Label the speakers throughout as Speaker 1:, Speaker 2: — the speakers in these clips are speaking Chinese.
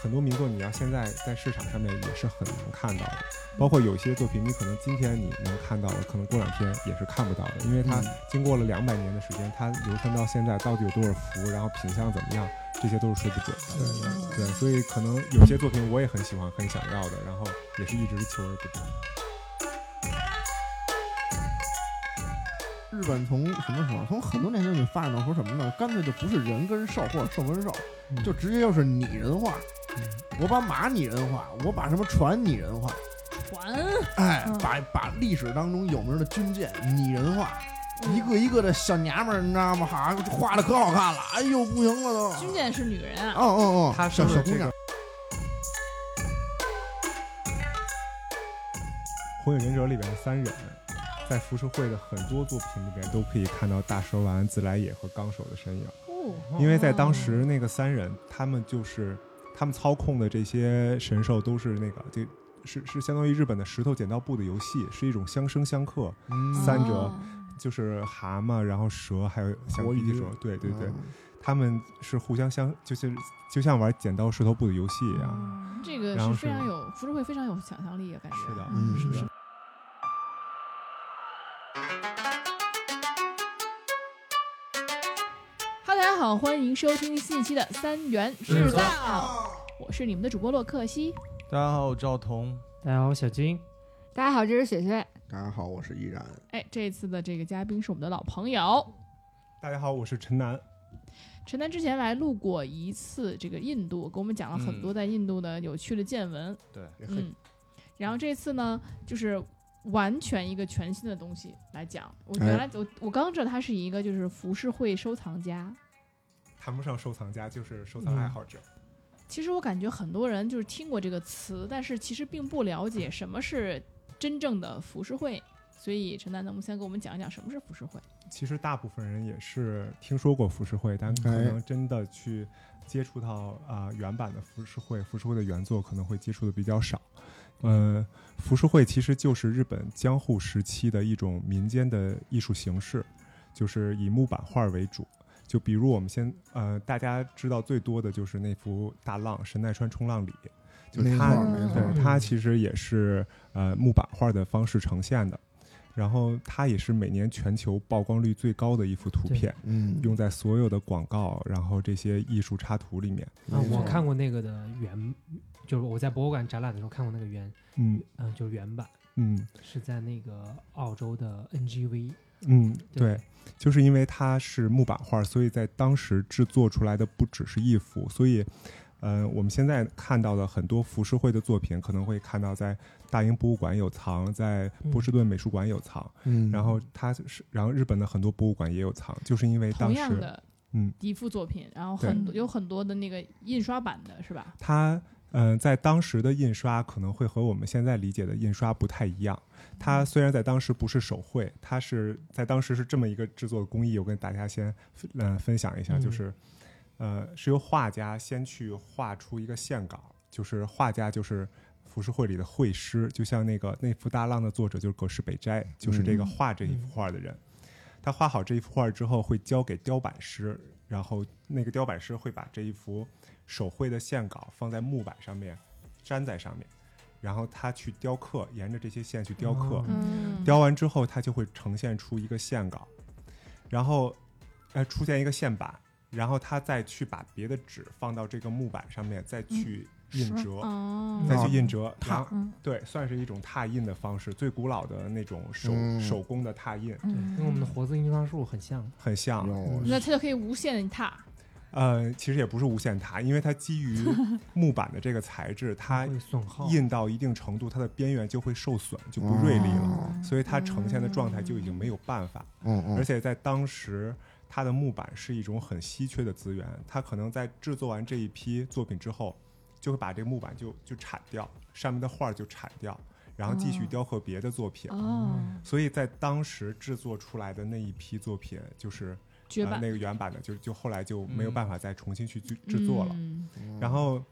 Speaker 1: 很多名作你要啊现在在市场上面也是很难看到的，包括有些作品，你可能今天你能看到的，可能过两天也是看不到的，因为它
Speaker 2: 嗯
Speaker 1: 经过了两百年的时间，它流传到现在到底有多少幅，然后品相怎么样，这些都是说不准的。
Speaker 2: 对
Speaker 1: 对，所以可能有些作品我也很喜欢、很想要的，然后也是一直求而不得。
Speaker 3: 嗯
Speaker 2: 日本从什么时候？从很多年前就发展到说什么呢？干脆就不是人跟兽或者兽跟兽，
Speaker 1: 嗯
Speaker 2: 就直接就是拟人化。
Speaker 3: 嗯
Speaker 2: 我把马拟人化，我把什么船拟人化，
Speaker 3: 船，
Speaker 2: 哎
Speaker 3: 嗯，
Speaker 2: 把把历史当中有名的军舰拟人化，
Speaker 3: 嗯
Speaker 2: 一个一个的小娘们儿，你知道吗？哈，画的可好看了，哎呦，不行了都。
Speaker 3: 军舰是女人啊，
Speaker 2: 哦哦哦，
Speaker 1: 他
Speaker 2: 小
Speaker 1: 说的
Speaker 2: 小姑
Speaker 1: 这
Speaker 2: 娘
Speaker 1: 个，《火影忍者》里边的三忍，在浮世绘的很多作品里边都可以看到大蛇丸、自来也和纲手的身影。
Speaker 3: 哦，
Speaker 1: 因为在当时那个三人，他们就是他们操控的这些神兽都是那个就是是相当于日本的石头剪刀布的游戏，是一种相生相克，
Speaker 2: 嗯
Speaker 1: 三者
Speaker 3: 哦
Speaker 1: 就是蛤蟆，然后蛇，还有像
Speaker 2: 活
Speaker 1: 比基
Speaker 2: 鱼
Speaker 1: 蛇，对对对，
Speaker 2: 嗯
Speaker 1: 他们是互相相就是就像玩剪刀石头布的游戏一样。
Speaker 3: 这个
Speaker 1: 然后
Speaker 3: 是
Speaker 1: 是
Speaker 3: 非常有浮世绘，非常有想象力啊，感觉
Speaker 1: 是的
Speaker 2: 嗯
Speaker 3: 是
Speaker 2: 是
Speaker 3: 不
Speaker 2: 的
Speaker 3: 是？哈喽，大家好，欢迎收听新一期的三元制造，我是你们的主播洛克西。
Speaker 4: 大家好，我赵彤。
Speaker 5: 大家好，我小金。
Speaker 6: 大家好，这是雪雪。
Speaker 2: 大家好，我是依然。
Speaker 3: 哎，这次的这个嘉宾是我们的老朋友
Speaker 1: 大家好，我是陈楠。
Speaker 3: 陈丹，之前来录过一次这个印度，给我们讲了很多在印度的有趣的见闻。
Speaker 4: 对，
Speaker 3: 嗯，然后这次呢，就是完全一个全新的东西来讲。我
Speaker 2: 哎
Speaker 3: 原来我我刚知道他是一个就是浮世绘收藏家。
Speaker 1: 谈不上收藏家，就是收藏爱好者。
Speaker 3: 其实我感觉很多人就是听过这个词，但是其实并不了解什么是真正的浮世绘。所以陈丹，能不能先给我们讲一讲什么是浮世绘？
Speaker 1: 其实大部分人也是听说过浮世绘，但可
Speaker 2: 哎
Speaker 1: 能真的去接触到啊、呃原版的浮世绘，浮世绘的原作可能会接触的比较少。呃，浮世绘其实就是日本江户时期的一种民间的艺术形式，就是以木板画为主。就比如我们先呃，大家知道最多的就是那幅大浪神奈川冲浪里，就是
Speaker 2: 没
Speaker 1: 他
Speaker 2: 错没错，
Speaker 1: 对，它其实也是呃木板画的方式呈现的，然后它也是每年全球曝光率最高的一幅图
Speaker 5: 对
Speaker 1: 片，
Speaker 2: 嗯，
Speaker 1: 用在所有的广告，然后这些艺术插图里面。
Speaker 5: 啊，
Speaker 2: 没错
Speaker 5: 我看过那个的原，就是我在博物馆展览的时候看过那个原，
Speaker 1: 嗯
Speaker 5: 嗯、就是原版
Speaker 1: 嗯
Speaker 5: 是在那个澳洲的 NGV。
Speaker 1: 嗯，
Speaker 5: 对
Speaker 1: 对，就是因为它是木板画，所以在当时制作出来的不只是一幅，所以。呃，我们现在看到的很多浮世绘的作品，可能会看到在大英博物馆有藏，在波士顿美术馆有藏，
Speaker 2: 嗯，
Speaker 1: 然后它是，然后日本的很多博物馆也有藏，就是因为
Speaker 3: 同
Speaker 1: 哎当
Speaker 3: 样
Speaker 1: 时
Speaker 3: 的，
Speaker 1: 嗯，
Speaker 3: 一幅作品，然后
Speaker 1: 对
Speaker 3: 很多有很多的那个印刷版的是吧？
Speaker 1: 它，嗯、在当时的印刷可能会和我们现在理解的印刷不太一样。它虽然在当时不是手绘，它是在当时是这么一个制作的工艺，我跟大家先嗯、呃分享一下，就
Speaker 5: 嗯
Speaker 1: 是，呃，是由画家先去画出一个线稿，就是画家就是。浮世绘里的绘师，就像那个那幅大浪的作者就是葛饰北斋，就是这个
Speaker 3: 嗯
Speaker 1: 画这一幅画的人。他画好这一幅画之后，会交给雕版师，然后那个雕版师会把这一幅手绘的线稿放在木板上面，粘在上面，然后他去雕刻，沿着这些线去雕刻，
Speaker 5: 哦
Speaker 3: 嗯，
Speaker 1: 雕完之后，它就会呈现出一个线稿，然后，呃，出现一个线板，然后他再去把别的纸放到这个木板上面，再去印折，
Speaker 3: 哦，
Speaker 1: 再去印折，
Speaker 2: 拓
Speaker 1: 然后对，算是一种拓印的方式，最古老的那种手、
Speaker 2: 嗯
Speaker 1: 手工的拓印，
Speaker 5: 对，
Speaker 3: 嗯
Speaker 5: 跟我们的活字印刷术很像。
Speaker 1: 很像。
Speaker 2: 有嗯
Speaker 3: 那它就可以无限踏，
Speaker 1: 呃，其实也不是无限塔，因为它基于木板的这个材质，它
Speaker 5: 会损
Speaker 3: 哦
Speaker 5: 耗。
Speaker 1: 嗯印到一定程度，它的边缘就会受损，就不锐利了，
Speaker 3: 哦
Speaker 1: 所以它呈现的状态就已经没有办法。
Speaker 2: 嗯嗯
Speaker 1: 而且在当时，它的木板是一种很稀缺的资源，它可能在制作完这一批作品之后，就会把这个木板就就铲掉，上面的画儿就铲掉，然后继续
Speaker 3: 哦
Speaker 1: 雕刻别的作品。
Speaker 3: 哦，
Speaker 1: 所以在当时制作出来的那一批作品，就是
Speaker 3: 绝
Speaker 1: 呃、
Speaker 3: 版
Speaker 1: 那个原版的，就就后来就没有
Speaker 4: 嗯
Speaker 1: 办法再重新去制制作了。
Speaker 3: 嗯
Speaker 1: 然后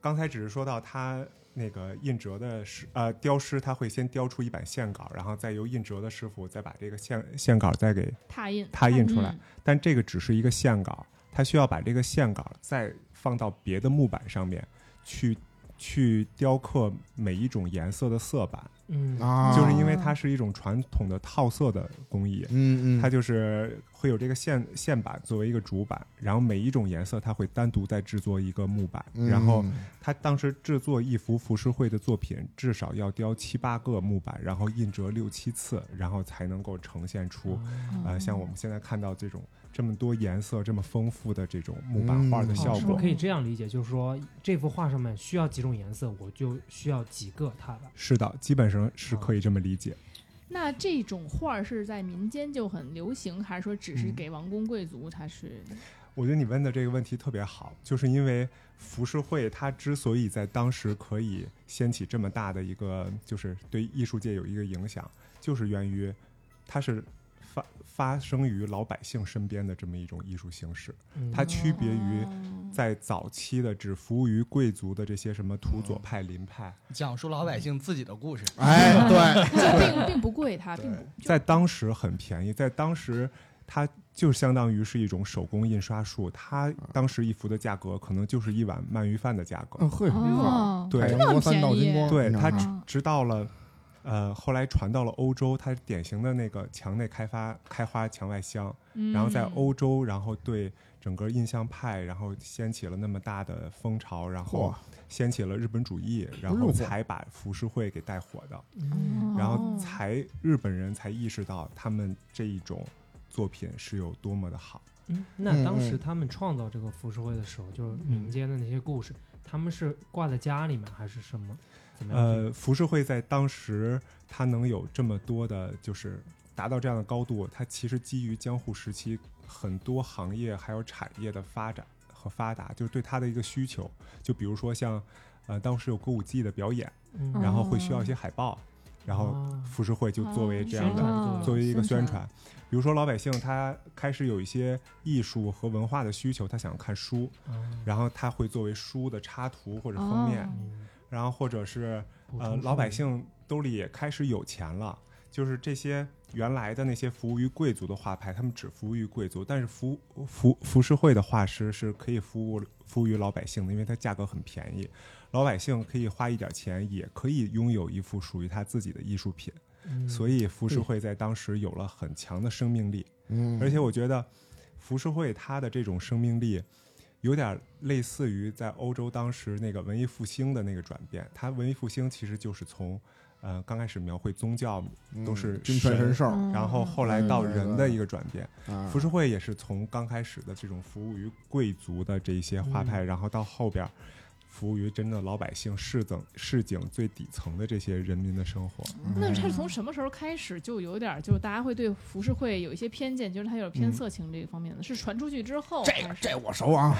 Speaker 1: 刚才只是说到他那个印折的师呃雕师，他会先雕出一版线稿，然后再由印折的师傅再把这个线线稿再给
Speaker 3: 拓印，
Speaker 1: 拓印出来。
Speaker 3: 嗯
Speaker 1: 但这个只是一个线稿，他需要把这个线稿再放到别的木板上面去去雕刻每一种颜色的色板，
Speaker 5: 嗯
Speaker 2: 啊，
Speaker 1: 就是因为它是一种传统的套色的工艺，
Speaker 2: 嗯嗯，
Speaker 1: 它就是会有这个线线板作为一个主板，然后每一种颜色它会单独再制作一个木板，
Speaker 2: 嗯
Speaker 1: 然后他当时制作一幅浮世绘的作品，至少要雕七八个木板，然后印折六七次，然后才能够呈现
Speaker 5: 哦
Speaker 1: 出
Speaker 5: 嗯
Speaker 3: 嗯
Speaker 1: 呃像我们现在看到这种这么多颜色、这么丰富的这种木板画的
Speaker 2: 嗯
Speaker 5: 哦
Speaker 1: 效
Speaker 5: 是不
Speaker 1: 果
Speaker 5: 是。可以这样理解？就是说，这幅画上面需要几种颜色，我就需要几个它吧。
Speaker 1: 是的，基本上是可以这么理解。
Speaker 3: 那这种画儿是在民间就很流行，还是说只
Speaker 1: 嗯
Speaker 3: 是给王公贵族？它是
Speaker 1: 我觉得你问的这个问题特别好，就是因为浮世绘它之所以在当时可以掀起这么大的一个，就是对艺术界有一个影响，就是源于它是发发生于老百姓身边的这么一种艺术形式。
Speaker 5: 嗯
Speaker 1: 它区别于
Speaker 3: 哦
Speaker 1: 在早期的只服务于贵族的这些什么土左派、林派，
Speaker 4: 讲述老百姓自己的故事。
Speaker 2: 哎，对，
Speaker 3: 就并并不贵，它并不就
Speaker 1: 在当时很便宜，在当时它就相当于是一种手工印刷术，它当时一幅的价格可能就是一碗鳗鱼饭的价格。
Speaker 2: 嗯会
Speaker 6: 哦，
Speaker 1: 对
Speaker 3: 真的很便宜
Speaker 2: 哦
Speaker 1: 对，它
Speaker 6: 嗯
Speaker 1: 直直到了。呃，后来传到了欧洲，它典型的那个墙内开发开花墙外香，然后在
Speaker 3: 嗯
Speaker 1: 欧洲，然后对整个印象派，然后掀起了那么大的风潮，然后
Speaker 2: 嚯
Speaker 1: 掀起了日本主义，然
Speaker 2: 哎呦
Speaker 1: 后
Speaker 2: 嚯
Speaker 1: 才把浮世绘给带火的。
Speaker 5: 嗯
Speaker 1: 然后
Speaker 3: 哦
Speaker 1: 才日本人才意识到他们这一种作品是有多么的好。
Speaker 5: 嗯那当时他们创造这个浮世绘的时候，就是民间的那些故事，他们是挂在家里面还是什么？怎么样？
Speaker 1: 呃，浮世绘在当时它能有这么多的，就是达到这样的高度，它其实基于江户时期很多行业还有产业的发展和发达，就是对它的一个需求。就比如说像，呃，当时有歌舞伎的表演，
Speaker 5: 嗯
Speaker 1: 呃
Speaker 6: 哦
Speaker 1: 然后会需要一些海报，然后
Speaker 5: 啊
Speaker 1: 浮世绘就作为这样的
Speaker 5: 哦
Speaker 6: 哦
Speaker 1: 作为一个宣传。比如说，老百姓他开始有一些艺术和文化的需求，他想看书，
Speaker 5: 啊
Speaker 1: 然后他会作为书的插图或者封面，
Speaker 6: 哦
Speaker 5: 嗯
Speaker 1: 然后或者是
Speaker 5: 补
Speaker 1: 呃
Speaker 5: 充
Speaker 1: 老百
Speaker 5: 说明
Speaker 1: 姓兜里也开始有钱了，就是这些原来的那些服务于贵族的画派，他们只服务于贵族，但是服服浮世绘的画师是可以服务服务于老百姓的，因为它价格很便宜，老百姓可以花一点钱，也可以拥有一幅属于他自己的艺术品，
Speaker 5: 嗯
Speaker 1: 所以浮世绘在当时有了很强的生命力。
Speaker 2: 嗯
Speaker 1: 而且我觉得浮世绘它的这种生命力，有点类似于在欧洲当时那个文艺复兴的那个转变。它文艺复兴其实就是从，呃，刚开始描绘宗教，都是
Speaker 2: 君权嗯神授，
Speaker 6: 嗯
Speaker 1: 然后
Speaker 3: 哦
Speaker 1: 后来到人的一个转变。
Speaker 3: 嗯
Speaker 2: 啊
Speaker 1: 浮世绘也是从刚开始的这种服务于贵族的这一些画派，
Speaker 6: 嗯
Speaker 1: 然后到后边儿服务于真的老百姓、市井市井最底层的这些人民的生活。
Speaker 3: 嗯
Speaker 6: 嗯
Speaker 3: 那它是从什么时候开始就有点儿，就是大家会对浮世绘有一些偏见，就是它有点
Speaker 1: 嗯
Speaker 3: 偏色情这个方面的，是传出去之后
Speaker 2: 这
Speaker 3: 还
Speaker 2: 个
Speaker 3: 是
Speaker 2: 这我熟 啊，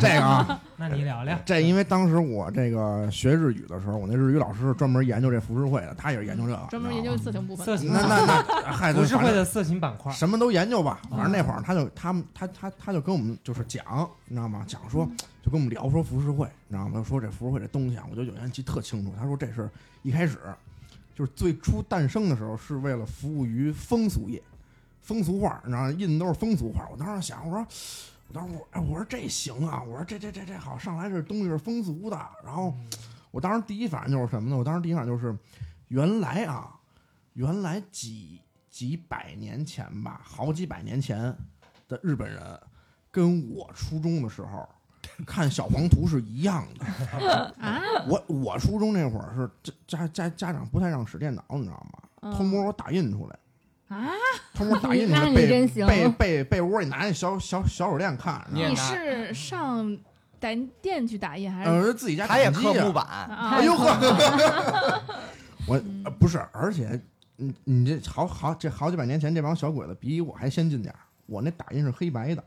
Speaker 2: 这个啊，
Speaker 5: 那你聊聊
Speaker 2: 这因为当时我这个学日语的时候，我那日语老师是专门研究这浮世绘的，他也是研究这个，
Speaker 3: 专门研究色情部分
Speaker 5: 色情
Speaker 2: 那
Speaker 5: 板
Speaker 2: 那那嗨，
Speaker 5: 浮世
Speaker 2: 反
Speaker 5: 绘
Speaker 2: 正
Speaker 5: 的色情板块，
Speaker 2: 什么都研究吧。反正那会儿他就他们他他他就跟我们就是讲，你知道吗？讲说就跟我们聊说浮世绘，你知道吗？说这浮世绘这东西啊，我就有年记得特清楚。他说这是一开始就是最初诞生的时候是为了服务于风俗业，风俗画，你知道吗印的都是风俗画。我当时想，我说。我当时我哎，我说这行啊，我说这这这这好，上来这东西是风俗的。然后我当时第一反应就是什么呢？我当时第一反应就是，原来啊，原来几几百年前吧，好几百年前的日本人，跟我初中的时 候看小黄图是一样的。
Speaker 3: 啊？
Speaker 2: 我我初中那会儿是这家家家长不太让使电脑，你知道吗？
Speaker 3: 嗯
Speaker 2: 偷摸我打印出来，
Speaker 3: 啊，
Speaker 2: 偷摸打印出
Speaker 6: 那
Speaker 2: 来，
Speaker 6: 你真
Speaker 2: 被
Speaker 6: 行
Speaker 2: 被被被窝里拿那小小小手电看，
Speaker 4: 你也
Speaker 2: 然
Speaker 3: 你
Speaker 2: 后
Speaker 4: 拿
Speaker 3: 是上打印店去打印还
Speaker 1: 嗯
Speaker 3: 是？
Speaker 2: 呃自己家
Speaker 4: 他
Speaker 2: 打
Speaker 4: 也
Speaker 2: 印机
Speaker 4: 刻
Speaker 2: 啊
Speaker 4: 木板，
Speaker 3: 啊嗯
Speaker 2: 哎呦呵，我、
Speaker 1: 啊
Speaker 2: 呃不是，而且你你这好好这好几百年前这帮小鬼子比我还先进点儿我那打印是黑白的，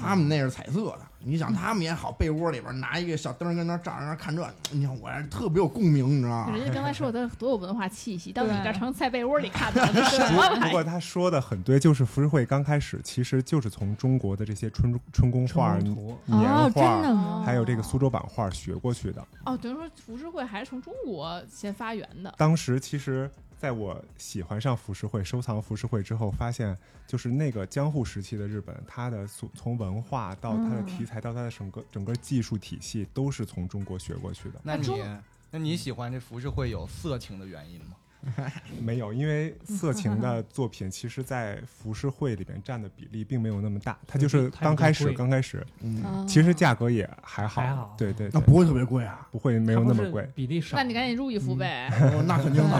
Speaker 2: 他们那是彩色的。你想他们也好，被窝里边拿一个小灯跟那儿照着那儿看这，你看我还特别有共鸣，你知道吗？
Speaker 3: 人家刚才说的多有文化气息，到你
Speaker 6: 对
Speaker 3: 这儿成菜被窝里看的， 这什么玩
Speaker 1: 不
Speaker 3: 意儿？
Speaker 1: 过他说的很对，就是浮世绘刚开始其实就是从中国的这些春春宫画儿、
Speaker 5: 春宫
Speaker 1: 年
Speaker 5: 图
Speaker 6: 哦，真
Speaker 1: 画儿，
Speaker 6: 的吗？
Speaker 1: 还有这个苏州版画儿学过去的。
Speaker 3: 哦，等于说浮世绘还是从中国先发源的。
Speaker 1: 当时其实，在我喜欢上浮世绘、收藏浮世绘之后，发现就是那个江户时期的日本，它的从从文化到它的
Speaker 6: 嗯
Speaker 1: 题材到它的整个整个技术体系，都是从中国学过去的。
Speaker 4: 那
Speaker 3: 中
Speaker 4: 你那你喜欢这服饰会有色情的原因吗？
Speaker 1: 没有，因为色 情的作品，其实，在浮世绘里面占的比例并没有那么大，它就是
Speaker 5: 它
Speaker 1: 刚开始
Speaker 5: 贵
Speaker 1: 刚开始，
Speaker 2: 嗯，
Speaker 6: 啊
Speaker 1: 其实价格也还好，
Speaker 5: 还好
Speaker 1: 对对
Speaker 2: 那
Speaker 1: 对，
Speaker 2: 不会特别贵啊，
Speaker 1: 不会没有那么贵。，
Speaker 5: 比例少。
Speaker 3: 那你赶紧入一
Speaker 1: 嗯
Speaker 3: 幅呗。
Speaker 2: 哦那肯定的。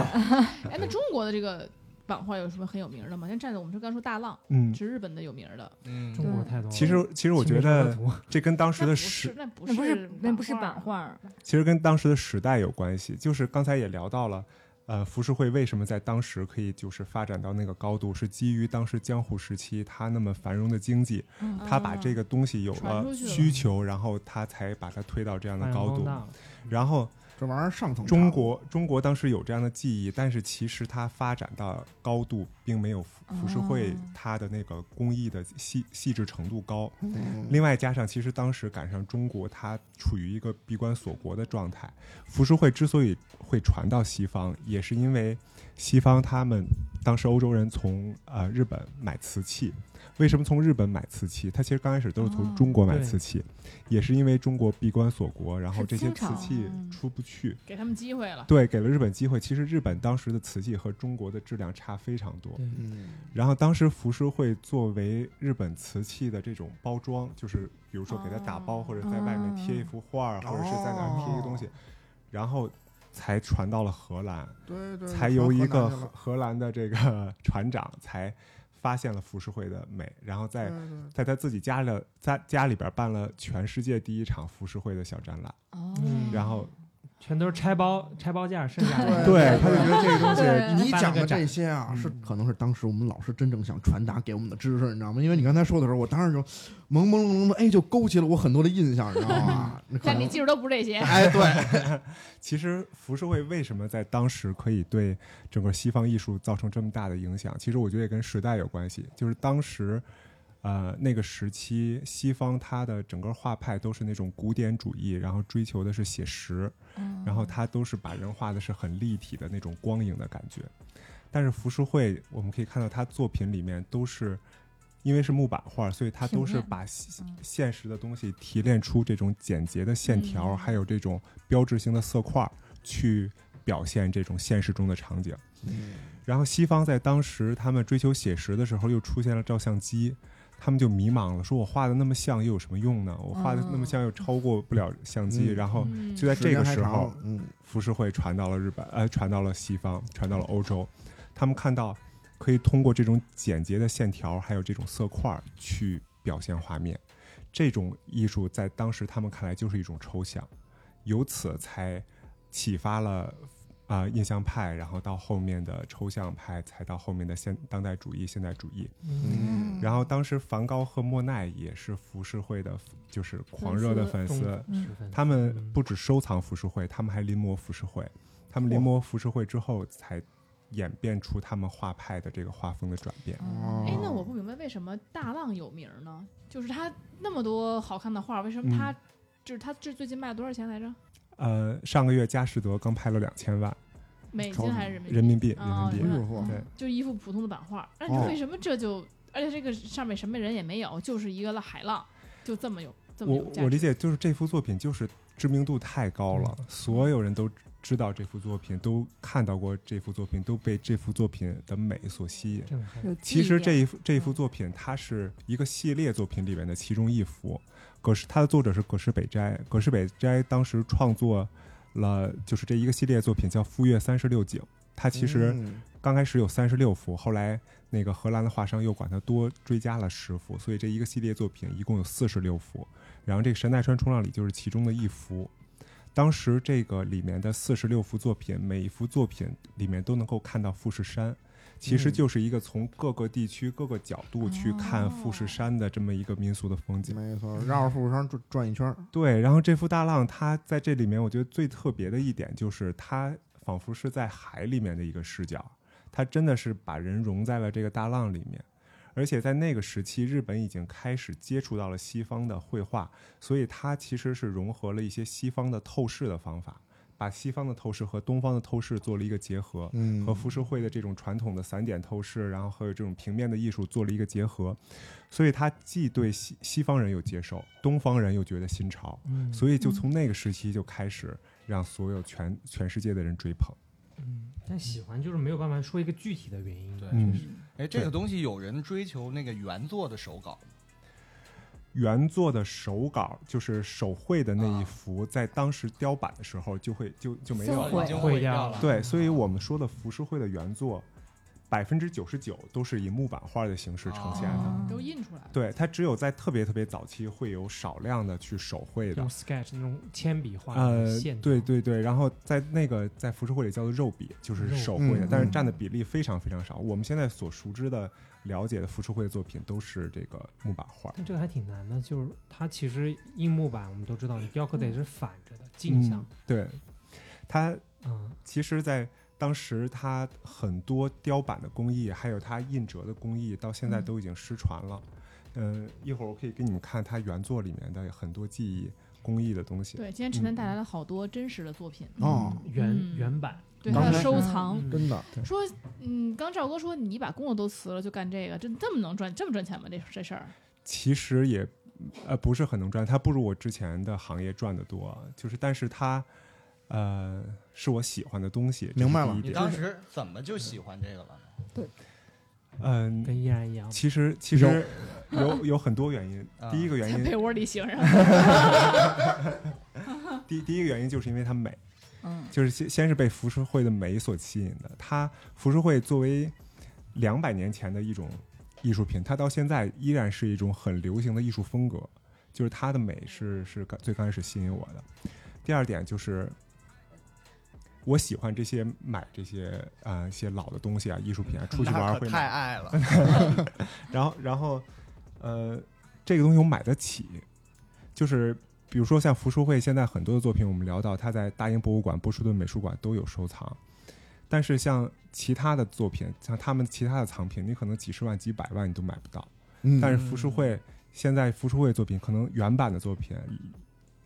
Speaker 3: 哎，那中国的这个版画有什么很有名的吗？像站着我们说刚说大浪
Speaker 1: 嗯，
Speaker 3: 是日本的有名儿的，
Speaker 4: 嗯
Speaker 5: 中国太多了。
Speaker 1: 其实其实我
Speaker 5: 清
Speaker 1: 觉
Speaker 5: 明上河
Speaker 1: 得
Speaker 5: 图
Speaker 1: 这跟当时
Speaker 3: 那
Speaker 1: 的
Speaker 3: 不
Speaker 1: 时
Speaker 3: 是那不
Speaker 6: 那不
Speaker 3: 是
Speaker 6: 是那不是版
Speaker 3: 画儿，
Speaker 6: 画儿，
Speaker 1: 其实跟当时的时代有关系，就是刚才也聊到了，呃，浮世绘为什么在当时可以就是发展到那个高度，是基于当时江户时期它那么繁荣的经济，它把这
Speaker 3: 个
Speaker 1: 个东西有
Speaker 3: 啊传
Speaker 1: 了
Speaker 3: 出去了
Speaker 1: 需求，然后它才把它推到这样的
Speaker 5: 发扬
Speaker 1: 嗯高
Speaker 5: 光
Speaker 1: 度
Speaker 5: 大。了
Speaker 1: 然后
Speaker 2: 这玩意儿上层
Speaker 1: 中国中国当时有这样的记忆，但是其实它发展到高度，并没有浮浮世绘
Speaker 6: 哦
Speaker 1: 它的那个工艺的细细致程度高。
Speaker 2: 嗯
Speaker 1: 另外加上，其实当时赶上中国它处于一个闭关锁国的状态，浮世绘之所以会传到西方，也是因为西方他们当时欧洲人从呃日本买瓷器。为什么从日本买瓷器？它其实刚开始都是
Speaker 6: 哦
Speaker 1: 从中国买
Speaker 5: 对
Speaker 1: 瓷器，也是因为中国闭关锁国，然后
Speaker 6: 是
Speaker 1: 这些
Speaker 6: 清
Speaker 1: 瓷
Speaker 6: 朝
Speaker 1: 器
Speaker 6: 嗯
Speaker 1: 出不去，
Speaker 3: 啊给他们机会了。
Speaker 1: 对，给了日本机会。其实日本当时的瓷器和中国的质量差非常多。
Speaker 5: 对
Speaker 2: 嗯，
Speaker 1: 然后当时浮世绘作为日本瓷器的这种包装，就是比如说给它打包，
Speaker 3: 哦
Speaker 1: 或者在外面贴一幅画儿，或者是在哪儿贴一个东西，然后才传到了荷兰，
Speaker 2: 对对，
Speaker 1: 才由一个
Speaker 2: 嗯传河南去
Speaker 1: 荷
Speaker 2: 了
Speaker 1: 荷兰的这个船长才发现了浮世绘的美，然后在
Speaker 2: 对对
Speaker 1: 在他自己家的在家里边办了全世界第一场浮世绘的小展览，
Speaker 6: 哦
Speaker 5: 嗯
Speaker 1: 然后
Speaker 5: 全都是拆包拆包价剩下的。
Speaker 1: 对他就觉得这个东西
Speaker 6: 对
Speaker 2: 你讲
Speaker 5: 办了
Speaker 2: 的
Speaker 5: 个展
Speaker 2: 这些啊，
Speaker 5: 嗯
Speaker 2: 是可能是当时我们老师真正想传达给我们的知识，你知道吗？因为你刚才说的时候，我当时就朦朦胧胧的，哎，就勾起了我很多的印象，你知道吗？那可
Speaker 3: 但你
Speaker 2: 能
Speaker 3: 记住都不是这些，
Speaker 2: 哎，对，
Speaker 1: 其实浮世绘为什么在当时可以对整个西方艺术造成这么大的影响？其实我觉得也跟时代有关系，就是当时。呃，那个时期，西方它的整个画派都是那种古典主义，然后追求的是写实，
Speaker 3: 嗯
Speaker 1: 然后它都是把人画的是很立体的那种光影的感觉。但是浮世绘，我们可以看到它作品里面都是，因为是木板画，所以它都
Speaker 6: 平
Speaker 1: 是
Speaker 6: 面的
Speaker 1: 把现
Speaker 6: 嗯
Speaker 1: 现实的东西提炼出这种简洁的线条，
Speaker 3: 嗯
Speaker 1: 还有这种标志性的色块儿，去表现这种现实中的场景。然后西方在当时他们追求写实的时候，又出现了照相机。他们就迷茫了，说我画的那么像又有什么用呢？我画的
Speaker 6: 哦
Speaker 1: 那么像又超过不了相机。
Speaker 2: 嗯
Speaker 1: 然后
Speaker 3: 嗯
Speaker 1: 哦就在这个时候，
Speaker 2: 嗯，
Speaker 1: 浮世绘传到了日本，呃，传到了西方，传到了欧洲，他们看到可以通过这种简洁的线条，还有这种色块儿去表现画面，这种艺术在当时他们看来就是一种抽象，由此才启发了。啊、印象派，然后到后面的抽象派，才到后面的现当代主义、现代主义。
Speaker 5: 嗯，
Speaker 2: 嗯
Speaker 1: 然后当时梵高和莫奈也是浮世绘的，嗯就是狂热的粉
Speaker 5: 中
Speaker 1: 丝。
Speaker 5: 国十分
Speaker 1: 他们
Speaker 5: 嗯
Speaker 1: 不止收藏浮世绘，他们还临摹浮世绘。他们临摹浮世绘之后，才演变出他们画派的这个画风的转变。
Speaker 2: 哦
Speaker 3: 哎，那我不明白为什么大浪有名儿呢？就是他那么多好看的画儿，为什
Speaker 1: 嗯
Speaker 3: 么他、就是他这最近卖了多少钱来着？
Speaker 1: 呃，上个月佳士得刚拍了两千万
Speaker 3: 美
Speaker 2: 超
Speaker 3: 金还是人民币？
Speaker 1: 人民币，人
Speaker 3: 哦
Speaker 1: 民币。
Speaker 2: 人民币
Speaker 3: 是吧
Speaker 1: 对
Speaker 3: 就一幅普通的版画儿，那
Speaker 2: 哦
Speaker 3: 你为什么这就、而且这个上面什么人也没有，就是一个浪海浪，就这么有这么
Speaker 1: 我
Speaker 3: 有价值？嗯
Speaker 1: 我理解，就是这幅作品就是知名度太高了，所有人都知道这幅作品，都看到过这幅作品，都被这幅作品的美所吸引。
Speaker 5: 震撼。
Speaker 6: 有
Speaker 1: 其实
Speaker 6: 纪
Speaker 1: 这
Speaker 6: 念
Speaker 1: 一幅这一幅作品，它是一个系列作品里面的其中一幅。葛饰，它的作者是葛饰北斋。葛饰北斋当时创作了，就是这一个系列作品叫《富岳三十六景》。它其实
Speaker 2: 嗯
Speaker 1: 刚开始有三十六幅，后来那个荷兰的画商又管它多追加了十幅，所以这一个系列作品一共有四十六幅。然后这个神奈川冲浪里就是其中的一幅。当时这个里面的四十六幅作品，每一幅作品里面都能够看到富士山，其实
Speaker 2: 嗯
Speaker 1: 就是一个从各个地区、各个角度去看
Speaker 3: 哦
Speaker 1: 富士山的这么一个民俗的风景。
Speaker 2: 没错，绕着富士山转转一圈儿，
Speaker 1: 对，然后这幅大浪，它在这里面，我觉得最特别的一点就是，它仿佛是在海里面的一个视角，它真的是把人融在了这个大浪里面。而且在那个时期，日本已经开始接触到了西方的绘画，所以它其实是融合了一些西方的透视的方法，把西方的透视和东方的透视做了一个结合，
Speaker 2: 嗯
Speaker 1: 和浮世绘的这种传统的散点透视，然后还有这种平面的艺术做了一个结合，所以它既对西西方人有接受，东方人又觉得新潮，
Speaker 5: 嗯，
Speaker 1: 所以就从那个时期就开始让所有全全世界的人追捧。
Speaker 5: 嗯，但喜欢就是没有办法说一个具体的原因。
Speaker 4: 对
Speaker 1: 嗯，
Speaker 4: 哎，这个东西有人追求那个原作的手稿，
Speaker 1: 原作的手稿就是手绘的那一
Speaker 4: 啊
Speaker 1: 幅，在当时雕版的时候就会就就没有
Speaker 6: 销
Speaker 1: 了。
Speaker 6: 毁
Speaker 4: 已经
Speaker 5: 毁
Speaker 4: 毁
Speaker 5: 掉
Speaker 4: 了。
Speaker 1: 对，所以我们说的浮世绘的原作，百分之九十九都是以木板画的形式呈现的。
Speaker 6: 哦
Speaker 3: 都印出来了。
Speaker 1: 对，它只有在特别特别早期会有少量的去手绘的
Speaker 5: 用。sketch 那种铅笔画
Speaker 1: 呃
Speaker 5: 的线，条，
Speaker 1: 对对对，然后在那个在浮世绘里叫做肉笔，就是
Speaker 5: 肉
Speaker 1: 手绘的，
Speaker 2: 嗯
Speaker 1: 但是
Speaker 2: 嗯
Speaker 1: 占的比例非常非常少。我们现在所熟知的、了解的浮世绘作品都是这个木板画。
Speaker 5: 但这个还挺难的，就是它其实硬木板我们都知道，你雕刻得是反着的镜像
Speaker 1: 嗯，对，它
Speaker 5: 嗯
Speaker 1: 其实，在当时它很多雕版的工艺，还有它印折的工艺，到现在都已经失传了。嗯、一会儿我可以给你们看它原作里面的很多技艺工艺的东西。
Speaker 3: 对，今天陈
Speaker 1: 嗯
Speaker 3: 楠带来了好多真实的作品，
Speaker 2: 哦，
Speaker 5: 原
Speaker 3: 嗯哦
Speaker 5: 原版
Speaker 3: 对他
Speaker 2: 刚才
Speaker 3: 的收藏。
Speaker 5: 嗯
Speaker 2: 真的，
Speaker 3: 说，嗯，刚赵哥说你把工作都辞了就干这个，这这么能赚，这么赚钱吗？这这事儿，
Speaker 1: 其实也，呃，不是很能赚，它不如我之前的行业赚的多。就是，但是它，呃，是我喜欢的东西。这是
Speaker 2: 明白
Speaker 1: 第
Speaker 2: 了
Speaker 1: 一
Speaker 4: 你
Speaker 1: 点
Speaker 4: 当时怎么就喜欢这个了呢？
Speaker 1: 嗯、
Speaker 5: 跟依然一样，
Speaker 1: 其实其实有有很多原因。
Speaker 4: 啊
Speaker 1: 第一个 原
Speaker 3: 在
Speaker 1: 因
Speaker 3: 被，窝 里醒着。
Speaker 1: 第第一个原因就是因为它美。
Speaker 3: 嗯
Speaker 1: 就是先先是被浮世绘的美所吸引的。它浮世绘作为两百年前的一种艺术品，它到现在依然是一种很流行的艺术风格。就是它的美是是刚最刚开始吸引我的。第二点就是，我喜欢这些买这些啊、呃一些老的东西啊，艺术品啊，出去玩
Speaker 4: 嗯那
Speaker 1: 儿
Speaker 4: 可
Speaker 1: 会
Speaker 4: 太
Speaker 1: 买。
Speaker 4: 爱了，
Speaker 1: 然后然后呃，这个东西我买得起，就是。比如说像浮世绘，现在很多的作品，我们聊到它在大英博物馆、波士顿美术馆都有收藏，但是像其他的作品，像他们其他的藏品，你可能几十万、几百万你都买不到。
Speaker 2: 嗯
Speaker 1: 但是浮世绘现在浮世绘作品，可能原版的作品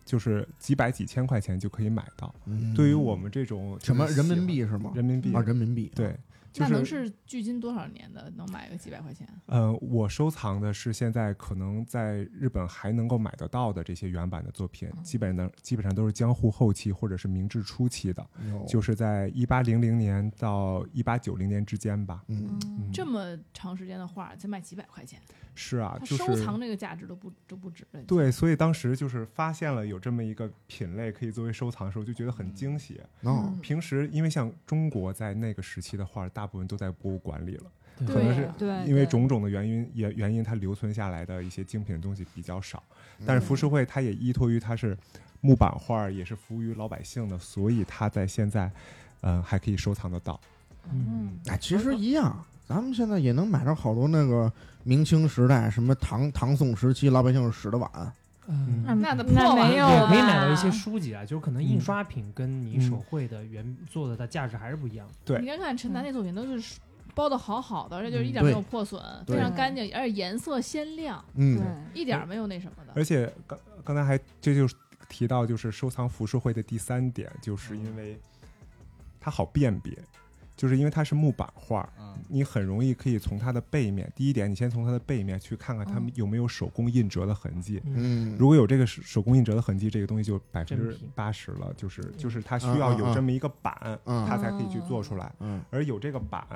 Speaker 1: 就是几百、几千块钱就可以买到。
Speaker 2: 嗯
Speaker 1: 对于我们这种
Speaker 2: 什么
Speaker 1: 就是
Speaker 2: 人民币是吗？
Speaker 1: 人民币
Speaker 2: 啊，人民币，
Speaker 1: 对，就
Speaker 3: 那能
Speaker 1: 是
Speaker 3: 是距今多少年的，能买个几百块钱？
Speaker 1: 呃，我收藏的是现在可能在日本还能够买得到的这些原版的作
Speaker 3: 哦
Speaker 1: 品，基本能基本上都是江户后期或者是明治初期的。
Speaker 2: 有
Speaker 1: 就是在一八零零年到一八九零年之间吧。
Speaker 2: 嗯，
Speaker 1: 嗯
Speaker 3: 这么长时间的画才卖几百块钱，
Speaker 1: 是啊，
Speaker 3: 他
Speaker 1: 就
Speaker 3: 收
Speaker 1: 是
Speaker 3: 藏这个价值都不都不值了。
Speaker 1: 对，所以当时就是发现了有这么一个品类可以作为收藏的时候，就觉得
Speaker 3: 嗯
Speaker 1: 很惊喜。
Speaker 2: 哦，
Speaker 1: 平时因为像中国在那个时期的画，大部分都在博物馆里了，
Speaker 3: 嗯对
Speaker 1: 可能是
Speaker 3: 呀
Speaker 6: 对，
Speaker 1: 因为
Speaker 6: 对
Speaker 1: 种种的原因，也原因它留存下来的一些精品的东西比较少。但是浮世绘它也依托于它是木板画，也是服务于老百姓的，所以它在现在，嗯、还可以收藏得到。
Speaker 5: 嗯，
Speaker 2: 哎，其实一样，咱们现在也能买着好多那个明清时代、什么唐唐宋时期老百姓使的碗，
Speaker 5: 嗯
Speaker 6: 那
Speaker 3: 那得破
Speaker 6: 那
Speaker 3: 完
Speaker 6: 没有
Speaker 5: 也可以买
Speaker 6: 啦
Speaker 5: 到一些书籍啊，就是可能印
Speaker 1: 嗯
Speaker 5: 刷品跟你
Speaker 1: 嗯
Speaker 5: 手绘的原做的它价值还是不一样。
Speaker 1: 对
Speaker 3: 你看看陈楠那作品都是包的好好的，而且就是一点
Speaker 2: 嗯
Speaker 3: 没有破损，
Speaker 2: 对
Speaker 3: 非常干净，而且颜色鲜亮，
Speaker 6: 对
Speaker 2: 嗯，
Speaker 3: 一点没有那什么的。
Speaker 1: 而且刚刚才还这就是提到，就是收藏浮世绘的第三点，就是因为它好辨别，就是因为它是木板画，
Speaker 4: 嗯，
Speaker 1: 你很容易可以从它的背面。第一点，你先从它的背面去看看它们有没有手工印折的痕迹。
Speaker 2: 嗯，
Speaker 1: 如果有这个手手工印折的痕迹，这个东西就百分
Speaker 5: 真
Speaker 1: 之
Speaker 5: 品
Speaker 1: 八十了，就是就是它需要有这么一个板，
Speaker 2: 嗯
Speaker 1: 它才可以去做出来。
Speaker 2: 嗯
Speaker 1: 而有这个板，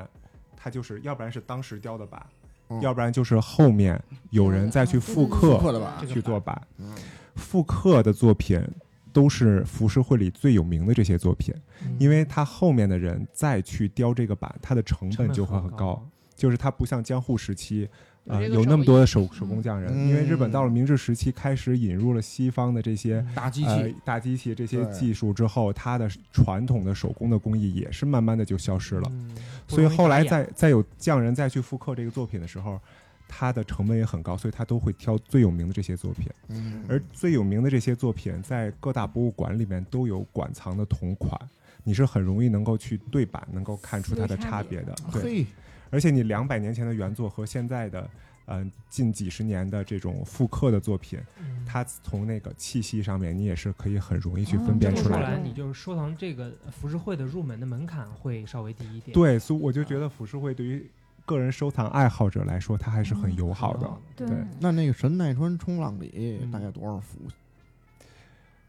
Speaker 1: 它就是要不然是当时雕的板，
Speaker 2: 嗯
Speaker 1: 要不然就是后面有人再去复
Speaker 3: 嗯
Speaker 1: 刻
Speaker 2: 刻的吧
Speaker 5: 这个
Speaker 1: 去做版。
Speaker 2: 嗯
Speaker 1: 复刻的作品都是浮世绘里最有名的这些作品，
Speaker 5: 嗯
Speaker 1: 因为它后面的人再去雕这个版，它的成
Speaker 5: 成
Speaker 1: 本就会
Speaker 5: 很
Speaker 1: 很高。，就是它不像江户时期，
Speaker 3: 有
Speaker 1: 呃，
Speaker 3: 这个
Speaker 1: 有那么
Speaker 3: 手艺
Speaker 1: 多的手手工匠人，
Speaker 2: 嗯
Speaker 1: 因为日本到了明治时期开始引入了西方的这些。
Speaker 2: 大机
Speaker 1: 呃
Speaker 2: 器，，
Speaker 1: 大机器这些
Speaker 2: 对
Speaker 1: 技术之后，它的传统的手工的工艺也是慢慢的就消失了。
Speaker 5: 嗯，
Speaker 1: 所以后来
Speaker 5: 不容易打
Speaker 1: 再再有匠人再去复刻这个作品的时候，它的成本也很高，所以他都会挑最有名的这些作品。
Speaker 2: 嗯
Speaker 1: 而最有名的这些作品，在各大博物馆里面都有馆藏的同款，你是很容易能够去对版，能够看出它的差别的。对，
Speaker 2: 嘿，
Speaker 1: 而且你两百年前的原作和现在的嗯、近几十年的这种复刻的作品，
Speaker 5: 嗯
Speaker 1: 它从那个气息上面，你也是可以很容易去分
Speaker 3: 嗯
Speaker 1: 辨
Speaker 5: 这么
Speaker 1: 出
Speaker 5: 说
Speaker 1: 来的。
Speaker 5: 来，你就是收藏这个浮世绘的入门的门槛会稍微低一点。
Speaker 1: 对，所以我就觉得浮世绘对于个人收藏爱好者来说，它还是嗯很友好的。
Speaker 6: 对
Speaker 1: 对
Speaker 2: 那那个神奈川冲浪里
Speaker 5: 嗯
Speaker 2: 大概多少幅？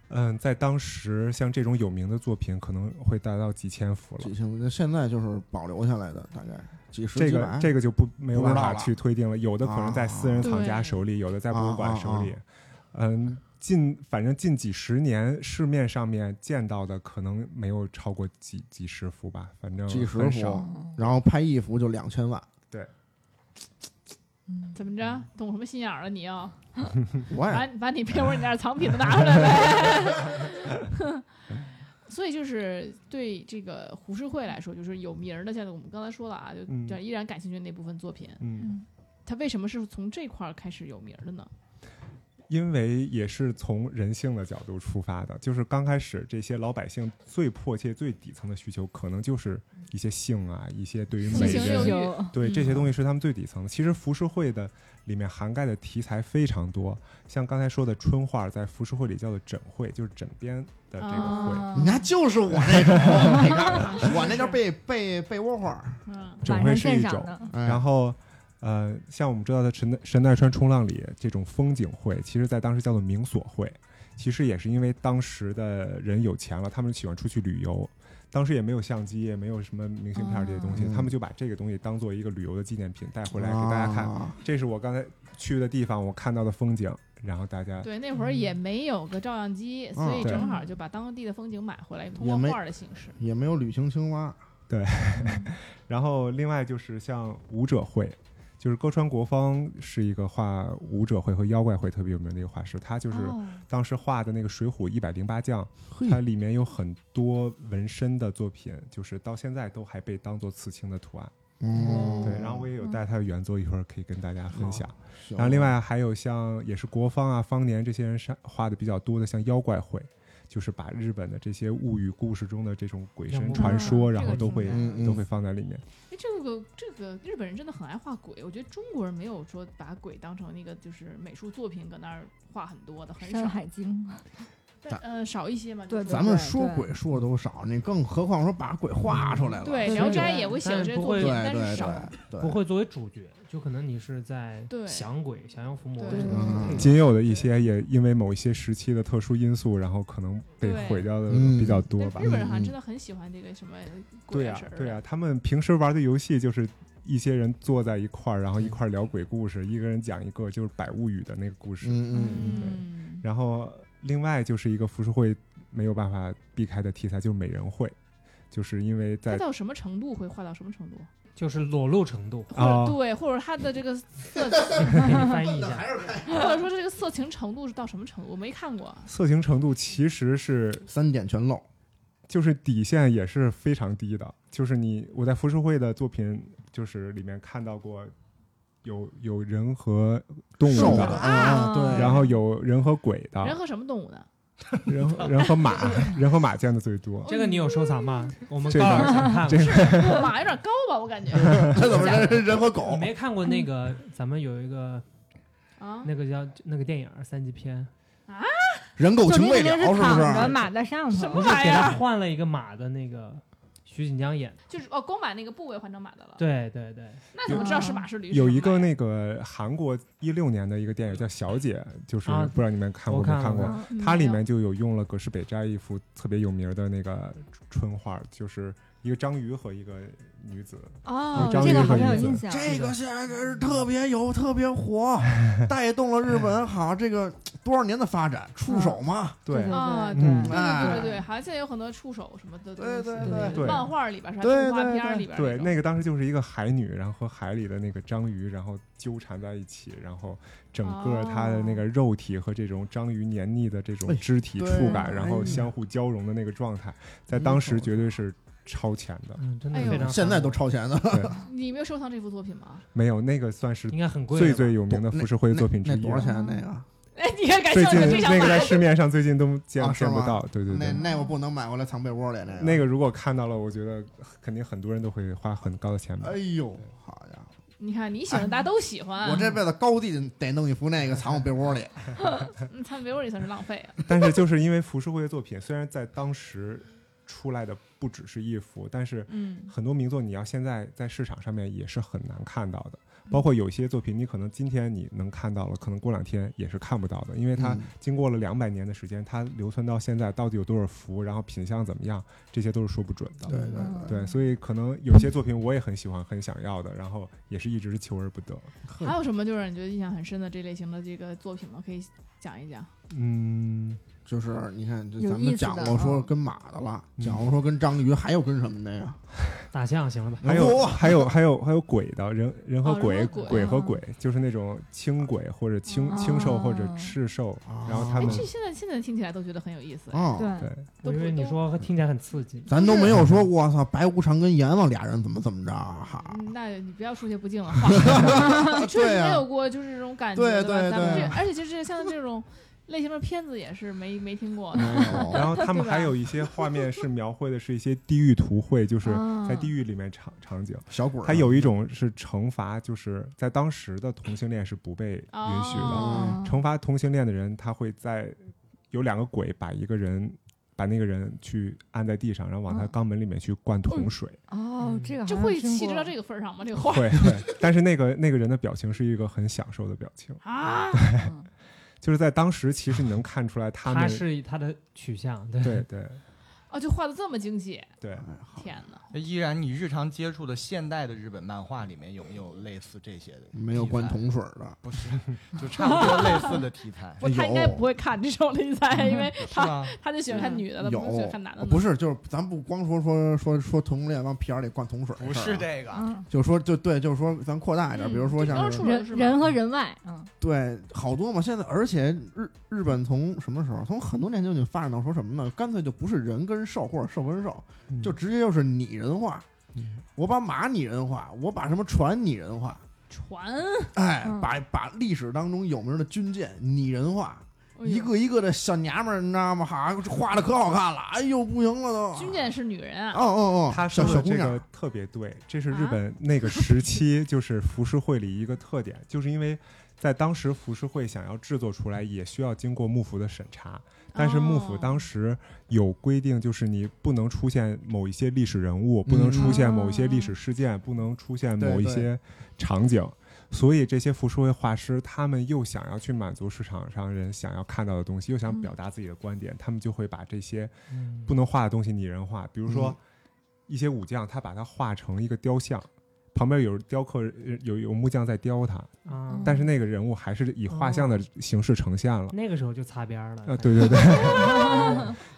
Speaker 1: 嗯，在当时像这种有名的作品，可能会达到几千幅了
Speaker 2: 几。千？那现在就是保留下来的大概几十
Speaker 1: 这
Speaker 2: 几
Speaker 1: 个
Speaker 2: 百。
Speaker 1: 这个就不没有
Speaker 2: 不知
Speaker 1: 办
Speaker 2: 道
Speaker 1: 法
Speaker 2: 了哦
Speaker 1: 去推定了，有的可能在私人藏家手里，有的在博物馆手里。嗯，近反正近几十年市面上面见到的，可能没有超过几几十幅吧，反正
Speaker 2: 几十
Speaker 1: 很
Speaker 2: 幅
Speaker 1: 少。
Speaker 6: 嗯
Speaker 2: 然后拍一幅就两千万，
Speaker 6: 嗯
Speaker 3: 怎么着？懂什么心眼儿了？你要
Speaker 1: 嗯
Speaker 2: 我也
Speaker 3: 把把你陪我你那儿藏品的拿出来呗。所以就是对这个胡适慧来说，就是有名儿的，像我们刚才说了啊，就
Speaker 1: 嗯
Speaker 3: 就依然感兴趣的那部分作品，
Speaker 1: 嗯，
Speaker 3: 他为什么是从这块儿开始有名儿的呢？
Speaker 1: 因为也是从人性的角度出发的，就是刚开始这些老百姓最迫切、最底层的需求，可能就是一些性啊，一些对于
Speaker 3: 性
Speaker 1: 美
Speaker 3: 情
Speaker 1: 人啊
Speaker 3: 六欲
Speaker 6: 有
Speaker 1: 对
Speaker 3: 嗯
Speaker 1: 这些东西是他们最底层的。其实浮世绘的里面涵盖的题材非常多，像刚才说的春画，在浮世绘里叫做枕绘，就是枕边的这个绘。
Speaker 6: 哦
Speaker 3: 啊
Speaker 2: 你看就是我那种，你看 我那叫被被被窝花儿，
Speaker 3: 嗯
Speaker 1: 整
Speaker 6: 晚
Speaker 1: 会
Speaker 6: 上
Speaker 1: 是一
Speaker 6: 鉴
Speaker 1: 种
Speaker 6: 赏的，
Speaker 2: 哎
Speaker 1: 然后，呃，像我们知道的神奈神奈川冲浪里这种风景绘，其实在当时叫做名所绘，其实也是因为当时的人有钱了，他们喜欢出去旅游。当时也没有相机，也没有什么明信片这些东西，
Speaker 2: 哦
Speaker 1: 他们就把这个东西当做一个旅游的纪念品带回来给大家看。
Speaker 2: 啊
Speaker 1: 这是我刚才去的地方，我看到的风景，然后大家
Speaker 3: 对，那会儿
Speaker 1: 嗯
Speaker 3: 也没有个照相机，所以正好就把当地的风景买回来，通
Speaker 2: 也
Speaker 3: 过
Speaker 2: 没
Speaker 3: 画儿的形式。
Speaker 2: 也没有旅行青蛙，
Speaker 1: 然后另外就是像舞者会，就是歌川国芳是一个画舞者会和妖怪会特别有名的一个画师，他就是
Speaker 3: 哦嗯
Speaker 1: 当时画的那个《水浒一百零八将》，它里面有很多纹身的作品，就是到现在都还被当做刺青的图案。
Speaker 2: 嗯，
Speaker 3: 哦
Speaker 1: 对，然后我也有带他的原作，一会儿可以跟大家分享。
Speaker 2: 行
Speaker 1: 然后另
Speaker 2: 啊
Speaker 1: 外还有像也是国芳啊、方年这些人上画的比较多的，像妖怪会。就是把日本的这些物语故事中的这种鬼神传说，
Speaker 3: 嗯
Speaker 1: 然后都会、
Speaker 3: 这个
Speaker 2: 听起来
Speaker 1: 都会放在里面。
Speaker 3: 哎，这个这个日本人真的很爱画鬼，我觉得中国人没有说把鬼当成一个就是美术作品搁那儿画很多的，很
Speaker 6: 《
Speaker 3: 少
Speaker 6: 山，海经》
Speaker 3: 但呃少一些嘛。
Speaker 6: 对
Speaker 3: 就是
Speaker 2: 咱们
Speaker 6: 对
Speaker 2: 说
Speaker 6: 对
Speaker 2: 鬼说的都少，你更何况说把鬼画出来了，
Speaker 3: 对
Speaker 5: 对
Speaker 3: 聊
Speaker 5: 对
Speaker 3: 斋
Speaker 5: 对
Speaker 3: 也会写
Speaker 5: 但
Speaker 3: 过
Speaker 5: 是
Speaker 3: 这些
Speaker 5: 不
Speaker 3: 作
Speaker 5: 会
Speaker 3: 品，
Speaker 2: 对
Speaker 3: 但是
Speaker 2: 对
Speaker 3: 少。
Speaker 2: 对
Speaker 5: 不
Speaker 2: 对，
Speaker 5: 会作为主角，就可能你是在
Speaker 3: 对
Speaker 5: 降鬼、降妖伏魔
Speaker 3: 对
Speaker 5: 这种配
Speaker 2: 嗯
Speaker 5: 合
Speaker 1: 仅有的一些也因为某一些时期的特殊因素，然后可能被
Speaker 3: 对
Speaker 1: 毁掉的
Speaker 2: 嗯
Speaker 1: 比较多吧
Speaker 3: 但。日本人好像
Speaker 2: 嗯
Speaker 3: 真的很喜欢这个什么鬼
Speaker 1: 对
Speaker 3: 啊
Speaker 1: 啊
Speaker 3: 神儿，
Speaker 1: 对
Speaker 3: 的
Speaker 1: 啊，他们平时玩的游戏就是一些人坐在一块儿，然后一块儿聊鬼故事，一个人讲一个就是《百物语》的那个故事。
Speaker 2: 嗯嗯
Speaker 3: 嗯，
Speaker 1: 然后另外就是一个浮世绘没有办法避开的题材，就是美人绘，就是因为
Speaker 3: 他
Speaker 1: 在
Speaker 3: 到什么程度会画到什么程度？
Speaker 5: 就是裸露 程度，
Speaker 3: 或
Speaker 1: 啊
Speaker 3: 者对，或者他的这个色，
Speaker 5: 给你翻译一下。
Speaker 3: 或者说这个色情程度是到什么程度？我没看过。啊
Speaker 1: 色情程度其实是
Speaker 2: 嗯，三点全漏，
Speaker 1: 就是底线也是非常低的，就是你我在浮世绘的作品就是里面看到过有有人和动
Speaker 2: 瘦
Speaker 1: 物
Speaker 2: 的
Speaker 1: 的，
Speaker 2: 啊，对，
Speaker 1: 然后有人和鬼
Speaker 3: 人
Speaker 1: 的，
Speaker 3: 和什么动物呢？
Speaker 1: 人和人和马，人和马见的最
Speaker 3: 哦
Speaker 1: 多。
Speaker 5: 这个你有收藏吗？
Speaker 3: 嗯
Speaker 5: 我们
Speaker 1: 这个
Speaker 5: 高老师看过，
Speaker 3: 马有点高吧，我 感觉
Speaker 2: 这 怎么人人和狗
Speaker 5: 你？没看过那个咱们有一个
Speaker 3: 啊。
Speaker 5: 那个叫那个电影儿三级片，
Speaker 2: 人狗
Speaker 6: 就
Speaker 2: 情
Speaker 6: 那
Speaker 2: 未
Speaker 6: 明
Speaker 2: 了
Speaker 6: 明
Speaker 2: 是不
Speaker 6: 是躺着
Speaker 2: 是？
Speaker 6: 马在上
Speaker 3: 什
Speaker 6: 头
Speaker 3: 么
Speaker 5: 不，是给他换了一个马的那个徐锦江演 的，
Speaker 3: 就是哦，光把那个部位换成马的了。
Speaker 5: 对对对，
Speaker 3: 那怎么知道是马是驴？
Speaker 1: 有一个
Speaker 3: 是马呀
Speaker 1: 那个韩国一六年的一个电影叫《小姐》，就是
Speaker 5: 啊
Speaker 1: 不知道你们看过
Speaker 5: 我
Speaker 1: 没
Speaker 5: 看
Speaker 1: 看
Speaker 5: 了
Speaker 1: 过，
Speaker 6: 嗯
Speaker 3: 嗯
Speaker 1: 它里面就有用了葛饰北斋一幅特别有名的那个春画，就是一个章鱼和一个女子，
Speaker 6: 哦，
Speaker 1: 张
Speaker 6: 这个
Speaker 1: 力
Speaker 6: 好
Speaker 1: 和
Speaker 6: 像
Speaker 1: 鱼
Speaker 6: 有印
Speaker 1: 子
Speaker 6: 象，
Speaker 2: 这个现在这是特别有，特别 火，带动了日本好这个多少年的发展，触手嘛，
Speaker 6: 对
Speaker 1: 对
Speaker 3: 啊
Speaker 6: 对
Speaker 1: 嗯
Speaker 6: 对
Speaker 3: 对对
Speaker 2: 哎
Speaker 3: 对，对，好像现在有很多触手什么的东
Speaker 2: 对
Speaker 3: 西，
Speaker 2: 对
Speaker 6: 对
Speaker 1: 对
Speaker 3: 漫画里边是吧？
Speaker 2: 对
Speaker 3: 动画
Speaker 2: 对
Speaker 3: 片儿
Speaker 2: 对
Speaker 3: 里边
Speaker 1: 对，
Speaker 3: 那种
Speaker 1: 那个当时就是一个海女，然后和海里的那个章鱼，然后纠缠在一起，然后整个
Speaker 3: 哦
Speaker 1: 它的那个肉体和这种章鱼黏腻的这种
Speaker 2: 哎
Speaker 1: 肢体
Speaker 2: 对
Speaker 1: 触感，然
Speaker 2: 哎
Speaker 1: 后
Speaker 2: 呀
Speaker 1: 相互交融的那个状态，
Speaker 3: 嗯
Speaker 1: 在当时绝对是超前的。
Speaker 5: 嗯，真的
Speaker 3: 哎呦
Speaker 5: 非常。
Speaker 2: 现在都超前的，
Speaker 3: 你没有收藏这幅作品吗？
Speaker 1: 没有，那个算是
Speaker 5: 应该很贵了吧，
Speaker 1: 最最有名的浮世绘作品之
Speaker 2: 那
Speaker 1: 一啊
Speaker 2: 多少
Speaker 1: 了。
Speaker 2: 钱啊那个？
Speaker 3: 哎，你也敢
Speaker 1: 最
Speaker 3: 相
Speaker 1: 近
Speaker 3: 信这
Speaker 1: 那
Speaker 3: 想
Speaker 1: 个在
Speaker 3: 买？
Speaker 1: 市面上最近都见
Speaker 2: 啊是
Speaker 1: 见
Speaker 2: 吗
Speaker 1: 不到，对对
Speaker 2: 那
Speaker 1: 对。
Speaker 2: 那我不能买回来藏被窝里那个。嗯哎
Speaker 1: 那个如果看到了，我觉得肯定很多人都会花很高的钱买
Speaker 2: 哎。呦，好家伙！
Speaker 3: 你看你喜欢，大家都喜
Speaker 6: 嗯
Speaker 3: 欢。
Speaker 2: 我这辈子高低得弄一幅那个藏我被窝里。
Speaker 3: 嗯他没有也算是浪费 啊。
Speaker 1: 但是就是因为浮世绘的作品，虽然在当时出来的不只是一幅，但是
Speaker 3: 嗯
Speaker 1: 很多名作你要现在在市场上面也是很难看到的。
Speaker 2: 嗯
Speaker 1: 包括有些作品，你可能今天你能看到了，可能过两天也是看不到的，因为它
Speaker 2: 嗯
Speaker 1: 经过了两百年的时间，它流传到现在到底有多少幅，然后品相怎么样，这些都是说不准的。
Speaker 2: 对对
Speaker 3: 嗯
Speaker 1: 对，所以可能有些作品我也很喜欢，很想要的，然后也是一直求而不得。
Speaker 2: 对
Speaker 3: 还有什么就是你觉得印象很深的这类型的这个作品吗？可以讲一讲。
Speaker 1: 嗯，
Speaker 2: 就是你看，这
Speaker 6: 有
Speaker 2: 咱
Speaker 6: 意
Speaker 2: 们
Speaker 6: 思
Speaker 2: 讲
Speaker 6: 的
Speaker 2: 过说
Speaker 6: 嗯
Speaker 2: 跟马的了，
Speaker 1: 嗯
Speaker 2: 讲过说跟章鱼，还有跟什么的呀？
Speaker 5: 大象行了吧？
Speaker 1: 还有还有还有还有鬼的人人和
Speaker 3: 哦人
Speaker 1: 鬼、
Speaker 3: 和鬼
Speaker 1: 和
Speaker 3: 啊
Speaker 1: 鬼，就是那种轻鬼或者轻、轻兽或者
Speaker 6: 哦
Speaker 1: 赤兽，
Speaker 2: 啊
Speaker 1: 然后他
Speaker 3: 哎，
Speaker 1: 们
Speaker 3: 这现在现在听起来都觉得很有意思。
Speaker 2: 啊，
Speaker 6: 对，
Speaker 1: 对
Speaker 3: 都不
Speaker 5: 我以为你
Speaker 3: 都
Speaker 5: 说听起来很刺激，
Speaker 2: 咱都没有说，我操，白无常跟阎王俩人怎么怎么着啊哈？
Speaker 3: 嗯那你不要出些不敬 了话，你确实
Speaker 2: 对啊
Speaker 3: 没有过就是这种感觉，
Speaker 2: 对
Speaker 3: 吧？
Speaker 2: 对
Speaker 3: 咱们
Speaker 2: 对
Speaker 3: 这而且就是像这种类型的片子也是没没听
Speaker 6: 嗯
Speaker 3: 过的，
Speaker 2: 嗯 没
Speaker 1: 然后
Speaker 2: 有，
Speaker 1: 他们
Speaker 3: 对吧
Speaker 1: 还有一些画面是描绘的是一些地狱图绘，就是
Speaker 6: 啊
Speaker 1: 在地狱里面场场景。
Speaker 2: 小鬼儿
Speaker 1: 它有一种是惩罚，就是在当时的同性恋是不被允许的。
Speaker 6: 哦
Speaker 1: 惩罚同性恋的人，他会在有两个鬼把一个人把那个人去按在地上，然后往他
Speaker 6: 嗯
Speaker 1: 肛门里面去灌桶水。
Speaker 6: 哦，这个
Speaker 3: 就
Speaker 6: 好像
Speaker 3: 会
Speaker 6: 听
Speaker 3: 细致
Speaker 6: 过
Speaker 3: 到这个份儿上吗？这个话
Speaker 1: 会会，但是那个那个人的表情是一个很享受的表情，
Speaker 3: 啊，
Speaker 6: 嗯
Speaker 1: 就是在当时其实你能看出来他
Speaker 5: 它
Speaker 1: 们
Speaker 5: 是它的取向，对
Speaker 1: 对对
Speaker 3: 哦，就画的这么精细，
Speaker 1: 对
Speaker 2: 哎，好
Speaker 3: 天哪！，
Speaker 4: 依然你日常接触的现代的日本漫画里面有没有类似这些的？
Speaker 2: 没有灌，桶水的，
Speaker 4: 不是，就差不多类似的题材
Speaker 2: 哎
Speaker 3: 不，他应该不会看这种题材，因为
Speaker 4: 是
Speaker 3: 他
Speaker 4: 吗？
Speaker 3: 他就喜欢看女的，他
Speaker 2: 嗯有哦
Speaker 3: 不喜欢看男的呢。
Speaker 2: 不是，就是咱不光说说说说同性恋往屁眼里灌桶水，
Speaker 4: 不是，这个，
Speaker 6: 嗯
Speaker 2: 就说就对，就是说咱扩大一点，
Speaker 3: 嗯
Speaker 2: 比如说
Speaker 3: 这
Speaker 2: 像
Speaker 3: 都是
Speaker 2: 是
Speaker 3: 处
Speaker 6: 人
Speaker 3: 是吧
Speaker 6: 人和人外，嗯，
Speaker 2: 对好多嘛，现在而且日日本从什么时候，从很多年就已经发展到说什么呢？干脆就不是人跟兽或者兽跟兽，
Speaker 1: 嗯
Speaker 2: 就直接就是拟人化
Speaker 1: 嗯。
Speaker 2: 我把马拟人化，我把什么船拟人化，
Speaker 3: 船，
Speaker 2: 哎，
Speaker 6: 嗯
Speaker 2: 把把历史当中有名的军舰拟人化，
Speaker 3: 哎呦
Speaker 2: 一个一个的小娘们儿，你知道吗？哈，画的可好看了，哎呦，不行了都。
Speaker 3: 军舰是女人啊，
Speaker 2: 哦哦哦，
Speaker 1: 他
Speaker 2: 小
Speaker 1: 说
Speaker 2: 小
Speaker 1: 的
Speaker 2: 姑
Speaker 1: 这
Speaker 2: 娘
Speaker 1: 个，特别对，这是日本那个时期就是浮世绘里一个特点，就是因为在当时浮世绘想要制作出来，也需要经过幕府的审查。但是幕府
Speaker 3: 哦
Speaker 1: 当时有规定，就是你不能出现某一些历史人物，不能
Speaker 2: 嗯
Speaker 1: 出现某一些历史事件，不能出现某一
Speaker 2: 对对
Speaker 1: 些场景。所以这些浮世绘画师，他们又想要去满足市场上人想要看到的东西，又想
Speaker 3: 嗯
Speaker 1: 表达自己的观点，他们就会把这些
Speaker 5: 嗯
Speaker 1: 不能画的东西拟人化，比如说
Speaker 2: 嗯
Speaker 1: 一些武将，他把它画成一个雕像，旁边有雕刻人有有木匠在雕他，
Speaker 5: 啊，
Speaker 1: 但是那个人物还是以画像的形式呈现了。
Speaker 5: 那个时候就擦边儿了。
Speaker 1: 呃，对对对，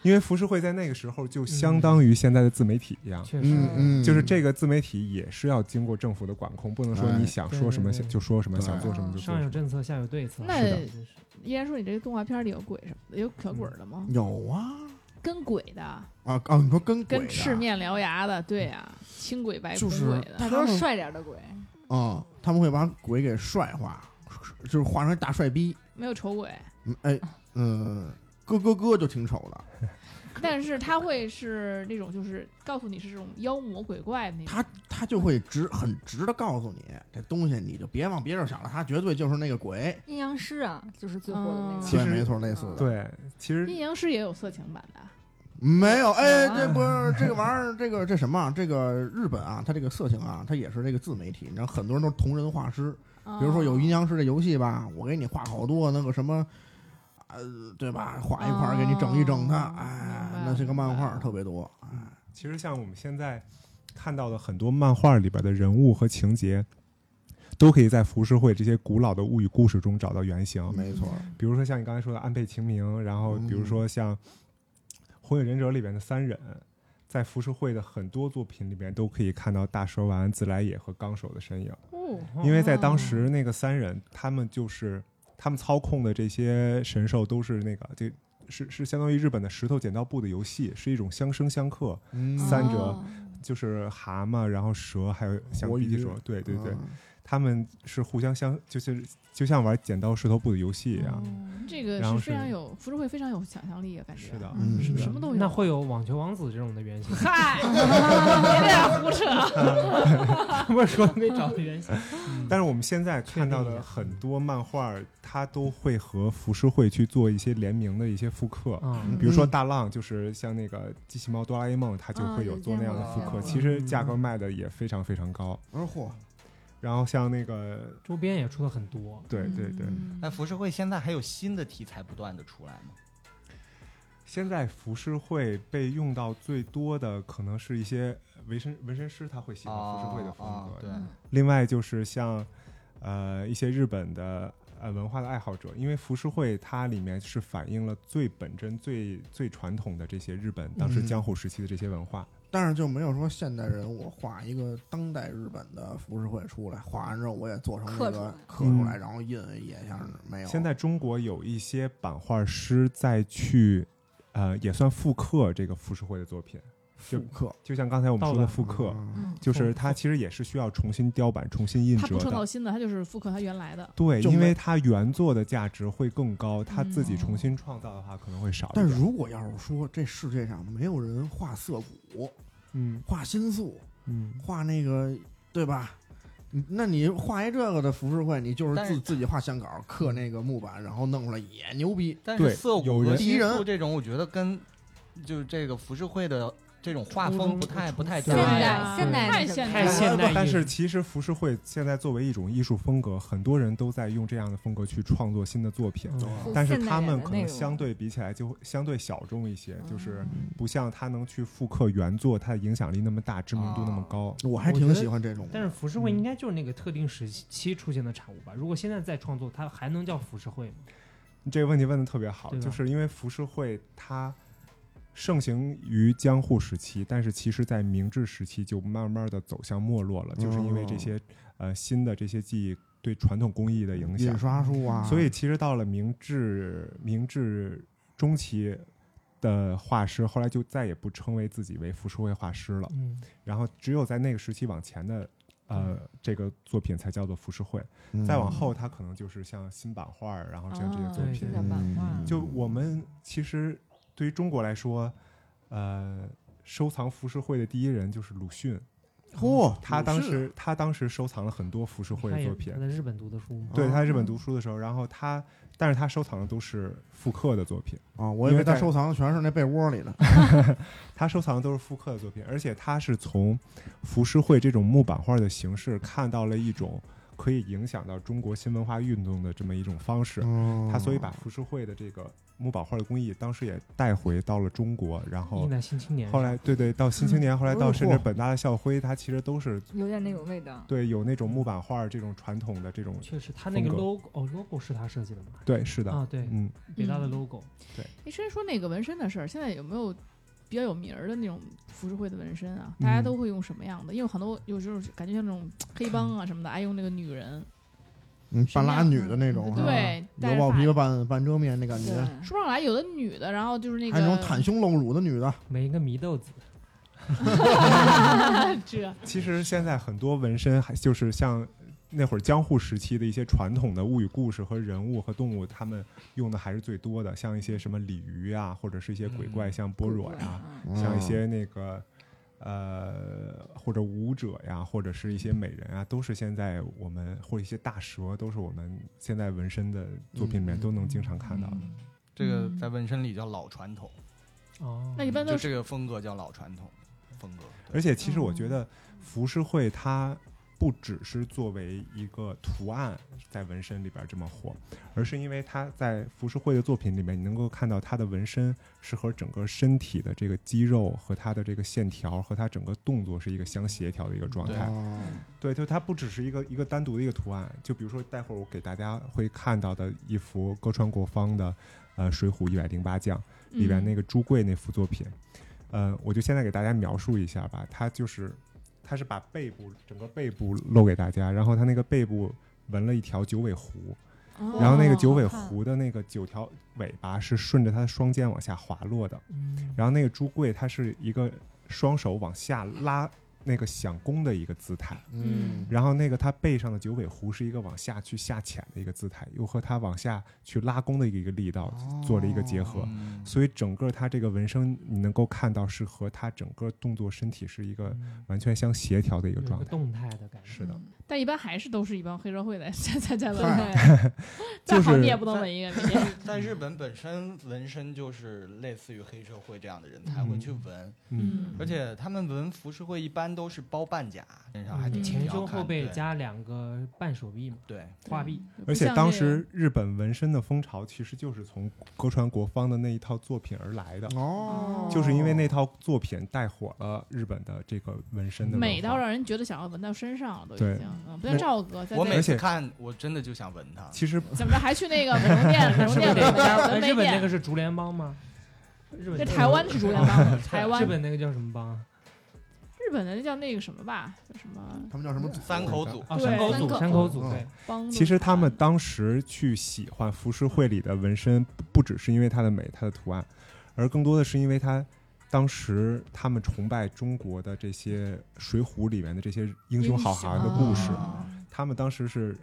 Speaker 1: 因为浮世绘在那个时候就相当于现在的自媒体一样。
Speaker 5: 确实，
Speaker 2: 嗯嗯，
Speaker 1: 就是这个自媒体也是要经过政府的管控，不能说
Speaker 2: 哎
Speaker 1: 你想说什么
Speaker 5: 对对对
Speaker 1: 就说什么，
Speaker 2: 对
Speaker 1: 想做什么就做
Speaker 5: 上
Speaker 1: 什
Speaker 5: 有
Speaker 1: 么。
Speaker 5: 政策，下有对策。
Speaker 3: 那
Speaker 5: 是的真是
Speaker 3: 依然说你这个动画片里有鬼什么的，有小鬼儿的吗？
Speaker 2: 有啊
Speaker 3: 跟鬼的，
Speaker 2: 啊啊！你说跟鬼
Speaker 3: 跟
Speaker 2: 的
Speaker 3: 赤面獠牙的，对呀，青鬼白
Speaker 2: 就
Speaker 3: 红
Speaker 2: 是
Speaker 3: 鬼的，
Speaker 6: 那都是帅点儿的鬼，
Speaker 2: 啊，他们会把鬼给帅化，就是画成一大帅逼。
Speaker 3: 没有丑鬼，
Speaker 2: 嗯，哎，嗯，咯咯咯就挺丑的，
Speaker 3: 但是他会是那种就是告诉你是这种妖魔鬼怪的那种。
Speaker 2: 他他就会直很直的告诉你，这东西你就别往别处想了，他绝对就是那个鬼。
Speaker 6: 阴阳师啊，就是最火的那
Speaker 3: 嗯
Speaker 6: 个，
Speaker 1: 其
Speaker 2: 对，
Speaker 1: 实
Speaker 2: 没错，类似的。
Speaker 1: 对，其实
Speaker 3: 阴阳师也有色情版的啊，
Speaker 2: 没有，哎，
Speaker 3: 啊
Speaker 2: 这不是这个玩意儿，这个这什么啊，这个日本啊，它这个色情啊，它也是这个自媒体，你知道很多人都是同人画师，
Speaker 3: 哦
Speaker 2: 比如说有阴
Speaker 3: 阳，
Speaker 2: 阳师这游戏吧，我给你画好多那个什么，呃，对吧？画一块儿给你整一整它，
Speaker 3: 哦
Speaker 2: 哎
Speaker 3: 明白，
Speaker 2: 那些个漫
Speaker 3: 明白
Speaker 2: 画儿特别多，哎，
Speaker 1: 其实像我们现在看到的很多漫画里边的人物和情节，都可以在浮世绘这些古老的物语故事中找到原型。
Speaker 2: 没错儿，
Speaker 1: 比如说像你刚才说的安倍晴明，然后比如说像《火影忍者》里边的三忍，在浮世绘的很多作品里边都可以看到大蛇丸、自来也和纲手的身影。
Speaker 3: 哦，
Speaker 1: 因为在当时那个三人，他们就是他们操控的这些神兽都是那个这。是是相当于日本的石头剪刀布的游戏，是一种相生相克，
Speaker 2: 嗯
Speaker 1: 三者
Speaker 6: 哦
Speaker 1: 就是蛤蟆，然后蛇，还有像
Speaker 2: 活
Speaker 1: 鼻涕
Speaker 2: 鱼啊
Speaker 1: 蛇，对对对，
Speaker 2: 嗯
Speaker 1: 他们是互相相，就是就像玩剪刀石头布的游戏一样。
Speaker 3: 这个
Speaker 1: 然后
Speaker 3: 是
Speaker 1: 是
Speaker 3: 非常有浮世绘非常有想象力啊，感觉
Speaker 1: 是的
Speaker 2: 嗯是的
Speaker 3: 什么都有。
Speaker 5: 那会有网球王子这种的原型。
Speaker 3: 嗨，别这样胡扯，扯，
Speaker 5: 不是说没找 原型，
Speaker 3: 嗯
Speaker 1: 但是我们现在看到的很多漫画，它都会和浮世绘去做一些联名的一些复刻。
Speaker 5: 嗯
Speaker 1: 比如说大浪，就是像那个机器猫哆啦 A 梦，它就会有做那样的复刻，
Speaker 6: 哦有见过
Speaker 1: 其实价格卖的也非常非常高。
Speaker 2: 我说嚯，
Speaker 1: 然后像那个，
Speaker 5: 周边也出了很多，
Speaker 1: 对对对，
Speaker 3: 嗯
Speaker 4: 那浮世绘现在还有新的题材不断的出来吗？
Speaker 1: 现在服饰会被用到最多的，可能是一些纹身纹身师他会喜欢服饰会的风
Speaker 4: 哦
Speaker 1: 格。
Speaker 4: 哦对，
Speaker 1: 另外就是像呃一些日本的呃文化的爱好者，因为浮世绘它里面是反映了最本真、最最传统的这些日本当时
Speaker 2: 嗯
Speaker 1: 江户时期的这些文化。
Speaker 2: 但是就没有说现代人我画一个当代日本的浮世绘出来，画完之后我也做成那
Speaker 6: 刻出
Speaker 2: 个
Speaker 6: 来
Speaker 2: 刻出来，然后印也像是
Speaker 4: 哎
Speaker 2: 没有。
Speaker 1: 嗯现在中国有一些版画师在去呃也算复刻这个浮世绘的作品，
Speaker 2: 复刻
Speaker 1: 就像刚才我们说的复刻。
Speaker 2: 嗯
Speaker 6: 嗯
Speaker 1: 就是它其实也是需要重新雕版、重新印
Speaker 3: 他
Speaker 1: 折
Speaker 3: 不创造
Speaker 1: 的，
Speaker 3: 新的，他就是复刻他原来的。
Speaker 1: 对，
Speaker 2: 就
Speaker 1: 因
Speaker 2: 没
Speaker 1: 为它原作的价值会更高，它自己
Speaker 3: 嗯
Speaker 1: 重新创造的话可能会少一
Speaker 2: 但
Speaker 1: 点。
Speaker 2: 如果要是说这世界上没有人画色谷、
Speaker 1: 嗯
Speaker 2: 画新宿、
Speaker 1: 嗯，
Speaker 2: 画那个，对吧？你那你画一这个的浮世绘，你就是
Speaker 4: 但
Speaker 2: 自
Speaker 4: 是
Speaker 2: 自己画线稿、刻那个木板，然后弄出来也牛逼。
Speaker 4: 但
Speaker 1: 对
Speaker 4: 是涩
Speaker 1: 有
Speaker 4: 谷和
Speaker 1: 人
Speaker 4: 新
Speaker 2: 敌人
Speaker 4: 宿这种，我觉得跟就是这个浮世绘的这种画
Speaker 5: 初
Speaker 4: 风
Speaker 5: 衷
Speaker 4: 不太不太
Speaker 5: 对
Speaker 6: 现
Speaker 4: 搭
Speaker 6: 代
Speaker 3: 啊
Speaker 6: 现代
Speaker 3: 太
Speaker 6: 那
Speaker 3: 现
Speaker 6: 什么
Speaker 5: 代太现代
Speaker 1: 但
Speaker 5: 艺术
Speaker 1: 是其实浮世绘现在作为一种艺术风格，很多人都在用这样的风格去创作新的作品，
Speaker 5: 嗯
Speaker 6: 复
Speaker 1: 但是
Speaker 6: 现代
Speaker 1: 他
Speaker 6: 人
Speaker 1: 们
Speaker 6: 的
Speaker 1: 可
Speaker 6: 那
Speaker 1: 能
Speaker 6: 种
Speaker 1: 相对比起来就会相对小众一些，就是
Speaker 3: 嗯
Speaker 1: 不像他能去复刻原作，它的影响力那么大，知名度那么
Speaker 6: 哦
Speaker 1: 高。
Speaker 2: 我还
Speaker 5: 我
Speaker 2: 挺
Speaker 5: 觉得
Speaker 2: 喜欢这种的。
Speaker 5: 但是浮世绘应该就是那个特定时期出现的产物吧？如果现在再创作，它还能叫浮世绘吗？
Speaker 1: 你这个问题问的特别好，
Speaker 5: 对吧
Speaker 1: 就是因为浮世绘它。盛行于江户时期，但是其实，在明治时期就慢慢的走向没落了，就是因为这些呃新的这些技艺对传统工艺的影响
Speaker 2: 印。刷术啊，
Speaker 1: 所以其实到了明治明治中期的画师，后来就再也不称为自己为浮世绘画师了。
Speaker 5: 嗯，
Speaker 1: 然后只有在那个时期往前的。呃，这个作品才叫做浮世绘。
Speaker 2: 嗯
Speaker 1: 再往后，它可能就是像新版画儿，然后像这些作
Speaker 3: 哦
Speaker 1: 品
Speaker 5: 对。
Speaker 6: 的版画
Speaker 2: 嗯
Speaker 1: 就我们其实对于中国来说，呃，收藏浮世绘的第一人就是鲁迅。
Speaker 2: 嚯，
Speaker 1: 他当
Speaker 2: 是
Speaker 1: 时他当时收藏了很多浮世绘
Speaker 5: 他
Speaker 1: 的
Speaker 5: 也
Speaker 1: 作品
Speaker 5: 他。在日本读的书嘛，
Speaker 1: 对，
Speaker 2: 哦
Speaker 1: 他在日本读书的时候，然后他，但是他收藏的都是复刻的作品，
Speaker 2: 啊，我以
Speaker 1: 因为
Speaker 2: 为他
Speaker 1: 在
Speaker 2: 收藏的全是那被窝里的。
Speaker 1: 他收藏的都是复刻的作品，而且他是从浮世绘这种木版画的形式看到了一种可以影响到中国新文化运动的这么一种方式，
Speaker 2: 嗯
Speaker 1: 他所以把浮世绘的这个木版画的工艺当时也带回到了中国，然后
Speaker 5: 印在新青年
Speaker 1: 后来对对到新青年，后来到甚至
Speaker 2: 嚯
Speaker 1: 本大的校徽，它其实都是
Speaker 6: 有点那种味道。
Speaker 1: 对有那种木版画这种传统的这种，
Speaker 5: 确实他那个
Speaker 1: 风格
Speaker 5: logo 哦 logo 是他设计的吗？
Speaker 1: 对是的，
Speaker 5: 啊，对，
Speaker 1: 嗯。
Speaker 5: 北大的 logo
Speaker 3: 医生说那个纹身的事儿，现在有没有比较有名儿的那种浮世绘的纹身啊？大家
Speaker 1: 嗯
Speaker 3: 都会用什么样的？因为很多有时候感觉像那种黑帮啊什么的，爱用那个女人，
Speaker 2: 嗯半拉女的那
Speaker 1: 嗯
Speaker 2: 种，
Speaker 3: 对，
Speaker 2: 是吧，
Speaker 3: 戴
Speaker 2: 油爆
Speaker 3: 着
Speaker 2: 嗯
Speaker 3: 发
Speaker 2: 皮子半半遮面那感觉
Speaker 6: 对，，
Speaker 3: 说不上来，有的女的，然后就是那
Speaker 2: 还
Speaker 3: 个
Speaker 2: 有那种袒胸露乳的女的，
Speaker 5: 每一个祢豆子，
Speaker 3: 啊这
Speaker 1: 其实现在很多纹身还就是像那会儿江户时期的一些传统的物语故事和人物和动物，他们用的还是最多的，像一些什么鲤鱼啊，或者是一些鬼怪，
Speaker 5: 嗯
Speaker 1: 像般若呀，像
Speaker 2: 哦嗯
Speaker 1: 一些那个。呃，或者舞者呀，或者是一些美人啊，都是现在我们或者一些大蛇，都是我们现在纹身的作品里面
Speaker 2: 嗯
Speaker 1: 都能经常看到的。
Speaker 3: 嗯
Speaker 4: 这个在纹身里叫老传统，
Speaker 5: 哦，
Speaker 3: 那一般
Speaker 4: 就
Speaker 3: 都是
Speaker 4: 这个风格叫老传统风格。
Speaker 1: 而
Speaker 4: 且
Speaker 1: 且，其实我觉得浮世绘它不只是作为一个图案在纹身里边这么火，而是因为它在浮世绘的作品里面，你能够看到它的纹身是和整个身体的这个肌肉和它的这个线条和它整个动作是一个相协调的一个状态。
Speaker 2: 哦
Speaker 1: 对，就它不只是一个一个单独的一个图案。就比如说，待会儿我给大家会看到的一幅歌川国芳的，呃，《水浒一百零八将》里边那
Speaker 3: 个
Speaker 1: 个朱贵那幅作品，呃，我就现在给大家描述一下吧。它就是，它是把背部整个背部露给大家，然后它那个背部纹了一条九尾狐，
Speaker 3: 哦
Speaker 1: 然后那个九尾狐的那个九条尾巴是顺着它的双肩往下滑落的，
Speaker 5: 嗯
Speaker 1: 然后那个朱贵它是一个双手往下拉。那个响弓的一个姿态，
Speaker 3: 嗯
Speaker 1: 然后那个它背上的九尾狐是一个往下去下潜的一个姿态，又和它往下去拉弓的一个一个力道做了一个结合。
Speaker 4: 嗯
Speaker 1: 所以整个它这个纹身，你能够看到是和它整个动作身体是一个
Speaker 5: 嗯
Speaker 1: 完全相协调的一个
Speaker 5: 有一
Speaker 1: 状
Speaker 5: 个
Speaker 1: 态。
Speaker 5: 动态的感觉。
Speaker 1: 是
Speaker 4: 嗯
Speaker 1: 的，
Speaker 3: 但一般还是都是一帮黑社会的在在在纹，
Speaker 6: 对，
Speaker 3: 再好
Speaker 1: 就是
Speaker 3: 你也不能纹一个，明天
Speaker 4: 在日本本身纹身就是类似于黑社会这样的人才会去纹，
Speaker 1: 嗯，
Speaker 3: 嗯
Speaker 4: 而且呃他们纹浮世绘一般都是包半甲，身上还
Speaker 5: 嗯
Speaker 4: 挺
Speaker 5: 前
Speaker 4: 挺好
Speaker 5: 胸
Speaker 4: 看
Speaker 5: 后背
Speaker 4: 对
Speaker 5: 加两个半手臂嘛，
Speaker 4: 对，
Speaker 5: 画臂。
Speaker 1: 而且当时日本纹身的风潮其实就是从歌川国芳的那一套作品而来
Speaker 4: 嗯
Speaker 3: 嗯
Speaker 1: 的，
Speaker 2: 哦，
Speaker 1: 就是因为那套作品带火了日本的这个纹身的文化
Speaker 3: 美到让人觉得想要纹到身上了都已
Speaker 1: 对
Speaker 3: 经，嗯，不像赵哥在
Speaker 4: 我每
Speaker 1: 而
Speaker 3: 在
Speaker 1: 且
Speaker 4: 次看我真的就想纹 他。
Speaker 1: 其实
Speaker 3: 怎么着还去那个美容店，美容
Speaker 5: 是不
Speaker 3: 店
Speaker 5: 是
Speaker 3: 里面
Speaker 5: 那
Speaker 3: 纹
Speaker 5: 日
Speaker 3: 眉
Speaker 5: 本那个
Speaker 3: 店，
Speaker 5: 是竹联帮吗？日本
Speaker 3: 这
Speaker 5: 那个
Speaker 3: 台湾 是竹联帮吗，台湾
Speaker 5: 日本那个叫什么帮啊？
Speaker 3: 日本的那叫那个什么吧，叫什么
Speaker 2: 他们叫什么？
Speaker 4: 三口组，
Speaker 5: 啊，
Speaker 3: 对
Speaker 5: 山口
Speaker 6: 山
Speaker 5: 组，
Speaker 6: 口
Speaker 5: 山口组
Speaker 2: 嗯
Speaker 5: 对，
Speaker 3: 帮？
Speaker 1: 其实他们当时去喜欢浮世绘里的纹身，不不只是因为它的美、它的图案，而更多的是因为它当时他们崇拜中国的这些《水浒》里面的这些英雄好汉的故事，
Speaker 3: 啊
Speaker 1: 他们当时是。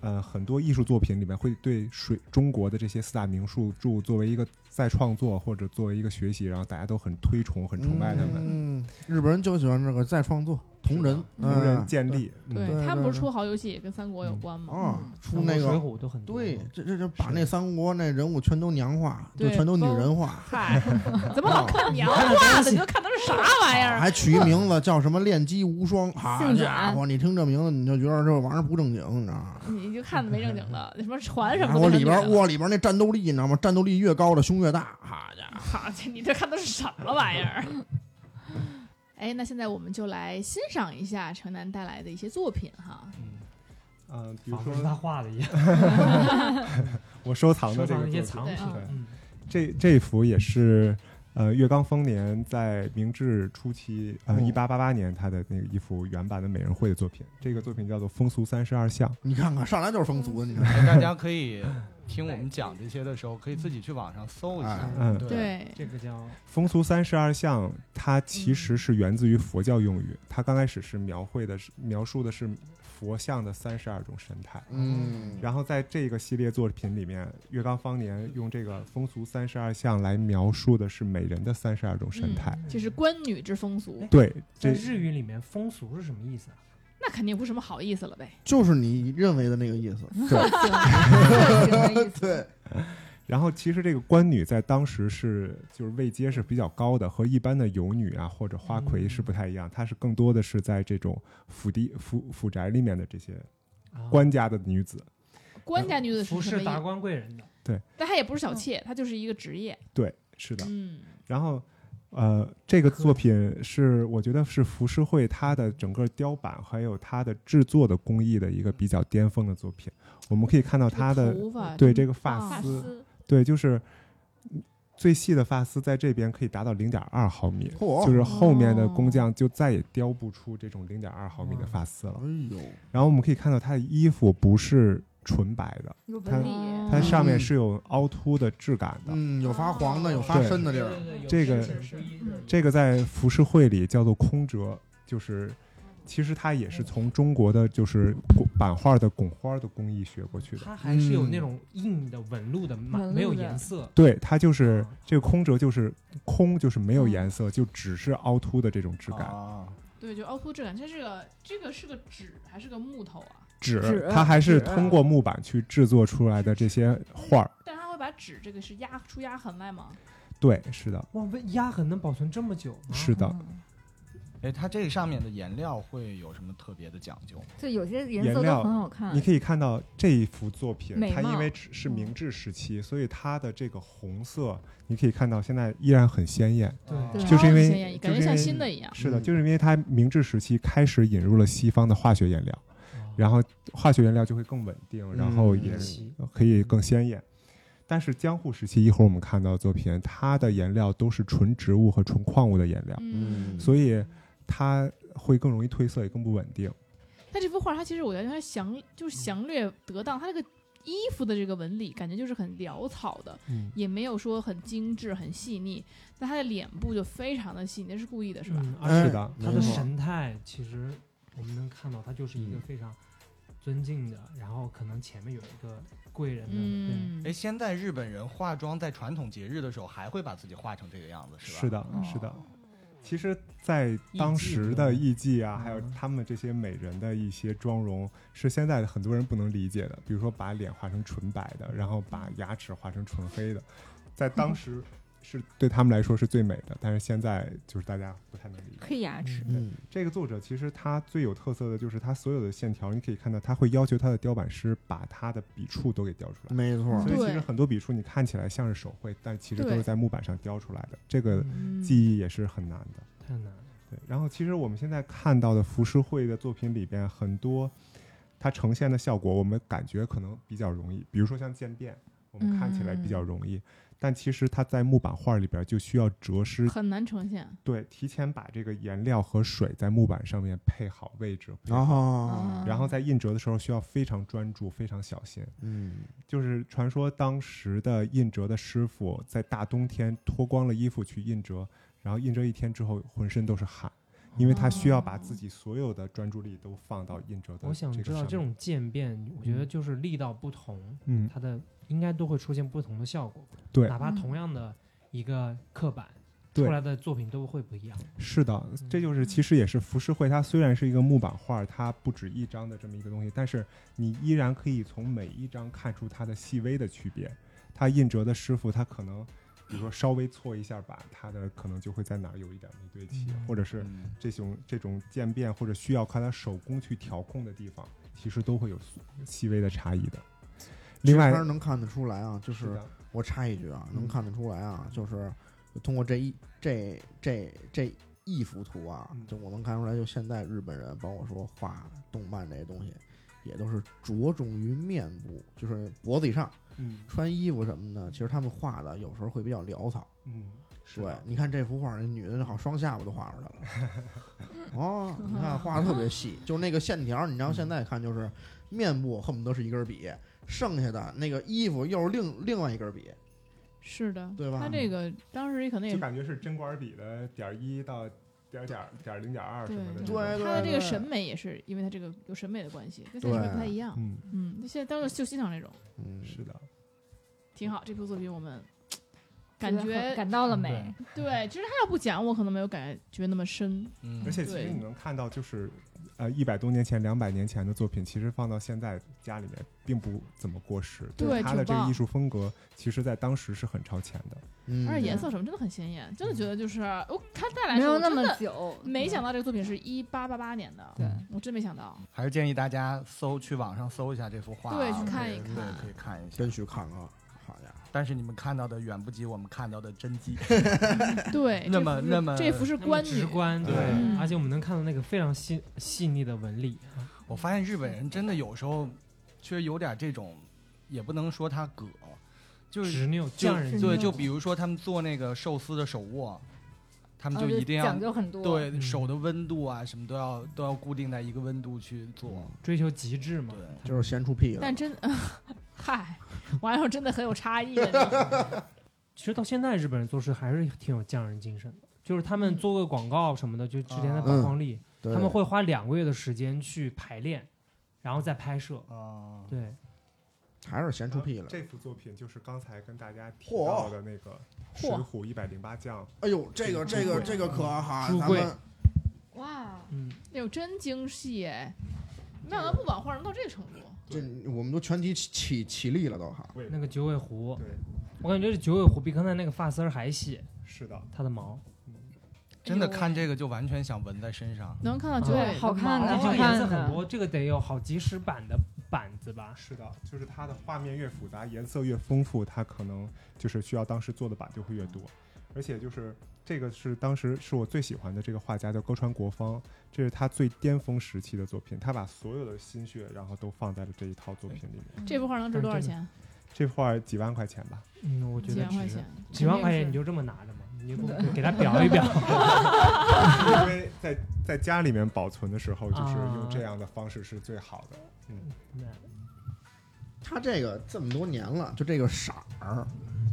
Speaker 1: 呃，很多艺术作品里面会对水中国的这些四大名著著作为一个再创作或者作为一个学习，然后大家都很推崇、很崇拜他们，
Speaker 2: 嗯，日本人就喜欢这个再创作，同人，
Speaker 1: 同人
Speaker 2: 嗯
Speaker 1: 建立。嗯
Speaker 3: 对
Speaker 2: 对
Speaker 3: 他们不
Speaker 2: 对
Speaker 3: 是出好游戏也跟三国有关吗？
Speaker 2: 啊，出
Speaker 5: 山
Speaker 2: 那
Speaker 5: 口水
Speaker 2: 个
Speaker 5: 浒都很多。
Speaker 2: 对，这这就把那三国那人物全都娘化，就
Speaker 3: 对
Speaker 2: 全都女人化，
Speaker 3: 嗨，怎么老看娘画的？你就看的是啥玩意
Speaker 2: 啊
Speaker 3: 儿？
Speaker 2: 还取一名字叫什么“练鸡无双”，好
Speaker 6: 性
Speaker 2: 家
Speaker 6: 转
Speaker 2: 伙，你听这名字你就觉得这玩意儿不正经，你知道吗？
Speaker 3: 你就看的没正经的，什么船什
Speaker 2: 然后
Speaker 3: 么的。
Speaker 2: 我里边，哇，里边那战斗力，你知道吗？战斗力越高的胸越大，好家伙！
Speaker 3: 好，这你这看的是什么玩意儿？ 哎，那现在我们就来欣赏一下城南带来的一些作品哈。
Speaker 1: 嗯、比如
Speaker 5: 仿佛是他
Speaker 1: 说
Speaker 5: 画的一样。
Speaker 1: 我收藏的这
Speaker 5: 收藏
Speaker 1: 个
Speaker 5: 的一些
Speaker 1: 作品
Speaker 5: 藏
Speaker 3: 品
Speaker 1: 对
Speaker 3: 啊
Speaker 5: 嗯，
Speaker 1: 这这幅也是呃月冈丰年在明治初期，呃
Speaker 2: 嗯
Speaker 1: 一八八八年他的那个一幅原版的美人绘的作品，这个作品叫做《风俗三十二相》。
Speaker 2: 你看看，上来就是风俗的，你知道吗？
Speaker 4: 大家可以听我们讲这些的时候，可以自己去网上搜一下
Speaker 5: 啊
Speaker 2: 哎。
Speaker 1: 嗯，《
Speaker 4: 对
Speaker 3: 对，
Speaker 5: 这个叫
Speaker 1: 风俗三十二相》它其实是源自于佛教用语，它刚开始是描绘的是描述的是佛像的三十二种神态。
Speaker 2: 嗯，
Speaker 1: 然后在这个系列作品里面，月冈芳年用这个风俗三十二相来描述的是美人的三十二种神态。
Speaker 3: 这是官女之风俗，
Speaker 1: 对，
Speaker 5: 在
Speaker 1: 这
Speaker 5: 日语里面风俗是什么意思啊？
Speaker 3: 那肯定不是什么好意思了呗。
Speaker 2: 就是你认为的那个意思。
Speaker 6: 色情的意思。
Speaker 2: 对，
Speaker 1: 然后其实这个官女在当时是就是位阶是比较高的，和一般的游女啊或者花魁是不太一样，她是更多的是在这种府邸、府府宅里面的这些
Speaker 5: 啊
Speaker 1: 官家的女子。
Speaker 3: 官家女子
Speaker 5: 呃服
Speaker 3: 是什么
Speaker 5: 侍达
Speaker 3: 意思？
Speaker 5: 官贵人的，
Speaker 3: 但她也不是小妾，她就是一个职业。
Speaker 1: 对，是的。
Speaker 3: 嗯，
Speaker 1: 然后，呃，这个作品是我觉得是浮世绘它的整个雕版还有它的制作的工艺的一个比较巅峰的作品。我们可以看到它
Speaker 3: 这
Speaker 1: 的
Speaker 3: 个头发
Speaker 1: 对这个
Speaker 3: 棒
Speaker 1: 嗯发
Speaker 3: 发
Speaker 1: 丝，对，就是最细的发丝在这边可以达到零点二毫米，
Speaker 2: 嚯
Speaker 1: 就是后面的工匠就再也雕不出这种零点二毫米的发丝了
Speaker 2: 哎。呦，
Speaker 1: 然后我们可以看到他的衣服不是纯白的，
Speaker 6: 有纹理，
Speaker 1: 它
Speaker 3: 它
Speaker 1: 上面
Speaker 2: 嗯
Speaker 1: 是有凹凸的质感的。
Speaker 2: 嗯，有发黄的，有发
Speaker 1: 对
Speaker 2: 深的地儿，
Speaker 1: 这个这个在浮世绘里叫做空折，就是其实它也是从中国的就是拱版画的拱花的工艺学过去的。
Speaker 5: 它还
Speaker 1: 嗯
Speaker 5: 是有那种硬的纹路的，满
Speaker 6: 纹路的
Speaker 5: 没有颜色。
Speaker 1: 对，它就是
Speaker 5: 啊
Speaker 1: 这个空折，就是空，就是没有
Speaker 6: 嗯
Speaker 1: 颜色，就只是凹凸的这种质感。
Speaker 4: 啊，
Speaker 3: 对，就凹凸质感。它这个这个是个纸还是个木头啊？
Speaker 1: 纸
Speaker 6: 纸，
Speaker 1: 它还是
Speaker 6: 纸啊
Speaker 1: 通过木板去制作出来的这些画儿。
Speaker 3: 但它会把纸这个是压出压痕来吗？
Speaker 1: 对，是的，
Speaker 5: 哇，纹压痕能保存这么久吗？
Speaker 1: 是的。
Speaker 6: 嗯
Speaker 4: 哎，它这上面的颜料会有什么特别的讲究吗？
Speaker 6: 就有些颜
Speaker 1: 颜
Speaker 6: 色
Speaker 1: 料
Speaker 6: 都很好看
Speaker 1: 你。可以看到这一幅作品，
Speaker 6: 嗯美
Speaker 1: 它
Speaker 6: 貌
Speaker 1: 因为只是明治时期，所以它的这个红色，你可以看到现在依然很鲜艳。
Speaker 5: 对，哦
Speaker 3: 对
Speaker 1: 就是因为
Speaker 3: 好显眼
Speaker 1: 就是
Speaker 3: 感觉
Speaker 1: 因
Speaker 3: 像
Speaker 1: 为
Speaker 3: 新的一样。
Speaker 1: 是的，
Speaker 2: 嗯
Speaker 1: 就是因为它明治时期开始引入了西方的化学颜料，然后化学颜料就会更稳定，然后也呃
Speaker 5: 嗯是
Speaker 1: 可以更鲜艳。但是江户时期，一会儿我们看到的作品，它的颜料都是纯植物和纯矿物的颜料，
Speaker 3: 嗯，
Speaker 1: 所以它会更容易褪色，也更不稳定。
Speaker 3: 但这幅画它其实我觉得它详就是详略得当，它这个衣服的这个纹理感觉就是很潦草的，
Speaker 1: 嗯，
Speaker 3: 也没有说很精致、很细腻。但它的脸部就非常的细腻，那是故意的是吧？
Speaker 5: 嗯，而
Speaker 2: 哎
Speaker 5: 且
Speaker 1: 是的
Speaker 5: 它
Speaker 2: 没
Speaker 5: 的
Speaker 2: 错
Speaker 5: 神态，其实我们能看到他就是一个
Speaker 1: 嗯
Speaker 5: 非常尊敬的，然后可能前面有一个贵人的，
Speaker 3: 嗯，
Speaker 4: 哎，现在日本人化妆在传统节日的时候还会把自己化成这个样子，是吧？
Speaker 1: 是的，
Speaker 3: 哦
Speaker 1: 是的。其实，在当时的艺妓
Speaker 4: 嗯
Speaker 1: 啊，还有他们这些美人的一些妆容，是现在很多人不能理解的。比如说，把脸画成纯白的，然后把牙齿画成纯黑的，在当时是对他们来说是最美的，但是现在就是大家不太能理解。
Speaker 6: 黑牙齿，
Speaker 2: 嗯，
Speaker 1: 这个作者其实他最有特色的就是他所有的线条，你可以看到他会要求他的雕版师把他的笔触都给雕出来。
Speaker 2: 没错儿，
Speaker 1: 所以其
Speaker 3: 嗯对
Speaker 1: 实很多笔触你看起来像是手绘，但其实都是
Speaker 3: 对
Speaker 1: 在木板上雕出来的。这个
Speaker 5: 嗯
Speaker 3: 嗯
Speaker 1: 技艺也是很难的。
Speaker 5: 太难了。
Speaker 1: 对，然后其实我们现在看到的浮世绘的作品里边，很多它呈现的效果，我们感觉可能比较容易，比如说像渐变，我们看起来比较容易，但其实它在木板画里边就需要折师，
Speaker 3: 很难呈现。
Speaker 1: 对，提前把这个颜料和水在木板上面配好位置，配好
Speaker 2: 然后
Speaker 1: 哦
Speaker 3: 啊
Speaker 1: 然后在印折的时候需要非常专注、非常小心。
Speaker 2: 嗯，
Speaker 1: 就是传说当时的印折的师傅在大冬天脱光了衣服去印折，然后印折一天之后浑身都是汗，因为他需要把自己所有的专注力都放到印折的。
Speaker 5: 我想知道这，种渐变，我觉得就是力道不同，
Speaker 1: 嗯，
Speaker 5: 它的应该都会出现不同的效果。
Speaker 1: 对
Speaker 5: 哪怕
Speaker 3: 嗯
Speaker 5: 同样的一个刻板，
Speaker 1: 对
Speaker 5: 出来的作品都会不一样。
Speaker 1: 是的，
Speaker 5: 嗯
Speaker 1: 这就是其实也是浮世绘，它虽然是一个木板画，它不止一张的这么一个东西，但是你依然可以从每一张看出它的细微的区别。它印折的师傅，他可能比如说稍微错一下版，他的可能就会在哪儿有一点没对齐，
Speaker 5: 嗯
Speaker 1: 或者是
Speaker 4: 嗯，
Speaker 1: 这种这种渐变或者需要靠他手工去调控的地方，其实都会有细微的差异的。另外
Speaker 2: 其实能看得出来啊，就是是
Speaker 1: 的，
Speaker 2: 我插一句啊，
Speaker 1: 嗯
Speaker 2: 能看得出来啊，就是通过这一这这这一幅图啊
Speaker 1: 嗯，
Speaker 2: 就我能看出来，就现在日本人，包括说画动漫这些东西，也都是着重于面部，就是脖子以上
Speaker 1: 嗯
Speaker 2: 穿衣服什么的，其实他们画的有时候会比较潦草。
Speaker 1: 嗯，是
Speaker 2: 对
Speaker 1: 的，，
Speaker 2: 你看这幅画，那女的好双下巴都画出来了。 哦，你看画的特别细，就是那个线条，你知道现在看就是面部恨不得是一根笔，剩下的那个衣服又是另另外一根笔，
Speaker 3: 是的，
Speaker 2: 对吧
Speaker 3: 他这个当时可能也
Speaker 1: 就感觉是针管笔的点儿一到点儿点儿点儿零点儿二什
Speaker 3: 对
Speaker 1: 么的那种。
Speaker 2: 对
Speaker 3: 他的这个审美也是因为他这个有审美的关系，跟现在审美不太一样。
Speaker 1: 嗯，
Speaker 3: 嗯，就现在当时就欣赏这种
Speaker 2: 嗯，
Speaker 1: 是的，
Speaker 3: 挺好。这部作品我们
Speaker 6: 感
Speaker 3: 感觉
Speaker 6: 感到了美，
Speaker 1: 嗯
Speaker 3: 对，其实他要不讲，我可能没有感觉那么深。
Speaker 4: 嗯
Speaker 1: 而且其实
Speaker 3: 对
Speaker 1: 你能看到，就是呃一百多年前、两百年前的作品，其实放到现在家里面并不怎么过时。
Speaker 3: 对
Speaker 1: 就是它的
Speaker 3: 挺
Speaker 1: 这个
Speaker 3: 棒
Speaker 1: 艺术风格，其实在当时是很超前的。
Speaker 2: 嗯，
Speaker 3: 而且颜
Speaker 2: 色
Speaker 3: 色什么真的很鲜艳，真的觉得就是我他带来
Speaker 6: 没
Speaker 3: 的时候
Speaker 6: 有那
Speaker 3: 真
Speaker 6: 么
Speaker 3: 的
Speaker 6: 久，
Speaker 3: 没想到这个作品是一八八八年的，
Speaker 6: 对，
Speaker 3: 我真没想 到。
Speaker 4: 还是建议大家搜去网上搜一下这幅画啊，
Speaker 3: 对去看一
Speaker 4: 对
Speaker 3: 看
Speaker 4: 可以看一下
Speaker 2: 真。去看看，好家伙，
Speaker 4: 但是你们看到的远不及我们看到的真迹。
Speaker 3: 对，
Speaker 4: 那么
Speaker 3: 这幅是这幅是
Speaker 4: 那么
Speaker 3: 官
Speaker 5: 直
Speaker 3: 女，
Speaker 5: 观对
Speaker 3: 嗯，
Speaker 5: 而且我们能看到那个非常细细腻的纹理。啊
Speaker 4: 我发现日本人真的有时候确实有点这种，也不能说他葛，就是
Speaker 5: 执拗
Speaker 4: 就
Speaker 5: 匠人
Speaker 4: 对，
Speaker 5: 精
Speaker 4: 就比如说他们做那个寿司的手握，他们
Speaker 6: 哦
Speaker 4: 就一定要
Speaker 6: 讲。究很多，，
Speaker 4: 对
Speaker 5: 嗯
Speaker 4: 手的温度啊，什么都要都要固定在一个温度去做。
Speaker 5: 追求极致嘛
Speaker 4: 对，，
Speaker 2: 就是闲出屁了，
Speaker 3: 但真 嗨，网友真的很有差异 的。
Speaker 5: 其实到现在日本人做事还是挺有匠人精神的，就是他
Speaker 3: 嗯
Speaker 5: 们做个广告什么的，就之前的
Speaker 4: 啊
Speaker 5: 宝矿力，
Speaker 2: 嗯对
Speaker 5: 他们会花两个月的时间去排练，然后再拍摄。
Speaker 4: 啊，
Speaker 5: 对，
Speaker 2: 还是闲出屁了。
Speaker 1: 这幅作品就是刚才跟大家提
Speaker 2: 嚯
Speaker 1: 到的那个《水
Speaker 3: 嚯
Speaker 1: 浒一百零八将》。
Speaker 2: 哎呦，这个这个这个可哈，
Speaker 5: 书
Speaker 2: 咱
Speaker 5: 柜
Speaker 2: 们
Speaker 3: 哇，
Speaker 5: 嗯，
Speaker 3: 哎呦，真精细哎！没想到木板画能到这个程度。
Speaker 2: 这我们都全体起起起立了都哈，
Speaker 1: 对
Speaker 5: 那个九尾狐，
Speaker 1: 对，
Speaker 5: 我感觉这九尾狐比刚才那个发丝儿还细，
Speaker 1: 是的，
Speaker 5: 它的毛
Speaker 4: 真的
Speaker 3: 哎呦喂
Speaker 4: 看这个就完全想纹在身上。
Speaker 3: 能看到
Speaker 5: 啊
Speaker 3: 九尾
Speaker 6: 好看的
Speaker 3: 的
Speaker 5: 这
Speaker 3: 毛
Speaker 6: 好
Speaker 3: 哎
Speaker 5: 个颜
Speaker 6: 看
Speaker 5: 色
Speaker 6: 的
Speaker 5: 很多，这个得有好几十版的板子吧？
Speaker 1: 是的，就是它的画面越复杂，颜色越丰富，它可能就是需要当时做的版就会越多。而且就是这个是当时是我最喜欢的这个画家叫歌川国芳，这是他最巅峰时期的作品，他把所有的心血然后都放在了这一套作品里面。
Speaker 3: 这幅画能值多少
Speaker 5: 但真的
Speaker 3: 钱？
Speaker 1: 这画儿几万块钱吧，
Speaker 5: 嗯，我觉
Speaker 3: 几
Speaker 5: 得
Speaker 3: 万块
Speaker 5: 值
Speaker 3: 钱？
Speaker 5: 几万块钱你就这么拿着嘛，你就给它裱一裱。
Speaker 2: 啊
Speaker 1: 因为在在家里面保存的时候，就是用这样的方式是最好的。
Speaker 2: 它这个这么多年了，就这个色儿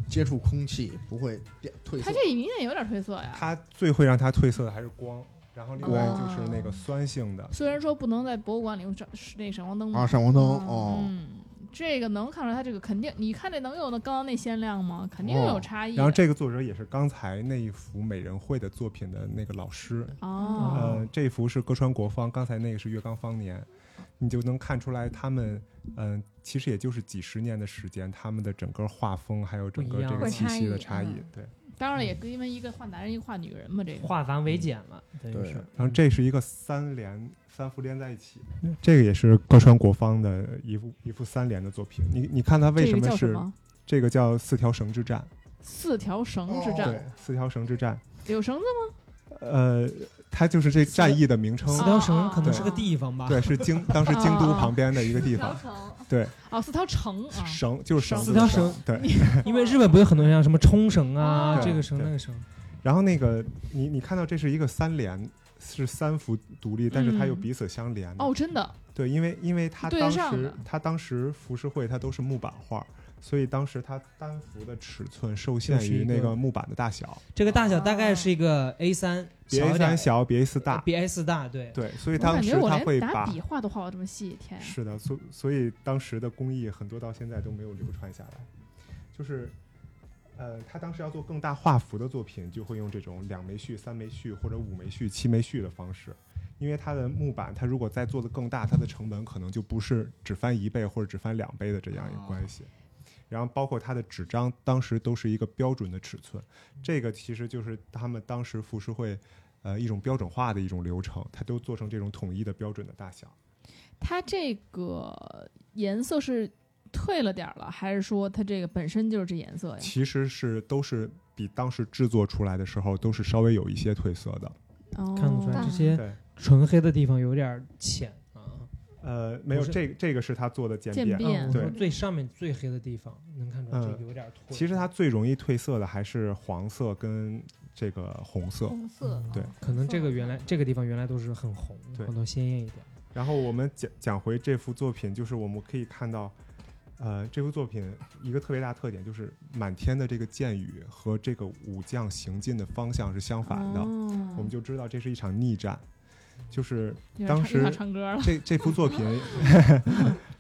Speaker 2: 接触空气不会变褪
Speaker 3: 它
Speaker 2: 色。
Speaker 3: 这明显有点褪色呀。
Speaker 1: 它最会让它褪色的还是光，然后另
Speaker 3: 哦
Speaker 1: 外就是那个酸性
Speaker 5: 嗯
Speaker 1: 的，
Speaker 3: 虽然说不能在博物馆里用闪那闪光灯嘛
Speaker 2: 啊，，闪光灯
Speaker 6: 哦
Speaker 2: 哦，
Speaker 3: 嗯，这个能看出来它这个肯定，你看这能有那刚刚那鲜亮吗？肯定有差异
Speaker 1: 哦
Speaker 3: 的。
Speaker 1: 然后这个作者也是刚才那一幅美人绘的作品的那个老师，
Speaker 5: 嗯
Speaker 3: 哦，
Speaker 1: 呃，这一幅是歌川国芳，刚才那个是月冈芳年，你就能看出来他们，嗯、其实也就是几十年的时间，他们的整个画风还有整
Speaker 5: 不
Speaker 1: 个
Speaker 5: 一样嗯
Speaker 1: 这个气息的差异，
Speaker 6: 会差异
Speaker 1: 对。
Speaker 3: 当然了，也因为一个画男人，一个画女人嘛，这个
Speaker 5: 化繁为简嘛，等于
Speaker 2: 对
Speaker 5: 是。
Speaker 1: 然后这是一个三连三幅连在一起，这个也是歌川国芳的一幅一幅三连的作品。你你看他为
Speaker 3: 这
Speaker 1: 什
Speaker 3: 个
Speaker 1: 么
Speaker 3: 叫什
Speaker 1: 是
Speaker 3: 么？
Speaker 1: 这个叫四条绳之战？
Speaker 3: 四条绳之战，
Speaker 1: 对，四条绳之战，
Speaker 3: 有绳子吗？
Speaker 1: 呃，它就是这战役的名称
Speaker 3: 四
Speaker 5: 四。
Speaker 3: 条
Speaker 5: 条
Speaker 3: 绳
Speaker 5: 绳
Speaker 3: 可
Speaker 5: 可
Speaker 3: 能
Speaker 5: 能
Speaker 3: 是
Speaker 5: 是
Speaker 3: 个
Speaker 5: 个
Speaker 3: 地
Speaker 5: 地方 吧，
Speaker 1: 对，是京当时京都旁边的一个地
Speaker 6: 条
Speaker 1: 方，
Speaker 6: 城，
Speaker 1: 对，
Speaker 3: 哦，四条绳啊，
Speaker 1: 绳就是绳子
Speaker 5: 四
Speaker 1: 的
Speaker 5: 条
Speaker 1: 绳
Speaker 5: 绳，
Speaker 1: 对。
Speaker 5: 因为日本不有很多像什么冲绳啊
Speaker 3: 哦，
Speaker 5: 这个绳
Speaker 1: 对
Speaker 5: 那个绳，
Speaker 1: 然后那个你你看到这是一个三连，是三幅独立，但是它又
Speaker 3: 嗯
Speaker 1: 彼此相连的。
Speaker 3: 哦，真的，
Speaker 1: 对，因为因为它
Speaker 3: 对得
Speaker 1: 当
Speaker 3: 上
Speaker 1: 时
Speaker 3: 的
Speaker 1: 它当时浮世绘它都是木板画，所以当时它单幅的尺寸受
Speaker 7: 就
Speaker 1: 限
Speaker 7: 是
Speaker 1: 于
Speaker 7: 一
Speaker 1: 那
Speaker 7: 个
Speaker 1: 个木板的大小，
Speaker 7: 这个大小大概是一个 A 三，
Speaker 1: 比
Speaker 7: 小
Speaker 1: 哦 A
Speaker 7: 一
Speaker 1: 三
Speaker 7: 点，
Speaker 1: 小，比 A 四
Speaker 5: 啊
Speaker 1: 大。
Speaker 7: 比 A 四大，对，
Speaker 1: 对，所以
Speaker 3: 我
Speaker 1: 当
Speaker 3: 感
Speaker 1: 时
Speaker 3: 觉我
Speaker 1: 它会
Speaker 3: 连
Speaker 1: 把
Speaker 3: 打笔画都画到这么细，天啊，
Speaker 1: 是的，所所以当时的工艺很多到现在都没有流传下来，就是。呃，他当时要做更大画幅的作品，就会用这种两枚序、三枚序或者五枚序、七枚序的方式，因为它的木板，它如果再做的更大，它的成本可能就不是只翻一倍或者只翻两倍的这样一个关系。然后包括它的纸张，当时都是一个标准的尺寸，这个其实就是他们当时浮世绘，呃，一种标准化的一种流程，它都做成这种统一的标准的大小。
Speaker 3: 它这个颜色是退了点儿了，还是说它这个本身就是这颜色呀？
Speaker 1: 其实是都是比当时制作出来的时候都是稍微有一些褪色的。
Speaker 3: 哦，
Speaker 5: 看得出来这些
Speaker 1: 对，
Speaker 5: 纯黑的地方有点浅啊。
Speaker 1: 呃，没有
Speaker 5: 不是
Speaker 1: 这这个是他做的渐
Speaker 3: 渐
Speaker 1: 变。
Speaker 3: 变
Speaker 5: 啊我说
Speaker 1: 嗯对嗯
Speaker 5: 最上面最黑的地方能看出来，这个有点褪。
Speaker 1: 其实它最容易褪色的还是黄色跟这个红色。
Speaker 5: 嗯
Speaker 6: 红色，
Speaker 1: 对
Speaker 5: 啊可能这个原来这个地方原来都是很红，
Speaker 1: 对
Speaker 5: 很多鲜艳一点。
Speaker 1: 然后我们讲讲回这幅作品，就是我们可以看到，呃，这幅作品一个特别大特点就是满天的这个箭雨和这个武将行进的方向是相反的，
Speaker 3: 哦
Speaker 1: 我们就知道这是一场逆战，就是
Speaker 3: 有点
Speaker 1: 当
Speaker 3: 唱有点
Speaker 1: 时
Speaker 3: 唱 歌了，
Speaker 1: 这这幅作品，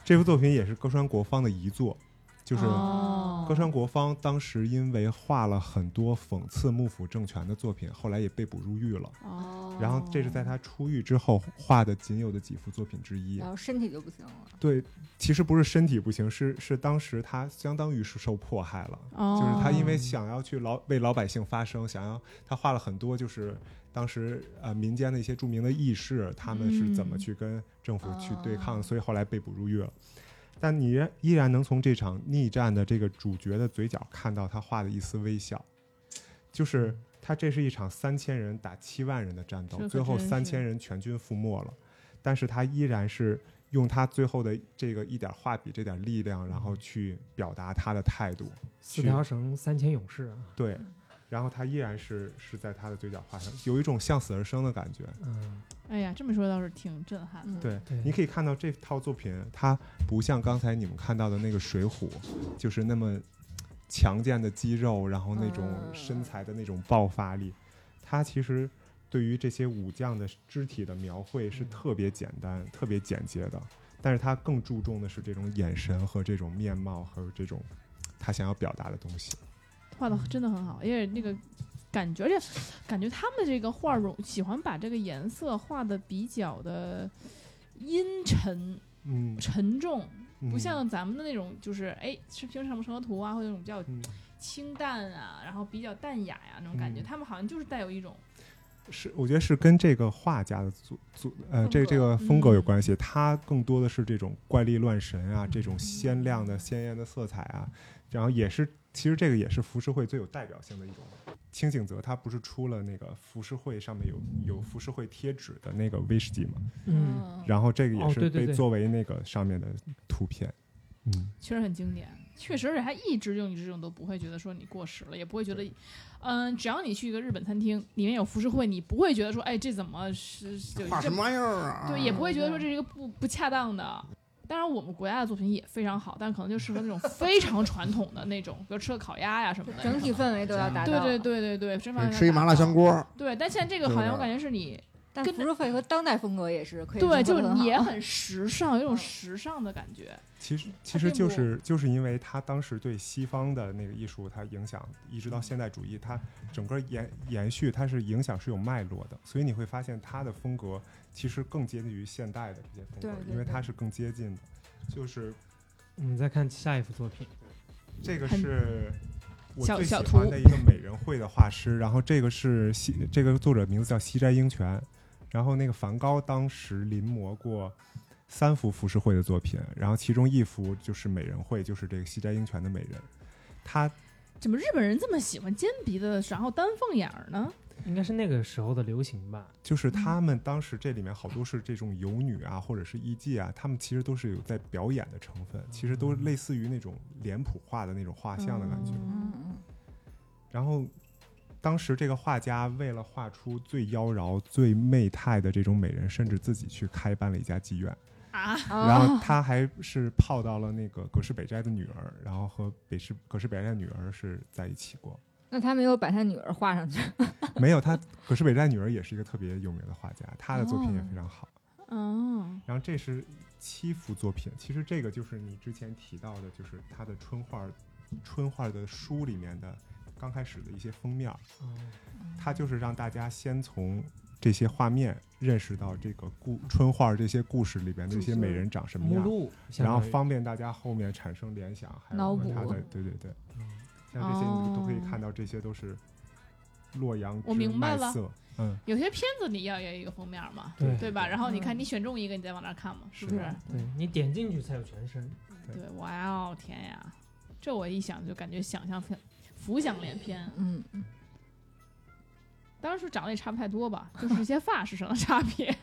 Speaker 1: 这幅作品也是歌川国芳的遗作，就是
Speaker 3: 哦
Speaker 1: 歌川国芳当时因为画了很多讽刺幕府政权的作品，后来也被捕入狱了。
Speaker 3: 哦，
Speaker 1: 然后这是在他出狱之后画的仅有的几幅作品之一
Speaker 6: 然。
Speaker 3: 哦
Speaker 6: 后身体就不行了，
Speaker 1: 对，其实不是身体不行，是是当时他相当于是受迫害了。
Speaker 3: 哦，
Speaker 1: 就是他因为想要去老为老百姓发声，想要他画了很多就是当时呃民间的一些著名的义士，他们是怎么
Speaker 3: 嗯
Speaker 1: 去跟政府去对抗，
Speaker 6: 哦
Speaker 1: 所以后来被捕入狱了。但你仍依然能从这场逆战的这个主角的嘴角看到他画的一丝微笑，就是他这是一场三千人打七万人的战
Speaker 3: 这
Speaker 1: 斗，
Speaker 3: 可
Speaker 1: 最后
Speaker 3: 真
Speaker 1: 三
Speaker 3: 是
Speaker 1: 千人全军覆没了，但是他依然是用他最后的这个一点画笔这点力量，然
Speaker 3: 嗯
Speaker 1: 后去表达他的态度。
Speaker 5: 四条绳三千勇士啊，
Speaker 1: 对，然后他依然是是在他的嘴角画上，有一种向死而生的感觉。
Speaker 5: 嗯，
Speaker 3: 哎呀，这么说倒是挺震撼的。
Speaker 6: 嗯，
Speaker 1: 对，
Speaker 5: 对
Speaker 1: 你可以看到这套作品，它不像刚才你们看到的那个《水浒》，就是那么强健的肌肉，然后那种
Speaker 6: 嗯
Speaker 1: 身材的那种爆发力。它其实对于这些武将的肢体的描绘是特别简单、特别简洁的，但是他更注重的是这种眼神和这种面貌和这种他想要表达的东西。
Speaker 3: 画
Speaker 1: 嗯
Speaker 3: 的真的很好，因为那个感觉，而且感觉他们这个画容喜欢把这个颜色画的比较的阴沉
Speaker 1: 嗯，
Speaker 3: 沉重，不
Speaker 1: 嗯
Speaker 3: 像咱们的那种就是哎是平常生活图啊，或者那种比较
Speaker 1: 嗯
Speaker 3: 清淡啊，然后比较淡雅呀、那种感觉，
Speaker 1: 嗯
Speaker 3: 他们好像就是带有一种
Speaker 1: 是，我觉得是跟这个画家的组组呃，这
Speaker 6: 风格
Speaker 1: 这个风格有
Speaker 3: 嗯
Speaker 1: 关系。他更多的是这种怪力乱神啊，这
Speaker 5: 嗯
Speaker 1: 种鲜亮的、鲜艳的色彩啊，然后也是，其实这个也是浮世绘最有代表性的一种。清景泽他不是出了那个浮世绘上面有有浮世绘贴纸的那个威士忌嘛，
Speaker 5: 嗯，
Speaker 1: 然后这个也
Speaker 5: 哦
Speaker 1: 是
Speaker 5: 对对
Speaker 1: 被
Speaker 5: 对
Speaker 1: 作为那个上面的图片，嗯。
Speaker 3: 确实很经典，确实而且它一直用一直用都不会觉得说你过时了，也不会觉得，嗯，只要你去一个日本餐厅，里面有浮世绘，你不会觉得说哎这怎么是有
Speaker 2: 画
Speaker 3: 这
Speaker 2: 什么玩意儿啊？
Speaker 3: 对，也不会觉得说这是一个不不恰当的。当然，我们国家的作品也非常好，但可能就适合那种非常传统的那种，比如吃个烤鸭呀什么的。
Speaker 6: 整体氛围都要达
Speaker 3: 对
Speaker 6: 到，
Speaker 3: 对对对对，真
Speaker 2: 嗯吃一麻辣香
Speaker 3: 锅。
Speaker 2: 锅，
Speaker 3: 对，但现在这个好像我感觉是你
Speaker 6: 但
Speaker 3: 跟
Speaker 6: 服饰会和当代风格也是可以
Speaker 3: 对，
Speaker 6: 融
Speaker 3: 就
Speaker 6: 合得很好
Speaker 3: 是也很时尚，有种
Speaker 6: 嗯
Speaker 3: 时尚的感觉。
Speaker 1: 其实其
Speaker 3: 它
Speaker 1: 实
Speaker 3: 并
Speaker 1: 就
Speaker 3: 不
Speaker 1: 是就是因为他当时对西方的那个艺术，它影响一直到现代主义，它整个延延续，它是影响是有脉络的，所以你会发现他的风格其实更接近于现代的这些风格，
Speaker 6: 对对
Speaker 1: 因为
Speaker 6: 对
Speaker 1: 它是更接近的。就是
Speaker 5: 我们再看下一幅作品，
Speaker 1: 这个
Speaker 3: 很
Speaker 1: 是我
Speaker 3: 小
Speaker 1: 最喜
Speaker 3: 小
Speaker 1: 欢
Speaker 3: 图
Speaker 1: 的一个美人绘的画师，然后这个是西这个作者名字叫西斋英权，然后那个梵高当时临摹过三幅浮世绘的作品，然后其中一幅就是美人绘，就是这个西斋英权的美人，他
Speaker 3: 怎么日本人这么喜欢尖鼻子，然后丹凤眼儿呢？
Speaker 5: 应该是那个时候的流行吧？
Speaker 1: 就是
Speaker 3: 嗯
Speaker 1: 他们当时这里面好多是这种游女啊，或者是艺妓啊，他们其实都是有在表演的成分，其实
Speaker 3: 嗯
Speaker 1: 都类似于那种脸谱化的那种画像的感觉。
Speaker 6: 嗯
Speaker 3: 嗯
Speaker 6: 嗯
Speaker 1: 然后，当时这个画家为了画出最妖娆、最媚态的这种美人，甚至自己去开办了一家妓院。
Speaker 3: 啊，
Speaker 6: 嗯
Speaker 1: 然后他还是泡到了那个葛饰北斋的女儿，然后和北市葛饰北斋的女儿是在一起过。
Speaker 6: 那他没有把他女儿画上去，
Speaker 1: 没有他，葛饰北斋女儿也是一个特别有名的画家，她的作品也
Speaker 3: 哦
Speaker 1: 非常好。
Speaker 3: 哦，
Speaker 1: 然后这是七幅作品，其实这个就是你之前提到的，就是他的春画，春画的书里面的刚开始的一些封面儿，
Speaker 5: 嗯
Speaker 1: 它就是让大家先从这些画面认识到这个故春画这些故事里边的一些美人长什么
Speaker 3: 嗯
Speaker 5: 目
Speaker 1: 样，
Speaker 5: 录，相
Speaker 1: 然后
Speaker 5: 当于
Speaker 1: 方便大家后面产生联想，还
Speaker 6: 脑
Speaker 1: 有和
Speaker 6: 补
Speaker 1: 他的对对对，
Speaker 5: 嗯
Speaker 1: 像这些你都可以
Speaker 3: 哦
Speaker 1: 看到，这些都是洛阳
Speaker 3: 我
Speaker 1: 之
Speaker 3: 明白
Speaker 1: 麦
Speaker 3: 了
Speaker 1: 色，嗯，
Speaker 3: 有些片子你要有一个封面嘛，
Speaker 5: 对
Speaker 3: 对吧？然后你看
Speaker 6: 嗯
Speaker 3: 你选中一个，你再往那儿看嘛，是不
Speaker 1: 是
Speaker 3: 是？
Speaker 5: 对你点进去才有全身，
Speaker 1: 对
Speaker 3: 对，哇哦，天呀，这我一想就感觉想象片，浮想联翩。
Speaker 6: 嗯，
Speaker 3: 当然说长得也差不太多吧，就是一些发饰上的差别。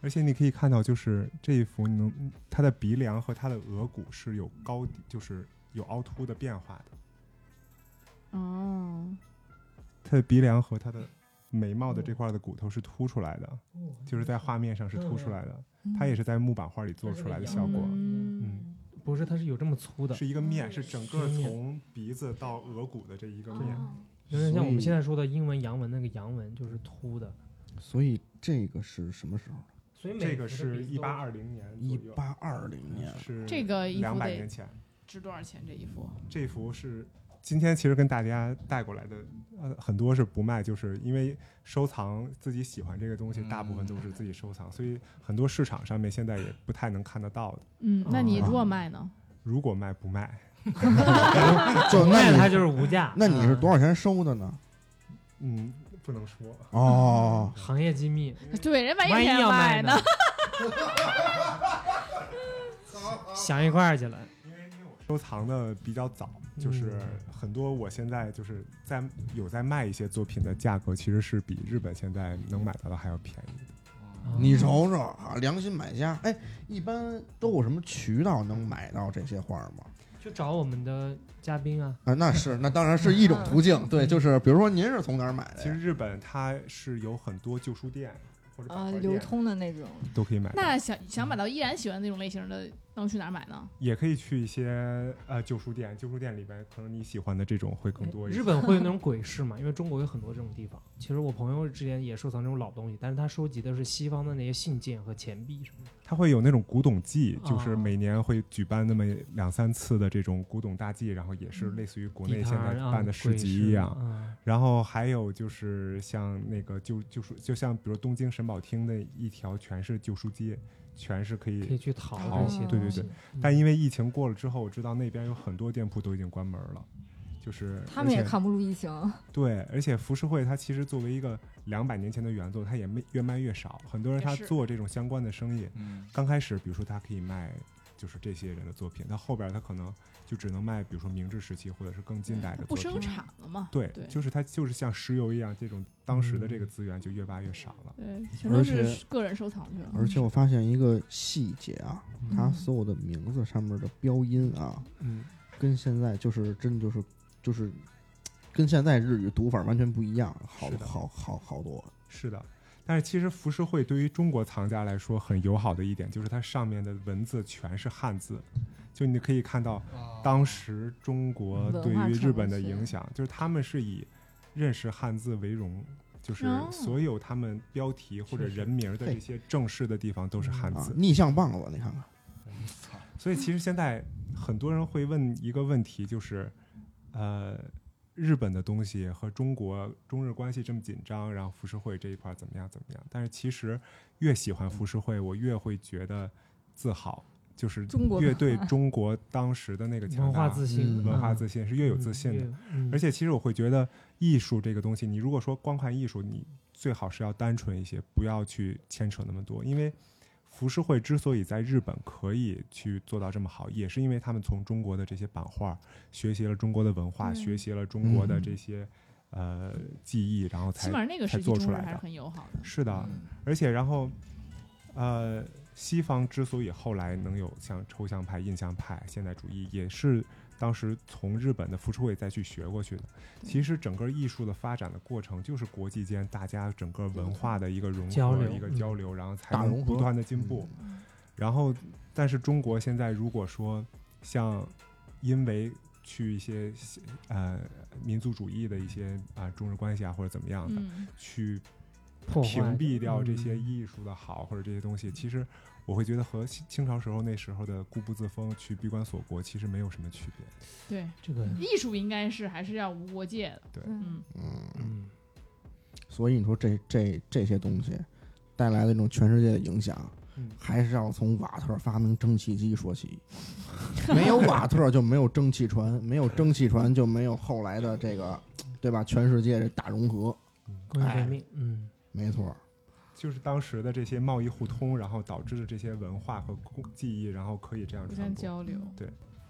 Speaker 1: 而且你可以看到，就是这一幅你能，它的鼻梁和它的额骨是有高低，就是有凹凸的变化的。
Speaker 3: 哦，
Speaker 1: 它的鼻梁和它的眉毛的这块的骨头是凸出来的，就是在画面上是凸出来的。它也是在木板画里做出来的效果，嗯，
Speaker 5: 不是它是有这么粗的，
Speaker 1: 是一个面，是整个
Speaker 5: 是面
Speaker 1: 从鼻子到额骨的这一个面。
Speaker 5: 有点像我
Speaker 2: 所以
Speaker 5: 们现在说的英文洋文那个洋文就是凸的，
Speaker 2: 所以这个是什么时候？
Speaker 5: 所以每
Speaker 1: 这个
Speaker 5: 幅的
Speaker 1: 是
Speaker 5: 鼻子
Speaker 1: 一
Speaker 5: 都
Speaker 1: 八二零年左
Speaker 2: 一
Speaker 1: 右，
Speaker 2: 八二零年，
Speaker 1: 是
Speaker 3: 这个衣服
Speaker 1: 两百
Speaker 3: 得
Speaker 1: 年前。
Speaker 3: 值多少钱这一幅？
Speaker 1: 这幅是今天其实跟大家带过来的，呃，很多是不卖，就是因为收藏自己喜欢这个东西，
Speaker 4: 嗯
Speaker 1: 大部分都是自己收藏，所以很多市场上面现在也不太能看得到的。
Speaker 3: 嗯，那你如果卖呢？
Speaker 1: 如果卖不卖，
Speaker 2: 就那
Speaker 5: 卖它
Speaker 2: 你
Speaker 5: 就是嗯无价，
Speaker 2: 那你是多少钱收的呢？
Speaker 1: 嗯，不能说。
Speaker 2: 哦，
Speaker 5: 行业机密，
Speaker 3: 对，人万一
Speaker 5: 万一
Speaker 3: 天
Speaker 5: 要卖
Speaker 3: 呢？？
Speaker 5: 想一块儿去 了，
Speaker 1: 收藏的比较早，
Speaker 5: 嗯
Speaker 1: 就是很多我现在就是在有在卖一些作品的价格，其实是比日本现在能买到的还要便宜的。
Speaker 5: 嗯
Speaker 2: 你瞅瞅啊，良心买家。哎，一般都有什么渠道能买到这些画吗？
Speaker 5: 去找我们的嘉宾啊，
Speaker 2: 啊，那是，那当然是一种途径。对，就是比如说您是从哪儿买的
Speaker 1: 其实
Speaker 2: 呀？
Speaker 1: 日本它是有很多旧书店或者百
Speaker 6: 啊，
Speaker 1: 货
Speaker 6: 流
Speaker 1: 店
Speaker 6: 通的那种，
Speaker 1: 都可以买到。
Speaker 3: 那想想买到依然喜欢那种类型的，能去哪儿买呢？
Speaker 1: 也可以去一些呃旧书店，旧书店里边可能你喜欢的这种会更多一些。
Speaker 5: 哎日本会有那种鬼市嘛？因为中国有很多这种地方。其实我朋友之前也收藏这种老东西，但是他收集的是西方的那些信件和钱币什么的。
Speaker 1: 它会有那种古董季，
Speaker 5: 哦
Speaker 1: 就是每年会举办那么两三次的这种古董大祭，然后也是类似于国内
Speaker 5: 地
Speaker 1: 现
Speaker 5: 摊
Speaker 1: 在
Speaker 5: 儿啊
Speaker 1: 办的市
Speaker 5: 鬼
Speaker 1: 集一样。
Speaker 5: 嗯
Speaker 1: 然后还有就是像那个旧旧书，就像比如东京神保町的一条全是旧书街，全是可
Speaker 5: 可以
Speaker 1: 以。
Speaker 5: 去淘
Speaker 1: 淘
Speaker 5: 这些
Speaker 1: 对对
Speaker 5: 东西
Speaker 1: 对，但因为疫情过了之后，我知道那边有很多店铺都已经关门了，就是
Speaker 6: 他们也
Speaker 1: 而且
Speaker 6: 扛不住疫情，
Speaker 1: 对，而且浮世绘它其实作为一个两百年前的原作，它也没越卖越少。很多人
Speaker 3: 也
Speaker 1: 他
Speaker 3: 是
Speaker 1: 做这种相关的生意，
Speaker 4: 嗯，
Speaker 1: 刚开始比如说他可以卖就是这些人的作品，到后边他可能就只能卖比如说明治时期或者是更近代的
Speaker 3: 嗯不
Speaker 1: 作
Speaker 3: 生
Speaker 1: 品。
Speaker 3: 产了嘛？
Speaker 1: 对，
Speaker 3: 对嗯
Speaker 1: 就是它就是像石油一样，这种当时的这个资源就越挖越少了。
Speaker 3: 对，全都
Speaker 2: 而
Speaker 3: 是
Speaker 2: 且
Speaker 3: 个人收藏去了。
Speaker 2: 而且我发现一个细节啊，
Speaker 5: 嗯
Speaker 2: 它所有的名字上面的标音啊，
Speaker 5: 嗯，
Speaker 2: 跟现在就是真就是就是跟现在日语读法完全不一样，好
Speaker 1: 是的
Speaker 2: 好好好多。
Speaker 1: 是的，但是其实浮世绘对于中国藏家来说很友好的一点，就是它上面的文字全是汉字，就你可以看到当时中国对于日本的影响，就是他们是以认识汉字为荣就是
Speaker 3: 哦
Speaker 1: 所有他们标题或者
Speaker 5: 是是
Speaker 1: 人名的这些正式的地方都是
Speaker 3: 嗯
Speaker 1: 汉
Speaker 2: 啊
Speaker 1: 字，。
Speaker 2: 逆向棒子，你看看，
Speaker 1: 所以其实现在很多人会问一个问题，就是，呃，日本的东西和中国中日关系这么紧张，然后浮世绘这一块儿怎么样怎么样？但是其实越喜欢浮世绘，我越会觉得自豪，就是
Speaker 6: 中国
Speaker 1: 越
Speaker 6: 文
Speaker 1: 对中国当时的那个强
Speaker 5: 文
Speaker 1: 大
Speaker 5: 化自信，
Speaker 2: 嗯
Speaker 1: 文化
Speaker 5: 嗯
Speaker 1: 自信是越有自信的。，
Speaker 3: 嗯
Speaker 1: 而
Speaker 5: 且
Speaker 1: 且其实我会觉得艺术这个东西，你如果说光看艺术，你最好是要单纯一些，不要去牵扯那么多，因为。浮世绘之所以在日本可以去做到这么好，也是因为他们从中国的这些版画学习了中国的文化，
Speaker 3: 嗯
Speaker 1: 学习了中国的
Speaker 2: 嗯
Speaker 1: 这些、呃技艺，然后
Speaker 3: 起
Speaker 1: 才
Speaker 3: 码那个
Speaker 1: 才
Speaker 3: 时期
Speaker 1: 做出
Speaker 3: 中日
Speaker 1: 来
Speaker 3: 还是
Speaker 1: 的
Speaker 3: 很友好的。
Speaker 1: 是的。
Speaker 3: 嗯
Speaker 1: 而且然后，呃，西方之所以后来能有像抽象派、印象派、现代主义，也是当时从日本的浮世绘再去学过去的。
Speaker 3: 对
Speaker 1: 其实整个艺术的发展的过程，就是国际间大家整个文化的一个融合、
Speaker 5: 交流
Speaker 1: 一个
Speaker 5: 嗯
Speaker 1: 交流，然后才
Speaker 2: 大
Speaker 1: 能
Speaker 2: 融合
Speaker 1: 不断的进步。然后，但是中国现在如果说像因为去一些呃民族主义的一些啊、中日关系啊或者怎么样的、
Speaker 3: 嗯，
Speaker 1: 去
Speaker 5: 破坏
Speaker 1: 屏蔽掉
Speaker 5: 嗯
Speaker 1: 这些艺术的好或者这些东西，其实我会觉得和清清朝时候那时候的固步自封、去闭关锁国其实没有什么区别。
Speaker 3: 对，
Speaker 5: 这
Speaker 1: 嗯
Speaker 5: 个，
Speaker 3: 艺术应该是还是要无国界的。
Speaker 6: 嗯，
Speaker 3: 嗯，
Speaker 2: 嗯，
Speaker 5: 嗯，
Speaker 2: 所以你说这这这些东西带来的这种全世界的影响
Speaker 5: 嗯，
Speaker 2: 还是要从瓦特发明蒸汽机说起。没有瓦特就没有蒸汽船，没有蒸汽船就没有后来的这个，对吧？全世界这大融合，
Speaker 5: 工业
Speaker 2: 哎
Speaker 5: 革命，嗯，
Speaker 2: 没错。
Speaker 1: 就是当时的这些贸易互通，然后导致的这些文化和工技艺，然后可以这样
Speaker 3: 互
Speaker 1: 传
Speaker 3: 相
Speaker 1: 播。
Speaker 3: 交流。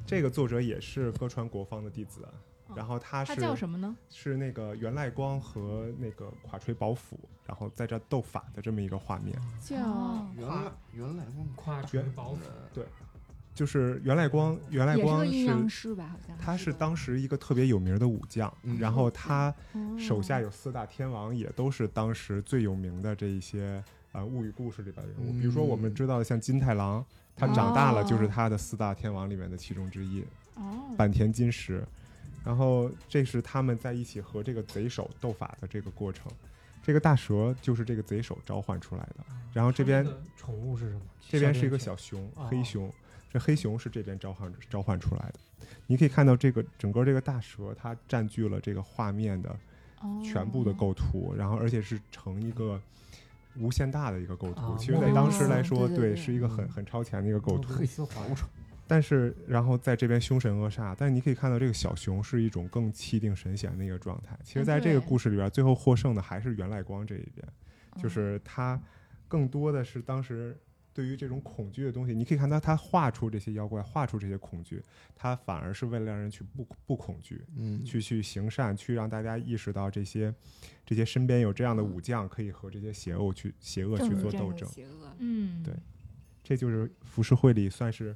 Speaker 1: 这个作者也是歌川国芳的弟子啊
Speaker 3: 哦，
Speaker 1: 然后他
Speaker 3: 他
Speaker 1: 是
Speaker 3: 叫什么呢？
Speaker 1: 是那个源赖光和那个垮锤保辅，然后在这斗法的这么一个画面。
Speaker 3: 哦叫
Speaker 2: 原来原来
Speaker 5: 跨
Speaker 1: 绝
Speaker 5: 锤保辅，
Speaker 1: 就是源赖光，源赖
Speaker 6: 也是
Speaker 1: 光
Speaker 6: 个阴
Speaker 1: 是
Speaker 6: 阳师吧？好像
Speaker 1: 他是当时一个特别有名的武将，
Speaker 2: 嗯
Speaker 1: 然后他。
Speaker 6: 哦
Speaker 1: 手下
Speaker 5: 嗯
Speaker 1: 有四大天王，也都是当时最有名的这一些呃物语故事里边的人物。比如说我
Speaker 5: 嗯
Speaker 1: 们知道的像金太郎，他长大了
Speaker 6: 哦
Speaker 1: 就是他的四大天王里面的其中之一，
Speaker 3: 哦，
Speaker 1: 坂田金时。然后这是他们在一起和这个贼首斗法的这个过程。这个大蛇就是这个贼首召唤出来的。然后这边
Speaker 5: 它那个宠物是什么？
Speaker 1: 这边是一个
Speaker 5: 小
Speaker 1: 小熊，
Speaker 5: 哦
Speaker 1: 黑熊。这黑熊是这边召唤召唤出来的，你可以看到这个整个这个大蛇，它占据了这个画面的
Speaker 3: 哦
Speaker 1: 全部的构图，然后而且是成一个无限大的一个构图。
Speaker 5: 啊
Speaker 1: 其实，在当时来说，
Speaker 6: 哦对对对
Speaker 1: 是一个很
Speaker 5: 嗯
Speaker 1: 很超前的一个构图。
Speaker 5: 黑丝滑
Speaker 2: 我，操，
Speaker 1: 但是，然后在这边凶神恶煞，但是你可以看到这个小熊是一种更气定神闲的一个状
Speaker 6: 哦
Speaker 1: 态。其实，
Speaker 3: 嗯
Speaker 1: 在这个
Speaker 3: 对
Speaker 1: 故事里边，最后获胜的还是源赖光这一边，就
Speaker 6: 哦
Speaker 1: 是他更多的是当时。对于这种恐惧的东西，你可以看到他画出这些妖怪，画出这些恐惧，他反而是为了让人去不不恐惧，
Speaker 2: 嗯，
Speaker 1: 去去行善，去让大家意识到这些这些身边有这样的武将，可以和这些邪恶去邪恶
Speaker 6: 嗯正
Speaker 1: 去
Speaker 6: 如
Speaker 1: 做
Speaker 6: 正
Speaker 1: 斗
Speaker 6: 如
Speaker 1: 争。
Speaker 6: 邪恶
Speaker 3: 嗯，
Speaker 1: 对这就是浮世绘里算是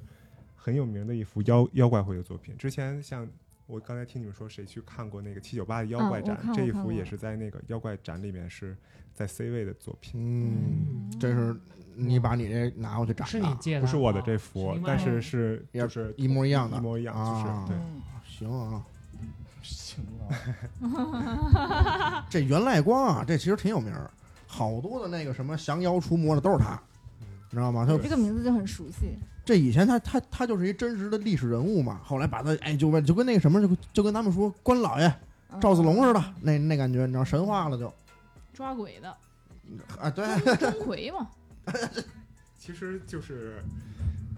Speaker 1: 很有名的一幅妖妖怪绘的作品。之前像我刚才听你们说，谁去看过那个七九八的妖
Speaker 6: 啊
Speaker 1: 怪
Speaker 6: 我
Speaker 1: 展？
Speaker 6: 看
Speaker 1: 这
Speaker 6: 过
Speaker 1: 一
Speaker 6: 看
Speaker 1: 幅也
Speaker 6: 过
Speaker 1: 是在那个妖怪展里面是在 C 位的作品，
Speaker 2: 嗯，这是你把你这拿过去炸，
Speaker 5: 是你借的啊？
Speaker 1: 不是我的
Speaker 5: 哦
Speaker 1: 这幅，
Speaker 5: 另外
Speaker 1: 但
Speaker 5: 一
Speaker 1: 是
Speaker 5: 个
Speaker 1: 是
Speaker 2: 也
Speaker 1: 就是
Speaker 2: 一模一样的
Speaker 1: 一模一样，
Speaker 2: 啊
Speaker 1: 就是对。
Speaker 6: 嗯
Speaker 2: 行啊。
Speaker 4: 行
Speaker 1: 啊
Speaker 4: 了，
Speaker 2: 这源赖光啊，这其实挺有名儿，好多的那个什么降妖除魔的都是他，
Speaker 1: 嗯
Speaker 2: 你知道吗？他
Speaker 6: 这个名字就很熟悉，
Speaker 2: 这以前他他他就是一真实的历史人物嘛，后来把他哎就问就跟那个什么就就跟咱们说关老爷
Speaker 3: 哦
Speaker 6: 嗯
Speaker 2: 赵子龙似的，那那感觉你知道神话了就
Speaker 3: 抓鬼的
Speaker 2: 啊对，
Speaker 3: 钟馗嘛，
Speaker 1: 其实就是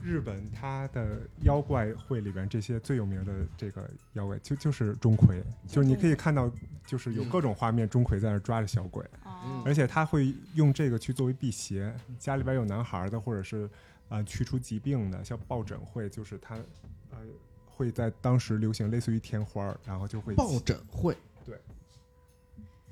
Speaker 1: 日本它的妖怪会里边这些最有名的这个妖怪，就就是钟馗，就是你可
Speaker 3: 嗯
Speaker 1: 以看到，就是
Speaker 5: 嗯
Speaker 1: 有各种画面，钟馗在那儿抓着小鬼，
Speaker 3: 哦
Speaker 1: 而且他会用这个去作为辟邪，
Speaker 5: 嗯
Speaker 1: 家里边有男孩的或者是呃去除疾病的，像抱枕会，就是他呃会在当时流行类似于天花儿，然后就会
Speaker 2: 抱枕会
Speaker 1: 对。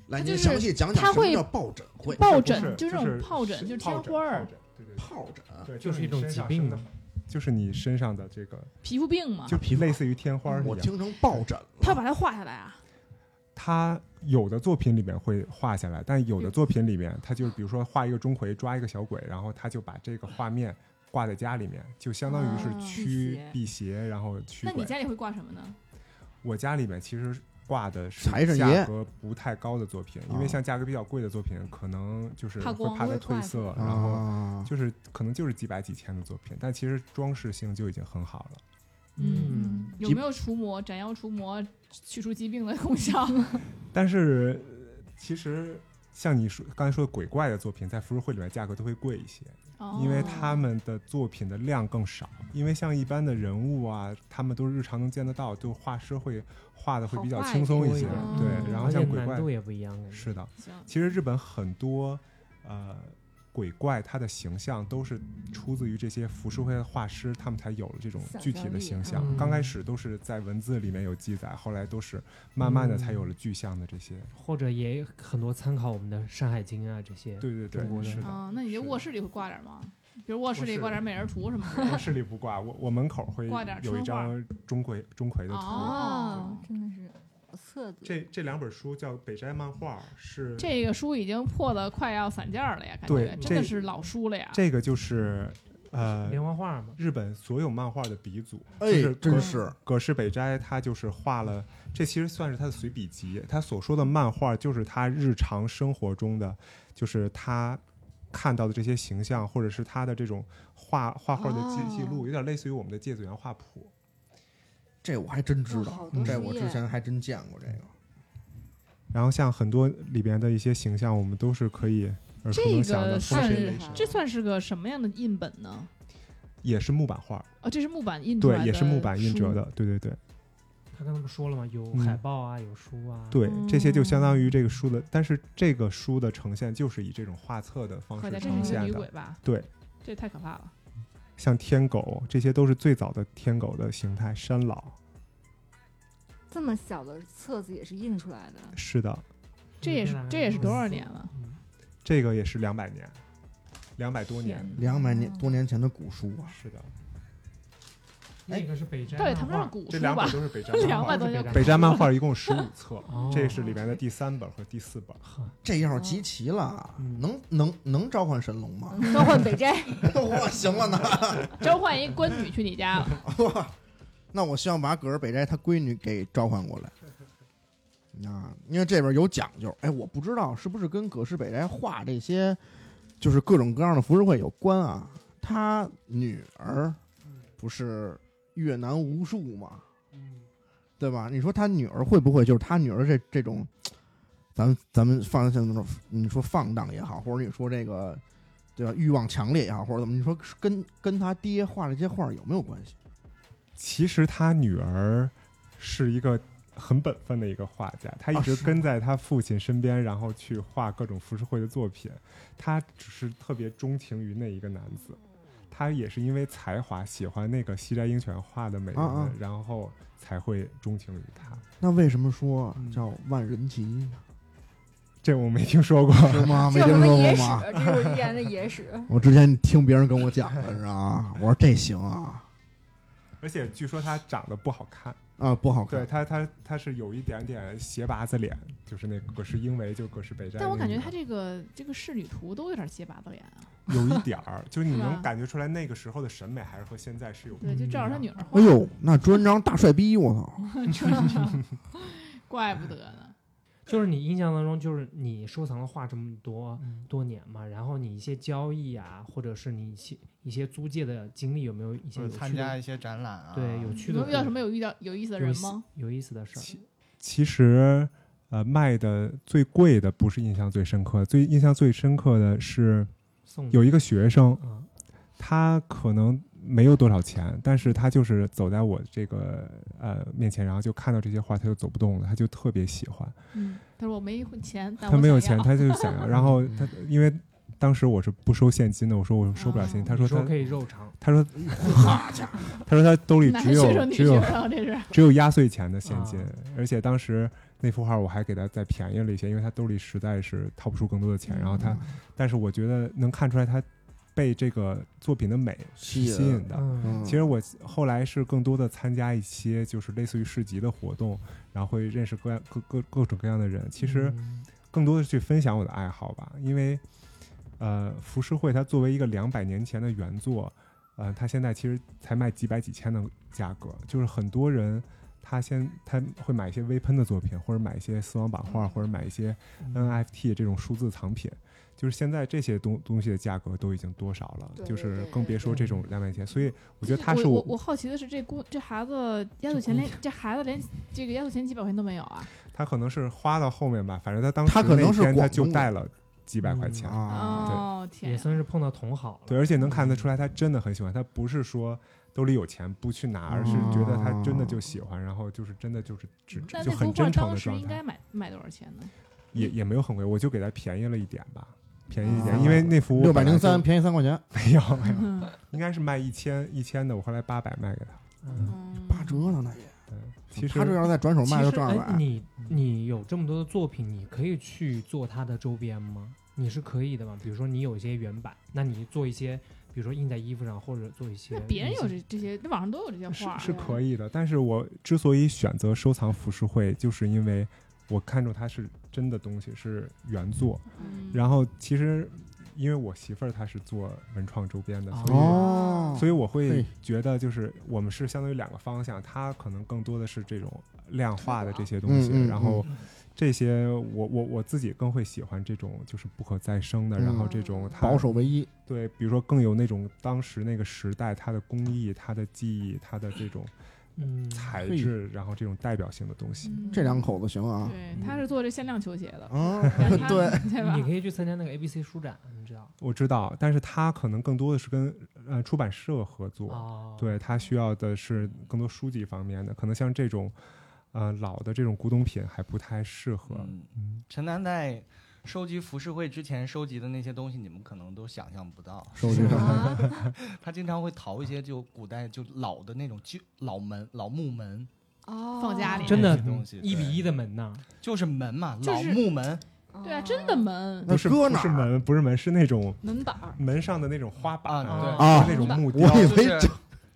Speaker 2: 来，
Speaker 3: 他
Speaker 2: 您
Speaker 3: 就是
Speaker 2: 详细讲讲
Speaker 3: 他
Speaker 2: 什么
Speaker 3: 会
Speaker 2: 叫抱枕会？
Speaker 3: 抱
Speaker 1: 不是
Speaker 3: 枕
Speaker 1: 就
Speaker 3: 这种疱
Speaker 1: 是
Speaker 3: 疹，就
Speaker 1: 疱
Speaker 3: 是天
Speaker 1: 疹
Speaker 3: 花
Speaker 1: 疱
Speaker 3: 儿、
Speaker 1: 疹对对对
Speaker 2: 抱枕，
Speaker 1: 对，
Speaker 5: 就是
Speaker 1: 你
Speaker 5: 一种
Speaker 1: 身
Speaker 5: 疾
Speaker 1: 上
Speaker 5: 病
Speaker 1: 生的，就是你身上的这个，
Speaker 3: 皮肤病嘛，
Speaker 1: 就
Speaker 5: 啊
Speaker 2: 皮肤
Speaker 1: 类似于天花
Speaker 5: 嗯
Speaker 1: 儿一
Speaker 2: 我
Speaker 1: 样。
Speaker 2: 听成抱枕
Speaker 3: 他
Speaker 2: 了。
Speaker 3: 要把它画下来啊。
Speaker 1: 他有的作品里面会画下来，但有的作品里面，他就是比如说画一个钟馗抓一个小鬼，然后他就把这个画面挂在家里面，就相当于是驱
Speaker 6: 啊
Speaker 1: 辟邪，然后驱
Speaker 3: 哦那你
Speaker 1: 鬼。
Speaker 3: 家里会挂什么呢？
Speaker 1: 我家里面其实挂的是
Speaker 2: 财神爷
Speaker 1: 价格不太高的作品，因为
Speaker 2: 啊
Speaker 1: 像价格比较贵的作品，可能就是
Speaker 3: 哦怕
Speaker 1: 会
Speaker 3: 光
Speaker 1: 怕它
Speaker 3: 会
Speaker 1: 褪
Speaker 3: 挂出
Speaker 1: 色，
Speaker 3: 来
Speaker 1: 然后
Speaker 2: 啊
Speaker 1: 就是可能就是几百几千的作品，但其实装饰性就已经很好了。
Speaker 3: 嗯，有
Speaker 2: 基
Speaker 3: 没有除魔、斩妖除魔、去除疾病的功效？
Speaker 1: 但是呃其实像你说刚才说的鬼怪的作品，在浮世绘里面价格都会贵一些，因
Speaker 3: 哦
Speaker 1: 为他们的作品的量更少。因为像一般的人物啊，他们都是日常能见得到，就画师会画的会比较
Speaker 6: 好画
Speaker 1: 轻松一些。
Speaker 5: 多
Speaker 3: 一点
Speaker 1: 对，
Speaker 3: 嗯
Speaker 1: 然后
Speaker 5: 而且
Speaker 1: 像鬼
Speaker 5: 难
Speaker 1: 怪
Speaker 5: 度啊也不一样。感觉
Speaker 1: 是的，
Speaker 3: 行，
Speaker 1: 其实日本很多呃鬼怪，它的形象都是出自于这些浮世绘的画师，他们才有了这种具体的形象
Speaker 5: 想象。力嗯
Speaker 1: 刚开始都是在文字里面有记载，后来都是慢慢的才有了具象的这些。
Speaker 5: 或者也很多参考我们的《山海经》啊这些。
Speaker 1: 对对
Speaker 5: 中国
Speaker 1: 对，
Speaker 5: 的
Speaker 1: 是的。
Speaker 3: 啊，那你这
Speaker 1: 是的
Speaker 3: 卧室里会挂点吗？比如卧室里
Speaker 1: 室
Speaker 3: 挂点美人图什么的。
Speaker 1: 卧室里不挂，我我门口会
Speaker 3: 挂点儿
Speaker 1: 有一
Speaker 3: 春花
Speaker 1: 张钟馗钟馗的图。
Speaker 3: 哦，
Speaker 6: 真的是好册子。
Speaker 1: 这这两本书叫《北斋漫画》，是
Speaker 3: 这个书已经破的快要散架了呀，感
Speaker 1: 对
Speaker 3: 觉真
Speaker 1: 这
Speaker 3: 的是老书了呀。
Speaker 1: 这个就是呃
Speaker 5: 莲花画嘛，
Speaker 1: 日本所有漫画的鼻祖，
Speaker 2: 哎
Speaker 1: 就是，
Speaker 2: 真
Speaker 1: 葛
Speaker 2: 是
Speaker 1: 葛饰北斋，他就是画了，这其实算是他的随笔集。他所说的漫画，就是他日常生活中的，就是他看到的这些形象，或者是他的这种画画画的记记录，有点类似于我们的芥子园画谱。
Speaker 2: 这我还真知
Speaker 6: 哇
Speaker 2: 道嗯
Speaker 6: 好，多哦
Speaker 2: 这
Speaker 6: 书
Speaker 2: 我
Speaker 6: 页
Speaker 2: 之前还真见过这个。
Speaker 1: 然后像很多里边的一些形象，我们都是可以耳熟
Speaker 3: 这
Speaker 1: 能详
Speaker 3: 个
Speaker 1: 的，
Speaker 3: 算
Speaker 1: 风神
Speaker 6: 是
Speaker 1: 雷神
Speaker 3: 这算是个什么样的印本呢？
Speaker 1: 也是木版画，
Speaker 3: 哦，这是木板印出来
Speaker 1: 对，
Speaker 3: 的，
Speaker 1: 也是木版印折。的，对对对
Speaker 5: 他刚才不说了吗？有
Speaker 1: 嗯
Speaker 5: 海报啊，有书啊。
Speaker 1: 对，这些就相当
Speaker 3: 嗯
Speaker 1: 于这个书的，但是这个书的呈现就是以这种画册的方
Speaker 3: 可
Speaker 1: 式
Speaker 3: 见这是
Speaker 1: 呈
Speaker 3: 一个
Speaker 1: 现
Speaker 3: 女
Speaker 1: 的
Speaker 3: 鬼，吧？
Speaker 1: 对。
Speaker 3: 这太可怕了。
Speaker 1: 像天狗，这些都是最早的天狗的形态。山老
Speaker 6: 这么小的册子也是印出来的，
Speaker 1: 是的，
Speaker 3: 这也是这也是多少年了？
Speaker 5: 嗯？
Speaker 1: 这个也是两百年，两百多年。
Speaker 2: 两百年多年前的古书啊，
Speaker 1: 是的，哎
Speaker 5: 那个是北斋
Speaker 3: 倒也
Speaker 5: 漫
Speaker 3: 谈不
Speaker 5: 画
Speaker 3: 上，古
Speaker 1: 这
Speaker 3: 书
Speaker 1: 两本
Speaker 3: 吧？
Speaker 1: 都哦 是北斋漫
Speaker 3: 两
Speaker 1: 画
Speaker 3: 百。多年
Speaker 5: 北
Speaker 1: 北斋漫画一共十五册，
Speaker 5: 哦
Speaker 1: 这是里面的第三本和第四本。
Speaker 5: 呵
Speaker 2: 这要是
Speaker 6: 哦
Speaker 2: 集齐了，啊
Speaker 5: 嗯
Speaker 2: 能能能召唤神龙吗？
Speaker 6: 召唤北斋，
Speaker 2: 我行了呢，
Speaker 3: 召唤一关女去你家了，
Speaker 2: 那我希望把葛尔北斋他闺女给召唤过来。啊，因为这边有讲究，哎，我不知道是不是跟葛饰北斋画这些，就是各种各样的浮世绘有关啊。他女儿不是越南无数吗？
Speaker 5: 嗯
Speaker 2: 对吧？你说他女儿会不会就是他女儿这这种，咱们咱们放像那种你说放荡也好，或者你说这个对吧欲望强烈也好，或者怎么你说是跟跟他爹画这些画有没有关系？
Speaker 1: 其实他女儿是一个很本分的一个画家，他一
Speaker 2: 啊
Speaker 3: 哦
Speaker 1: 直
Speaker 2: 是
Speaker 1: 跟在他父亲身边，然后去画各种浮世绘的作品。他只是特别钟情于那一个男子，他也是因为才华喜欢那个西斋英犬画的美人，
Speaker 2: 啊啊
Speaker 1: 然后才会钟情于他。
Speaker 2: 那为什么说
Speaker 5: 嗯
Speaker 2: 叫万人迷呢？
Speaker 1: 这我没听说过，
Speaker 2: 是 吗？啊没
Speaker 6: 这是
Speaker 2: 听
Speaker 6: 我
Speaker 2: 说过
Speaker 6: 们野史
Speaker 2: 吗？，
Speaker 6: 这是我之前的野史。
Speaker 2: 我之前听别人跟我讲的，你知道吗？我说这行啊
Speaker 1: 而且据说他长得不好看，
Speaker 2: 啊不好
Speaker 1: 对
Speaker 2: 看，
Speaker 1: 他他他是有一点点斜拔子脸，就是那个葛饰英为，就葛饰北斋那个。
Speaker 3: 但我感觉他这个这个仕女图都有点结巴子脸啊。
Speaker 1: 有一点 儿，就是你
Speaker 3: 是吧
Speaker 1: 能感觉出来那个时候的审美还是和现在是有
Speaker 3: 对，就照着
Speaker 1: 嗯
Speaker 3: 他 女儿画
Speaker 2: 哎，呦，那朱元璋大帅逼，我操！
Speaker 3: 怪不得呢。
Speaker 5: 就是你印象当中，就是你收藏了画这么多
Speaker 2: 嗯
Speaker 5: 多年嘛，然后你一些交易啊，或者是你一些一些租借的经历，有没有一些
Speaker 4: 就
Speaker 5: 有
Speaker 4: 是
Speaker 5: 趣的
Speaker 4: 参加一些展览啊，
Speaker 5: 对有
Speaker 3: 你
Speaker 5: 趣的
Speaker 3: 们遇到什么有遇到有意思的人吗？
Speaker 5: 有意思的事儿？
Speaker 1: 其其实，呃，卖的最贵的不是印象最深刻，最印象最深刻的是
Speaker 5: 送
Speaker 1: 有一个学生，
Speaker 5: 啊，
Speaker 1: 他可能没有多少钱，但是他就是走在我这个呃面前，然后就看到这些画，他就走不动了，他就特别喜欢。
Speaker 3: 嗯，他说我没钱，但
Speaker 1: 他没有
Speaker 3: 想
Speaker 1: 钱，
Speaker 3: 要
Speaker 1: 他就想要。然后他因为当时我是不收现金的，我说我收不了现金，
Speaker 3: 哦
Speaker 1: 他
Speaker 5: 你
Speaker 1: 啊说
Speaker 5: 说
Speaker 1: 他
Speaker 5: 可以肉偿，
Speaker 1: 他说
Speaker 2: 好家伙，
Speaker 1: 他说他兜里
Speaker 3: 男
Speaker 1: 只
Speaker 3: 学
Speaker 1: 有
Speaker 3: 生女
Speaker 1: 只
Speaker 3: 学
Speaker 1: 有
Speaker 3: 生，这是
Speaker 1: 只有压岁钱的现金
Speaker 5: 啊，
Speaker 1: 而且当时那幅画我还给他再便宜了一些，因为他兜里实在是掏不出更多的钱。然后他，但是我觉得能看出来他被这个作品的美是
Speaker 2: 吸引
Speaker 1: 吸引的。
Speaker 5: 嗯
Speaker 2: 嗯
Speaker 1: 其实我后来是更多的参加一些就是类似于市集的活动，然后会认识各样各各各种各样的人。其实
Speaker 5: 嗯
Speaker 1: 更多的去分享我的爱好吧，因为呃，浮世绘它作为一个两百年前的原作，呃，它现在其实才卖几百几千的价格，就是很多人他先他会买一些微喷的作品，或者买一些丝网版画，或者买一些
Speaker 6: 嗯
Speaker 1: NFT 这种数字藏品。就是现在这些东东西的价格都已经多少了，
Speaker 6: 对
Speaker 1: 就是
Speaker 6: 对
Speaker 1: 更别
Speaker 6: 对
Speaker 1: 说这种两百块钱。所以我觉得他
Speaker 3: 我
Speaker 1: 是
Speaker 3: 我我好奇的是，这姑这孩子压岁钱连这孩子连这个压岁钱几百块钱都没有啊？
Speaker 1: 他可能是花到后面吧，反正他当时
Speaker 2: 他可能
Speaker 1: 那
Speaker 2: 是
Speaker 1: 天他
Speaker 2: 广
Speaker 1: 就
Speaker 2: 东人
Speaker 1: 带了几百块
Speaker 6: 嗯
Speaker 1: 钱。
Speaker 2: 啊，
Speaker 3: 哦天
Speaker 5: 也
Speaker 3: 呀，
Speaker 5: 算是碰到同好了。
Speaker 1: 对，而且能
Speaker 2: 嗯
Speaker 1: 看得出来，他真的很喜欢。他不是说兜里有钱不去拿，而是觉得他真的就喜欢，然后就是真的就是只
Speaker 3: 那
Speaker 1: 就
Speaker 3: 嗯那幅
Speaker 1: 很
Speaker 3: 画
Speaker 1: 真诚
Speaker 3: 当
Speaker 1: 的
Speaker 3: 时
Speaker 1: 状
Speaker 3: 应该
Speaker 1: 态，
Speaker 3: 买卖多少钱呢？
Speaker 1: 也也没有很贵，我就给他便宜了一点吧，便宜一点，
Speaker 2: 啊
Speaker 1: 因为那幅
Speaker 2: 六百零三
Speaker 1: 3
Speaker 2: 便宜三块钱，
Speaker 1: 没有没有，
Speaker 3: 嗯
Speaker 1: 应该是卖一千一千的，我后来八百卖给他。
Speaker 5: 嗯，
Speaker 2: 八折了那也。
Speaker 1: 其实
Speaker 2: 他这要是再转手卖，就
Speaker 5: 其实
Speaker 2: 赚二
Speaker 5: 哎，
Speaker 2: 百。
Speaker 5: 你你有这么多的作品，你可以去做它的周边吗？你是可以的嘛？比如说你有一些原版，那你做一些，比如说印在衣服上，或者做一些
Speaker 3: 那别人
Speaker 5: 明
Speaker 3: 有
Speaker 5: 信
Speaker 3: 这这些，那网上都有这些
Speaker 1: 是
Speaker 3: 画儿
Speaker 1: 是可以的，但是我之所以选择收藏浮世绘，就是因为我看中它是真的东西，是原作。
Speaker 3: 嗯
Speaker 1: 然后其实因为我媳妇儿她是做文创周边的，所以、
Speaker 2: 哦，
Speaker 1: 所以我会
Speaker 2: 嘿
Speaker 1: 觉得就是我们是相当于两个方向，它可能更多的是这种量化的这些东西，
Speaker 2: 嗯嗯嗯
Speaker 1: 然后。这些我我我自己更会喜欢这种就是不可再生的，然后这种它
Speaker 2: 嗯保守为一，
Speaker 1: 对，比如说更有那种当时那个时代它的工艺、它的技艺、它的这种
Speaker 5: 嗯，
Speaker 1: 材
Speaker 2: 嘿
Speaker 1: 质，然后这种代表性的东西。
Speaker 3: 嗯
Speaker 2: 这两口子行啊。
Speaker 3: 对，他是做这限量球鞋的，
Speaker 2: 啊，
Speaker 3: 然后 他
Speaker 2: 对，
Speaker 3: 对吧
Speaker 5: 你？可以去参加那个 ABC 书展，你知道？
Speaker 1: 我知道，但是它可能更多的是跟呃出版社合作，
Speaker 4: 啊
Speaker 5: 哦，，
Speaker 1: 对，它需要的是更多书籍方面的，可能像这种呃老的这种古董品还不太适合。
Speaker 4: 嗯，
Speaker 1: 嗯，
Speaker 4: 陈楠在收集浮世绘之前收集的那些东西，你们可能都想象不到。
Speaker 2: 手机上
Speaker 6: 啊，
Speaker 4: 他经常会淘一些就古代就老的那种旧老门、老木门，
Speaker 6: 哦，
Speaker 3: 放家里
Speaker 5: 真的
Speaker 4: 这些东西
Speaker 5: 嗯一比一的门呐，
Speaker 4: 就是门嘛，
Speaker 3: 就
Speaker 4: 老
Speaker 3: 是
Speaker 4: 木门。
Speaker 6: 哦
Speaker 3: 对啊，真的门
Speaker 2: 嗯那
Speaker 1: 不是
Speaker 2: 搁
Speaker 1: 不
Speaker 2: 哪
Speaker 1: 是
Speaker 2: 儿啊
Speaker 1: 门，不是门，是那种
Speaker 3: 门板儿，
Speaker 1: 门上的那种花板
Speaker 4: 啊
Speaker 5: 嗯
Speaker 4: 对
Speaker 1: 它
Speaker 5: 哦
Speaker 2: 啊
Speaker 1: 那种木雕
Speaker 2: 我。以为
Speaker 4: 就是
Speaker 2: 这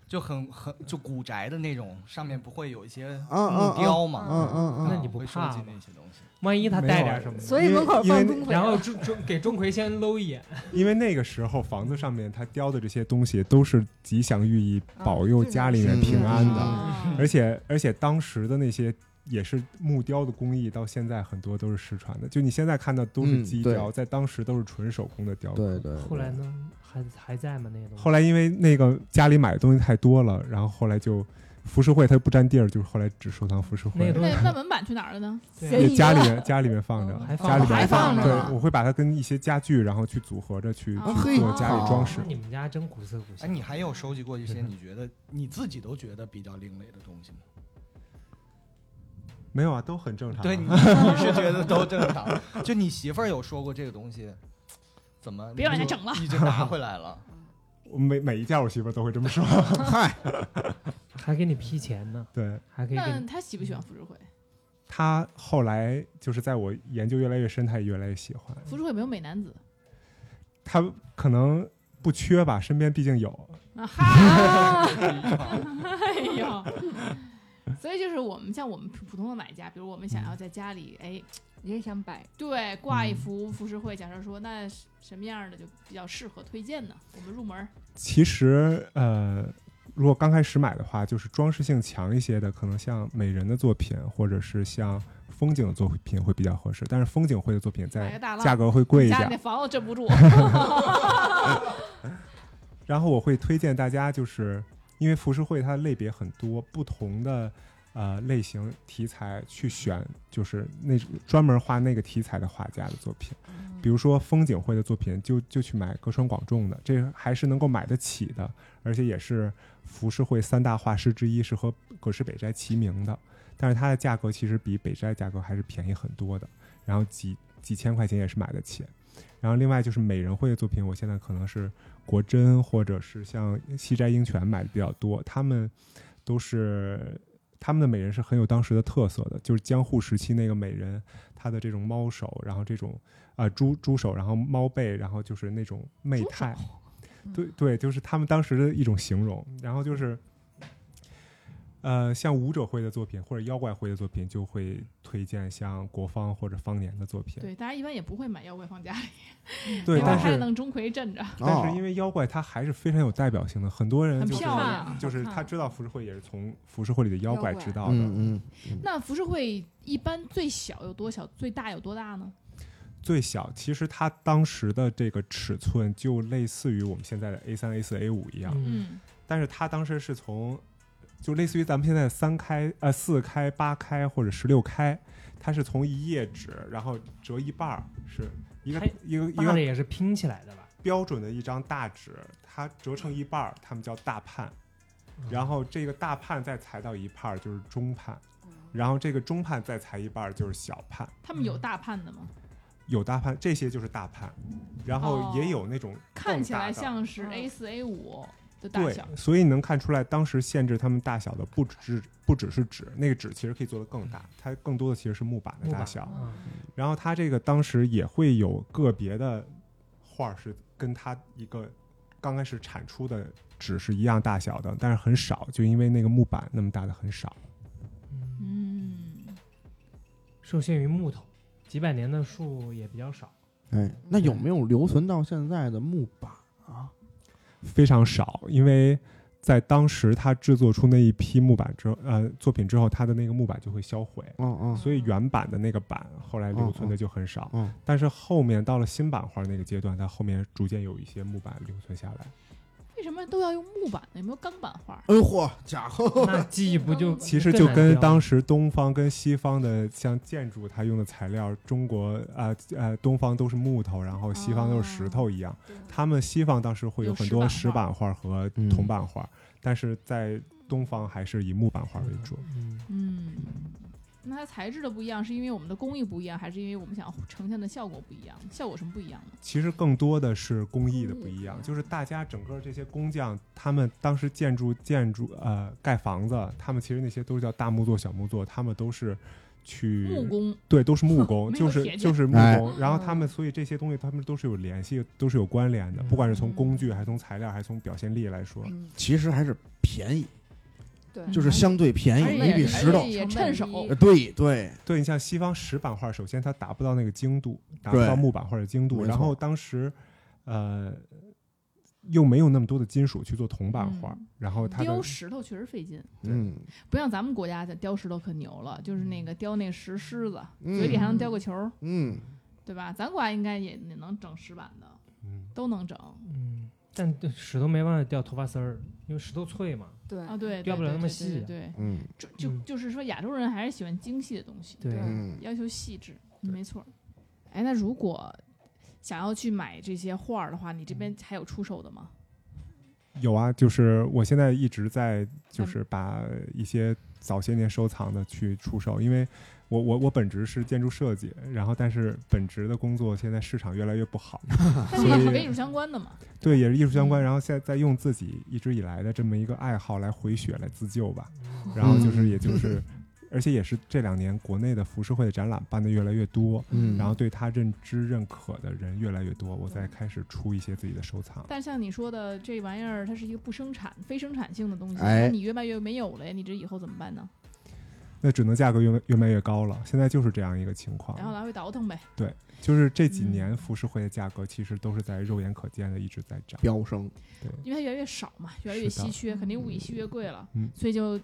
Speaker 4: 就很很就古宅的那种，上面不会有一些
Speaker 2: 啊啊
Speaker 4: 木雕嘛？啊
Speaker 2: 嗯嗯嗯，
Speaker 5: 那你不
Speaker 4: 会收
Speaker 5: 怕
Speaker 4: 集
Speaker 5: 吗
Speaker 4: 那些东西？
Speaker 5: 万一他
Speaker 1: 没
Speaker 5: 带
Speaker 1: 有
Speaker 5: 点什么呢，
Speaker 6: 所以
Speaker 1: 因为
Speaker 6: 门口
Speaker 1: 因为
Speaker 6: 放东西，
Speaker 5: 然后钟钟给钟馗先搂一眼，
Speaker 1: 因为那个时候房子上面它雕的这些东西都是吉祥寓意，
Speaker 4: 啊
Speaker 1: 保佑家里人平安的。
Speaker 3: 哦
Speaker 6: 啊
Speaker 1: 而且而且当时的那些也是木雕的工艺，到现在很多都是失传的。就你现在看到都是
Speaker 2: 嗯
Speaker 1: 机
Speaker 2: 对
Speaker 1: 雕，在当时都是纯手工的雕刻。
Speaker 2: 对对，
Speaker 5: 后来呢，还还在吗？那些东西
Speaker 1: 后来因为那个家里买的东西太多了，然后后来就浮世绘它不占地儿，就是后来只收藏浮世
Speaker 5: 那个
Speaker 1: 绘。
Speaker 5: 东西
Speaker 3: 那那门板去哪儿了呢？
Speaker 5: 对
Speaker 1: 也
Speaker 6: 闲
Speaker 1: 家里面家里面放着，
Speaker 5: 还放
Speaker 1: 家里
Speaker 5: 还
Speaker 1: 面
Speaker 3: 放着呢
Speaker 1: 对，我会把它跟一些家具，然后去组合着去
Speaker 3: 啊
Speaker 1: 做
Speaker 2: 嘿
Speaker 1: 家里装饰
Speaker 5: 那。你们家真古色古
Speaker 4: 哎，
Speaker 5: 香。
Speaker 4: 你还有收集过一些你觉得你自己都觉得比较另类的东西 吗？
Speaker 1: 没有啊，都很正常啊。
Speaker 4: 对，你你是觉得都正常？就你媳妇儿有说过这个东西，怎么
Speaker 3: 别往下整了
Speaker 4: 已经拿回来 了。
Speaker 1: 我每每一件我媳妇儿都会这么 说。
Speaker 2: 嗨，
Speaker 5: 还给你批钱呢，
Speaker 1: 对
Speaker 5: 还可以给
Speaker 3: 那
Speaker 5: 你
Speaker 3: 他喜不喜欢浮世绘？
Speaker 1: 她后来就是在我研究越来越深，她也越来越喜欢。
Speaker 3: 浮世绘有没有美男子
Speaker 1: 他可能不缺吧，身边毕竟有。
Speaker 3: 啊哈！哎呦，所以就是我们像我们普通的买家，比如我们想要在家里，哎，
Speaker 6: 也想摆，
Speaker 3: 对，挂
Speaker 1: 嗯
Speaker 3: 一幅浮世绘，假设说那是什么样的就比较适合推荐呢？我们入门儿
Speaker 1: 其实呃，如果刚开始买的话，就是装饰性强一些的，可能像美人的作品，或者是像风景的作品会比较合适。但是风景绘的作品
Speaker 3: 买
Speaker 1: 在
Speaker 3: 个大浪
Speaker 1: 哎价格会贵一
Speaker 3: 家里那
Speaker 1: 点。
Speaker 3: 房子 镇不住，
Speaker 1: 然后我会推荐大家，就是因为浮世绘它的类别很多，不同的。呃，类型题材去选，就是那专门画那个题材的画家的作品。比如说风景绘的作品，就就去买歌川广重的，这还是能够买得起的，而且也是浮世绘三大画师之一，是和葛饰北斋齐名的。但是它的价格其实比北斋价格还是便宜很多的，然后几几千块钱也是买得起。然后另外就是美人绘的作品，我现在可能是国珍或者是像西斋英泉买的比较多，他们都是他们的美人是很有当时的特色的，就是江户时期那个美人，她的这种猫手，然后这种啊、呃猪猪手，然后猫背，然后就是那种媚态，对对，就是他们当时的一种形容。然后就是呃，像舞者会的作品或者妖怪会的作品，就会推荐像国芳或者方年的作品。
Speaker 3: 对，大家一般也不会买妖怪放家里，
Speaker 1: 对，
Speaker 3: 因为
Speaker 1: 但
Speaker 3: 还
Speaker 1: 是
Speaker 3: 弄钟馗镇着，
Speaker 1: 但是因
Speaker 2: 为
Speaker 1: 为妖怪它还是非常有代表性的，很多人
Speaker 3: 很
Speaker 1: 就是
Speaker 3: 漂亮。
Speaker 1: 就是他知道浮世绘也是从浮世绘里的妖怪
Speaker 6: 妖怪
Speaker 1: 知道的。
Speaker 2: 嗯嗯，
Speaker 3: 那浮世绘一般最小有多小，最大有多大呢？
Speaker 1: 最小其实它当时的这个尺寸就类似于我们现在的 A 三、A 四、A 五一样，
Speaker 5: 嗯，
Speaker 3: 嗯，
Speaker 1: 但是它当时是从就类似于咱们现在三开、呃四开、八开或者十六开，它是从一页纸，然后折一半儿，是一个
Speaker 5: 还
Speaker 1: 一个一
Speaker 5: 大的
Speaker 1: 个
Speaker 5: 也是拼起来的吧？
Speaker 1: 标准的一张大纸，它折成一半儿，他们叫大判。然后这个大判再裁到一半儿就是中判，
Speaker 6: 嗯
Speaker 1: 然后这个中判再裁一半儿就是小判。
Speaker 3: 他们有大判的吗？
Speaker 1: 有大判，这些就是大判，然后也有那种更大的、
Speaker 3: 看起来像是
Speaker 6: 哦
Speaker 3: A 四 A 五的大
Speaker 1: 对
Speaker 3: 小，，
Speaker 1: 所以你能看出来，当时限制他们大小的不只不只是纸，那个纸其实可以做得更大，它更多的其实是木板的
Speaker 5: 木板
Speaker 1: 大小。
Speaker 5: 嗯
Speaker 1: 然后它这个当时也会有个别的画儿是跟它一个刚开始产出的纸是一样大小的，但是很少，就因为那个木板那么大的很少。
Speaker 5: 嗯，
Speaker 3: 嗯，
Speaker 5: 受限于木头，几百年的树也比 较少。
Speaker 2: 哎，那有没有留存到现在的木板啊？
Speaker 1: 非常少，因为在当时他制作出那一批木板之后，呃，作品之后，他的那个木板就会销毁，
Speaker 2: 嗯嗯
Speaker 1: 所以原版的那个版后来留存的就很少。
Speaker 2: 嗯，
Speaker 1: 但是后面到了新版画那个阶段，它后面逐渐有一些木板留存下来。
Speaker 3: 为什么都要用木板呢？有没有钢板画？
Speaker 2: 哎呦嚯，家伙，
Speaker 5: 那记忆不就
Speaker 1: 其实就
Speaker 5: 更
Speaker 1: 跟
Speaker 5: 难标
Speaker 1: 当时东方跟西方的像建筑，它用的材料，中国啊呃东方都是木头，然后西方都是石头一样。他们西方当时会有很多
Speaker 3: 有
Speaker 1: 石
Speaker 3: 石
Speaker 1: 板
Speaker 3: 板
Speaker 1: 画和
Speaker 2: 嗯
Speaker 1: 铜板画，但是在东方还是以木板画为主。
Speaker 5: 嗯，
Speaker 3: 嗯，那它材质的不一样，是因为我们的工艺不一样，还是因为我们想呈现的效果不一样？效果什么不一样呢？
Speaker 1: 其实更多的是工艺的不一
Speaker 6: 工
Speaker 1: 样，
Speaker 6: 艺
Speaker 1: 就是大家整个这些工匠，他们当时建筑建筑呃盖房子，他们其实那些都是叫大木作、小木作，他们都是去
Speaker 3: 木工，
Speaker 1: 对，都是木工，
Speaker 3: 没
Speaker 1: 就
Speaker 3: 有
Speaker 1: 是
Speaker 3: 铁嗯匠
Speaker 1: 就是木
Speaker 2: 哎
Speaker 1: 工。然后他们，所以这些东西他们都是有联系，都是有关联的，
Speaker 5: 嗯
Speaker 1: 不管是从工具，还是从材料，还是从表现力来
Speaker 3: 嗯
Speaker 1: 说，
Speaker 2: 其实还是便宜，
Speaker 6: 嗯对，嗯
Speaker 2: 就是相对便
Speaker 5: 哎
Speaker 3: 而
Speaker 2: 宜，
Speaker 3: 且
Speaker 2: 你比
Speaker 3: 也
Speaker 2: 石头
Speaker 3: 而且，也趁手，
Speaker 2: 呃对对，
Speaker 1: 对你像西方石版画，首先它达不到那个精度，达不
Speaker 2: 对
Speaker 1: 到木板画的精度。
Speaker 2: 没错
Speaker 1: 然后当时，呃，又没有那么多的金属去做铜版画，
Speaker 3: 嗯
Speaker 1: 然后它的
Speaker 3: 雕石头确实费劲，
Speaker 2: 嗯，
Speaker 3: 不像咱们国家的雕石头可牛了，就是那
Speaker 5: 嗯
Speaker 3: 个雕那石狮子，
Speaker 2: 嗯
Speaker 3: 嘴里还能雕个球儿，
Speaker 2: 嗯，
Speaker 3: 对吧？咱国家应该也也能整石板的，
Speaker 1: 嗯，
Speaker 3: 都能整
Speaker 5: 嗯，但这石头没办法掉头发丝儿，因为石头脆嘛。
Speaker 6: 对
Speaker 3: 啊，对，
Speaker 5: 雕不了
Speaker 3: 对
Speaker 5: 那么
Speaker 3: 对
Speaker 5: 细啊
Speaker 3: 对对对，
Speaker 2: 嗯
Speaker 3: 就就
Speaker 5: 嗯
Speaker 3: 就是说亚洲人还是喜欢精细的东西，
Speaker 5: 对，
Speaker 2: 嗯，
Speaker 3: 要求细致，没错儿。哎，那如果想要去买这些画儿的话，你这边还有出售的吗？
Speaker 1: 有啊，就是我现在一直在
Speaker 3: 嗯
Speaker 1: 就是把一些早些年收藏的去出售，因为我我我本职是建筑设计，然后但是本职的工作现在市场越来越不 好，
Speaker 3: 但是也是跟艺术相关的嘛。
Speaker 1: 对，也是艺术相关，
Speaker 3: 嗯
Speaker 1: 然后现在在用自己一直以来的这么一个爱好来回血来自救吧， 然后就是
Speaker 2: 嗯
Speaker 1: 也就是， 而且也是这两年国内的浮世绘的展览办的越来越多，
Speaker 2: 嗯
Speaker 1: 然后对他认知认可的人越来越多，我
Speaker 3: 嗯
Speaker 1: 在开始出一些自己的收藏。
Speaker 3: 但像你说的这玩意儿，它是一个不生产、非生产性的东西，
Speaker 2: 哎
Speaker 3: 那你越卖越没有了呀，你这以后怎么办呢？
Speaker 1: 那只能价格越越卖越高了，现在就是这样一个情况。
Speaker 3: 然后来回倒腾呗。
Speaker 1: 就是这几
Speaker 3: 嗯
Speaker 1: 年浮世绘的价格其实都是在肉眼可见的一直在涨。
Speaker 2: 飙升，
Speaker 3: 因为它越来越少嘛，越来越
Speaker 1: 是的
Speaker 3: 稀缺，肯定物以稀为贵了，
Speaker 1: 嗯
Speaker 3: 所以就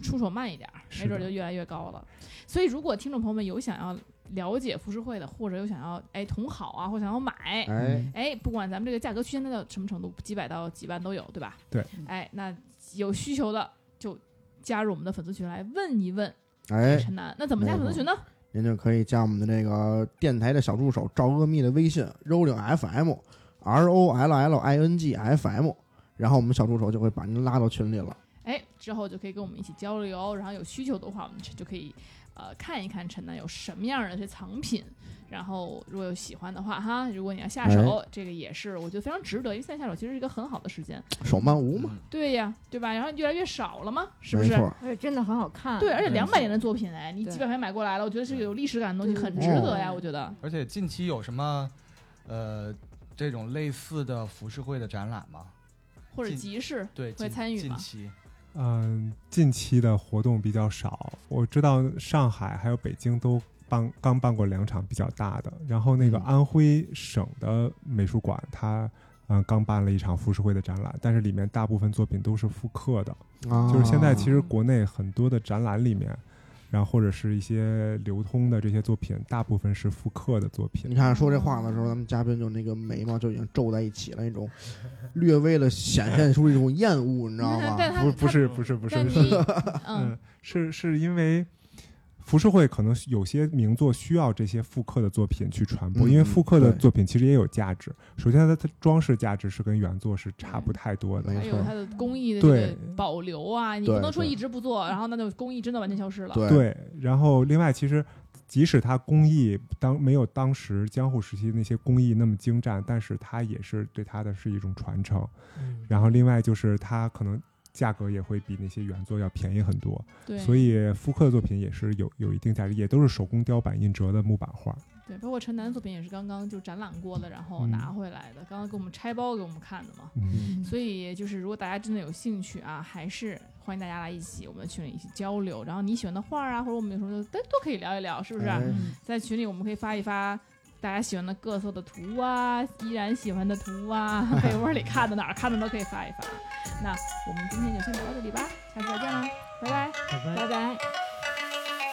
Speaker 3: 出手慢一点儿，
Speaker 1: 是
Speaker 3: 没准儿
Speaker 1: 的
Speaker 3: 就越来越高了。所以，如果听众朋友们有想要了解浮世绘的，或者有想要哎同好啊，或想要买，
Speaker 2: 哎，
Speaker 3: 哎，不管咱们这个价格区间到什么程度，几百到几万都有，对吧？
Speaker 1: 对，
Speaker 3: 哎，那有需求的就加入我们的粉丝群来问一问
Speaker 2: 哎，
Speaker 3: 陈楠，那怎么加
Speaker 2: 没
Speaker 3: 粉丝
Speaker 2: 错
Speaker 3: 群呢？
Speaker 2: 您就可以加我们的这个电台的小助手赵阿密的微信 rolling FM R O L L I N G F M，然后我们小助手就会把您拉到群里了。
Speaker 3: 哎，之后就可以跟我们一起交流，然后有需求的话，我们就可以呃看一看陈楠有什么样的这藏品，然后如果有喜欢的话哈，如果你要下手，
Speaker 2: 哎
Speaker 3: 这个也是我觉得非常值得，因为现在下手其实是一个很好的时间，
Speaker 2: 手慢无
Speaker 4: 嗯
Speaker 2: 嘛，
Speaker 3: 对呀，对吧？然后越来越少了嘛，是不是
Speaker 2: 没？错，
Speaker 6: 而且真的很好看。
Speaker 3: 对，而且
Speaker 4: 对
Speaker 3: 两百年的作品，哎，你
Speaker 6: 啊对
Speaker 3: 几百块钱买过来了，我觉得是有历史感的东西，
Speaker 6: 对
Speaker 3: 很
Speaker 6: 对
Speaker 3: 值
Speaker 2: 对
Speaker 3: 得呀，
Speaker 6: 对
Speaker 3: 我觉得。
Speaker 4: 而且近期有什么呃这种类似的浮世绘的展览吗？
Speaker 3: 或者
Speaker 4: 近
Speaker 3: 集市
Speaker 4: 对，
Speaker 3: 会
Speaker 4: 近
Speaker 3: 参与
Speaker 4: 近
Speaker 3: 吗
Speaker 4: 期
Speaker 1: 嗯，近期的活动比较少。我知道上海还有北京都办刚办过两场比较大的，然后那个
Speaker 2: 嗯
Speaker 1: 安徽省的美术馆，它嗯刚办了一场浮世绘的展览，但是里面大部分作品都是复刻的，
Speaker 2: 啊
Speaker 1: 就是现在其实国内很多的展览里面，然后或者是一些流通的这些作品，大部分是复刻的作品
Speaker 2: 你。看说这话的时候，咱们嘉宾就那个眉毛就已经皱在一起了，那种略微的显现出一种厌恶，你知道 吗？
Speaker 3: 但他
Speaker 1: 啊不，不
Speaker 3: 他
Speaker 1: 是，不是，不是
Speaker 3: 但，
Speaker 1: 是
Speaker 3: 你嗯
Speaker 1: 嗯，是是因为浮世绘可能有些名作需要这些复刻的作品去传播，
Speaker 2: 嗯
Speaker 1: 因为复刻的
Speaker 2: 对
Speaker 1: 作品其实也有价值。首先，它的装饰价值是跟原作是差不太多的
Speaker 2: 没。
Speaker 3: 还
Speaker 2: 错
Speaker 3: 有它的工艺的这
Speaker 1: 对
Speaker 3: 个保留啊，你不
Speaker 2: 对
Speaker 3: 能说
Speaker 2: 对
Speaker 3: 一直不做，然后那就工艺真的完全消失了。
Speaker 2: 对
Speaker 1: 对，然后另外，其实即使它工艺当没有当时江户时期那些工艺那么精湛，但是它也是对它的是一种传承。
Speaker 5: 嗯
Speaker 1: 然后另外就是它可能价格也会比那些原作要便宜很多，
Speaker 3: 对，
Speaker 1: 所以复刻的作品也是有有一定价值，也都是手工雕版印折的木板画。
Speaker 3: 对，包括陈楠作品也是刚刚就展览过的，然后
Speaker 1: 嗯
Speaker 3: 拿回来的，刚刚给我们拆包给我们看的嘛。
Speaker 1: 嗯，
Speaker 3: 所以就是，如果大家真的有兴趣啊，还是欢迎大家来一起我们的群里一起交流。然后你喜欢的画儿啊，或者我们有什么都都可以聊一聊，是不啊是？
Speaker 2: 哎
Speaker 3: 在群里我们可以发一发大家喜欢的各色的图啊，依然喜欢的图啊，被窝里看的哪儿看的都可以发一发。那我们今天就先聊到这里吧，下次再见啦，拜拜，
Speaker 5: 拜拜
Speaker 3: 拜拜。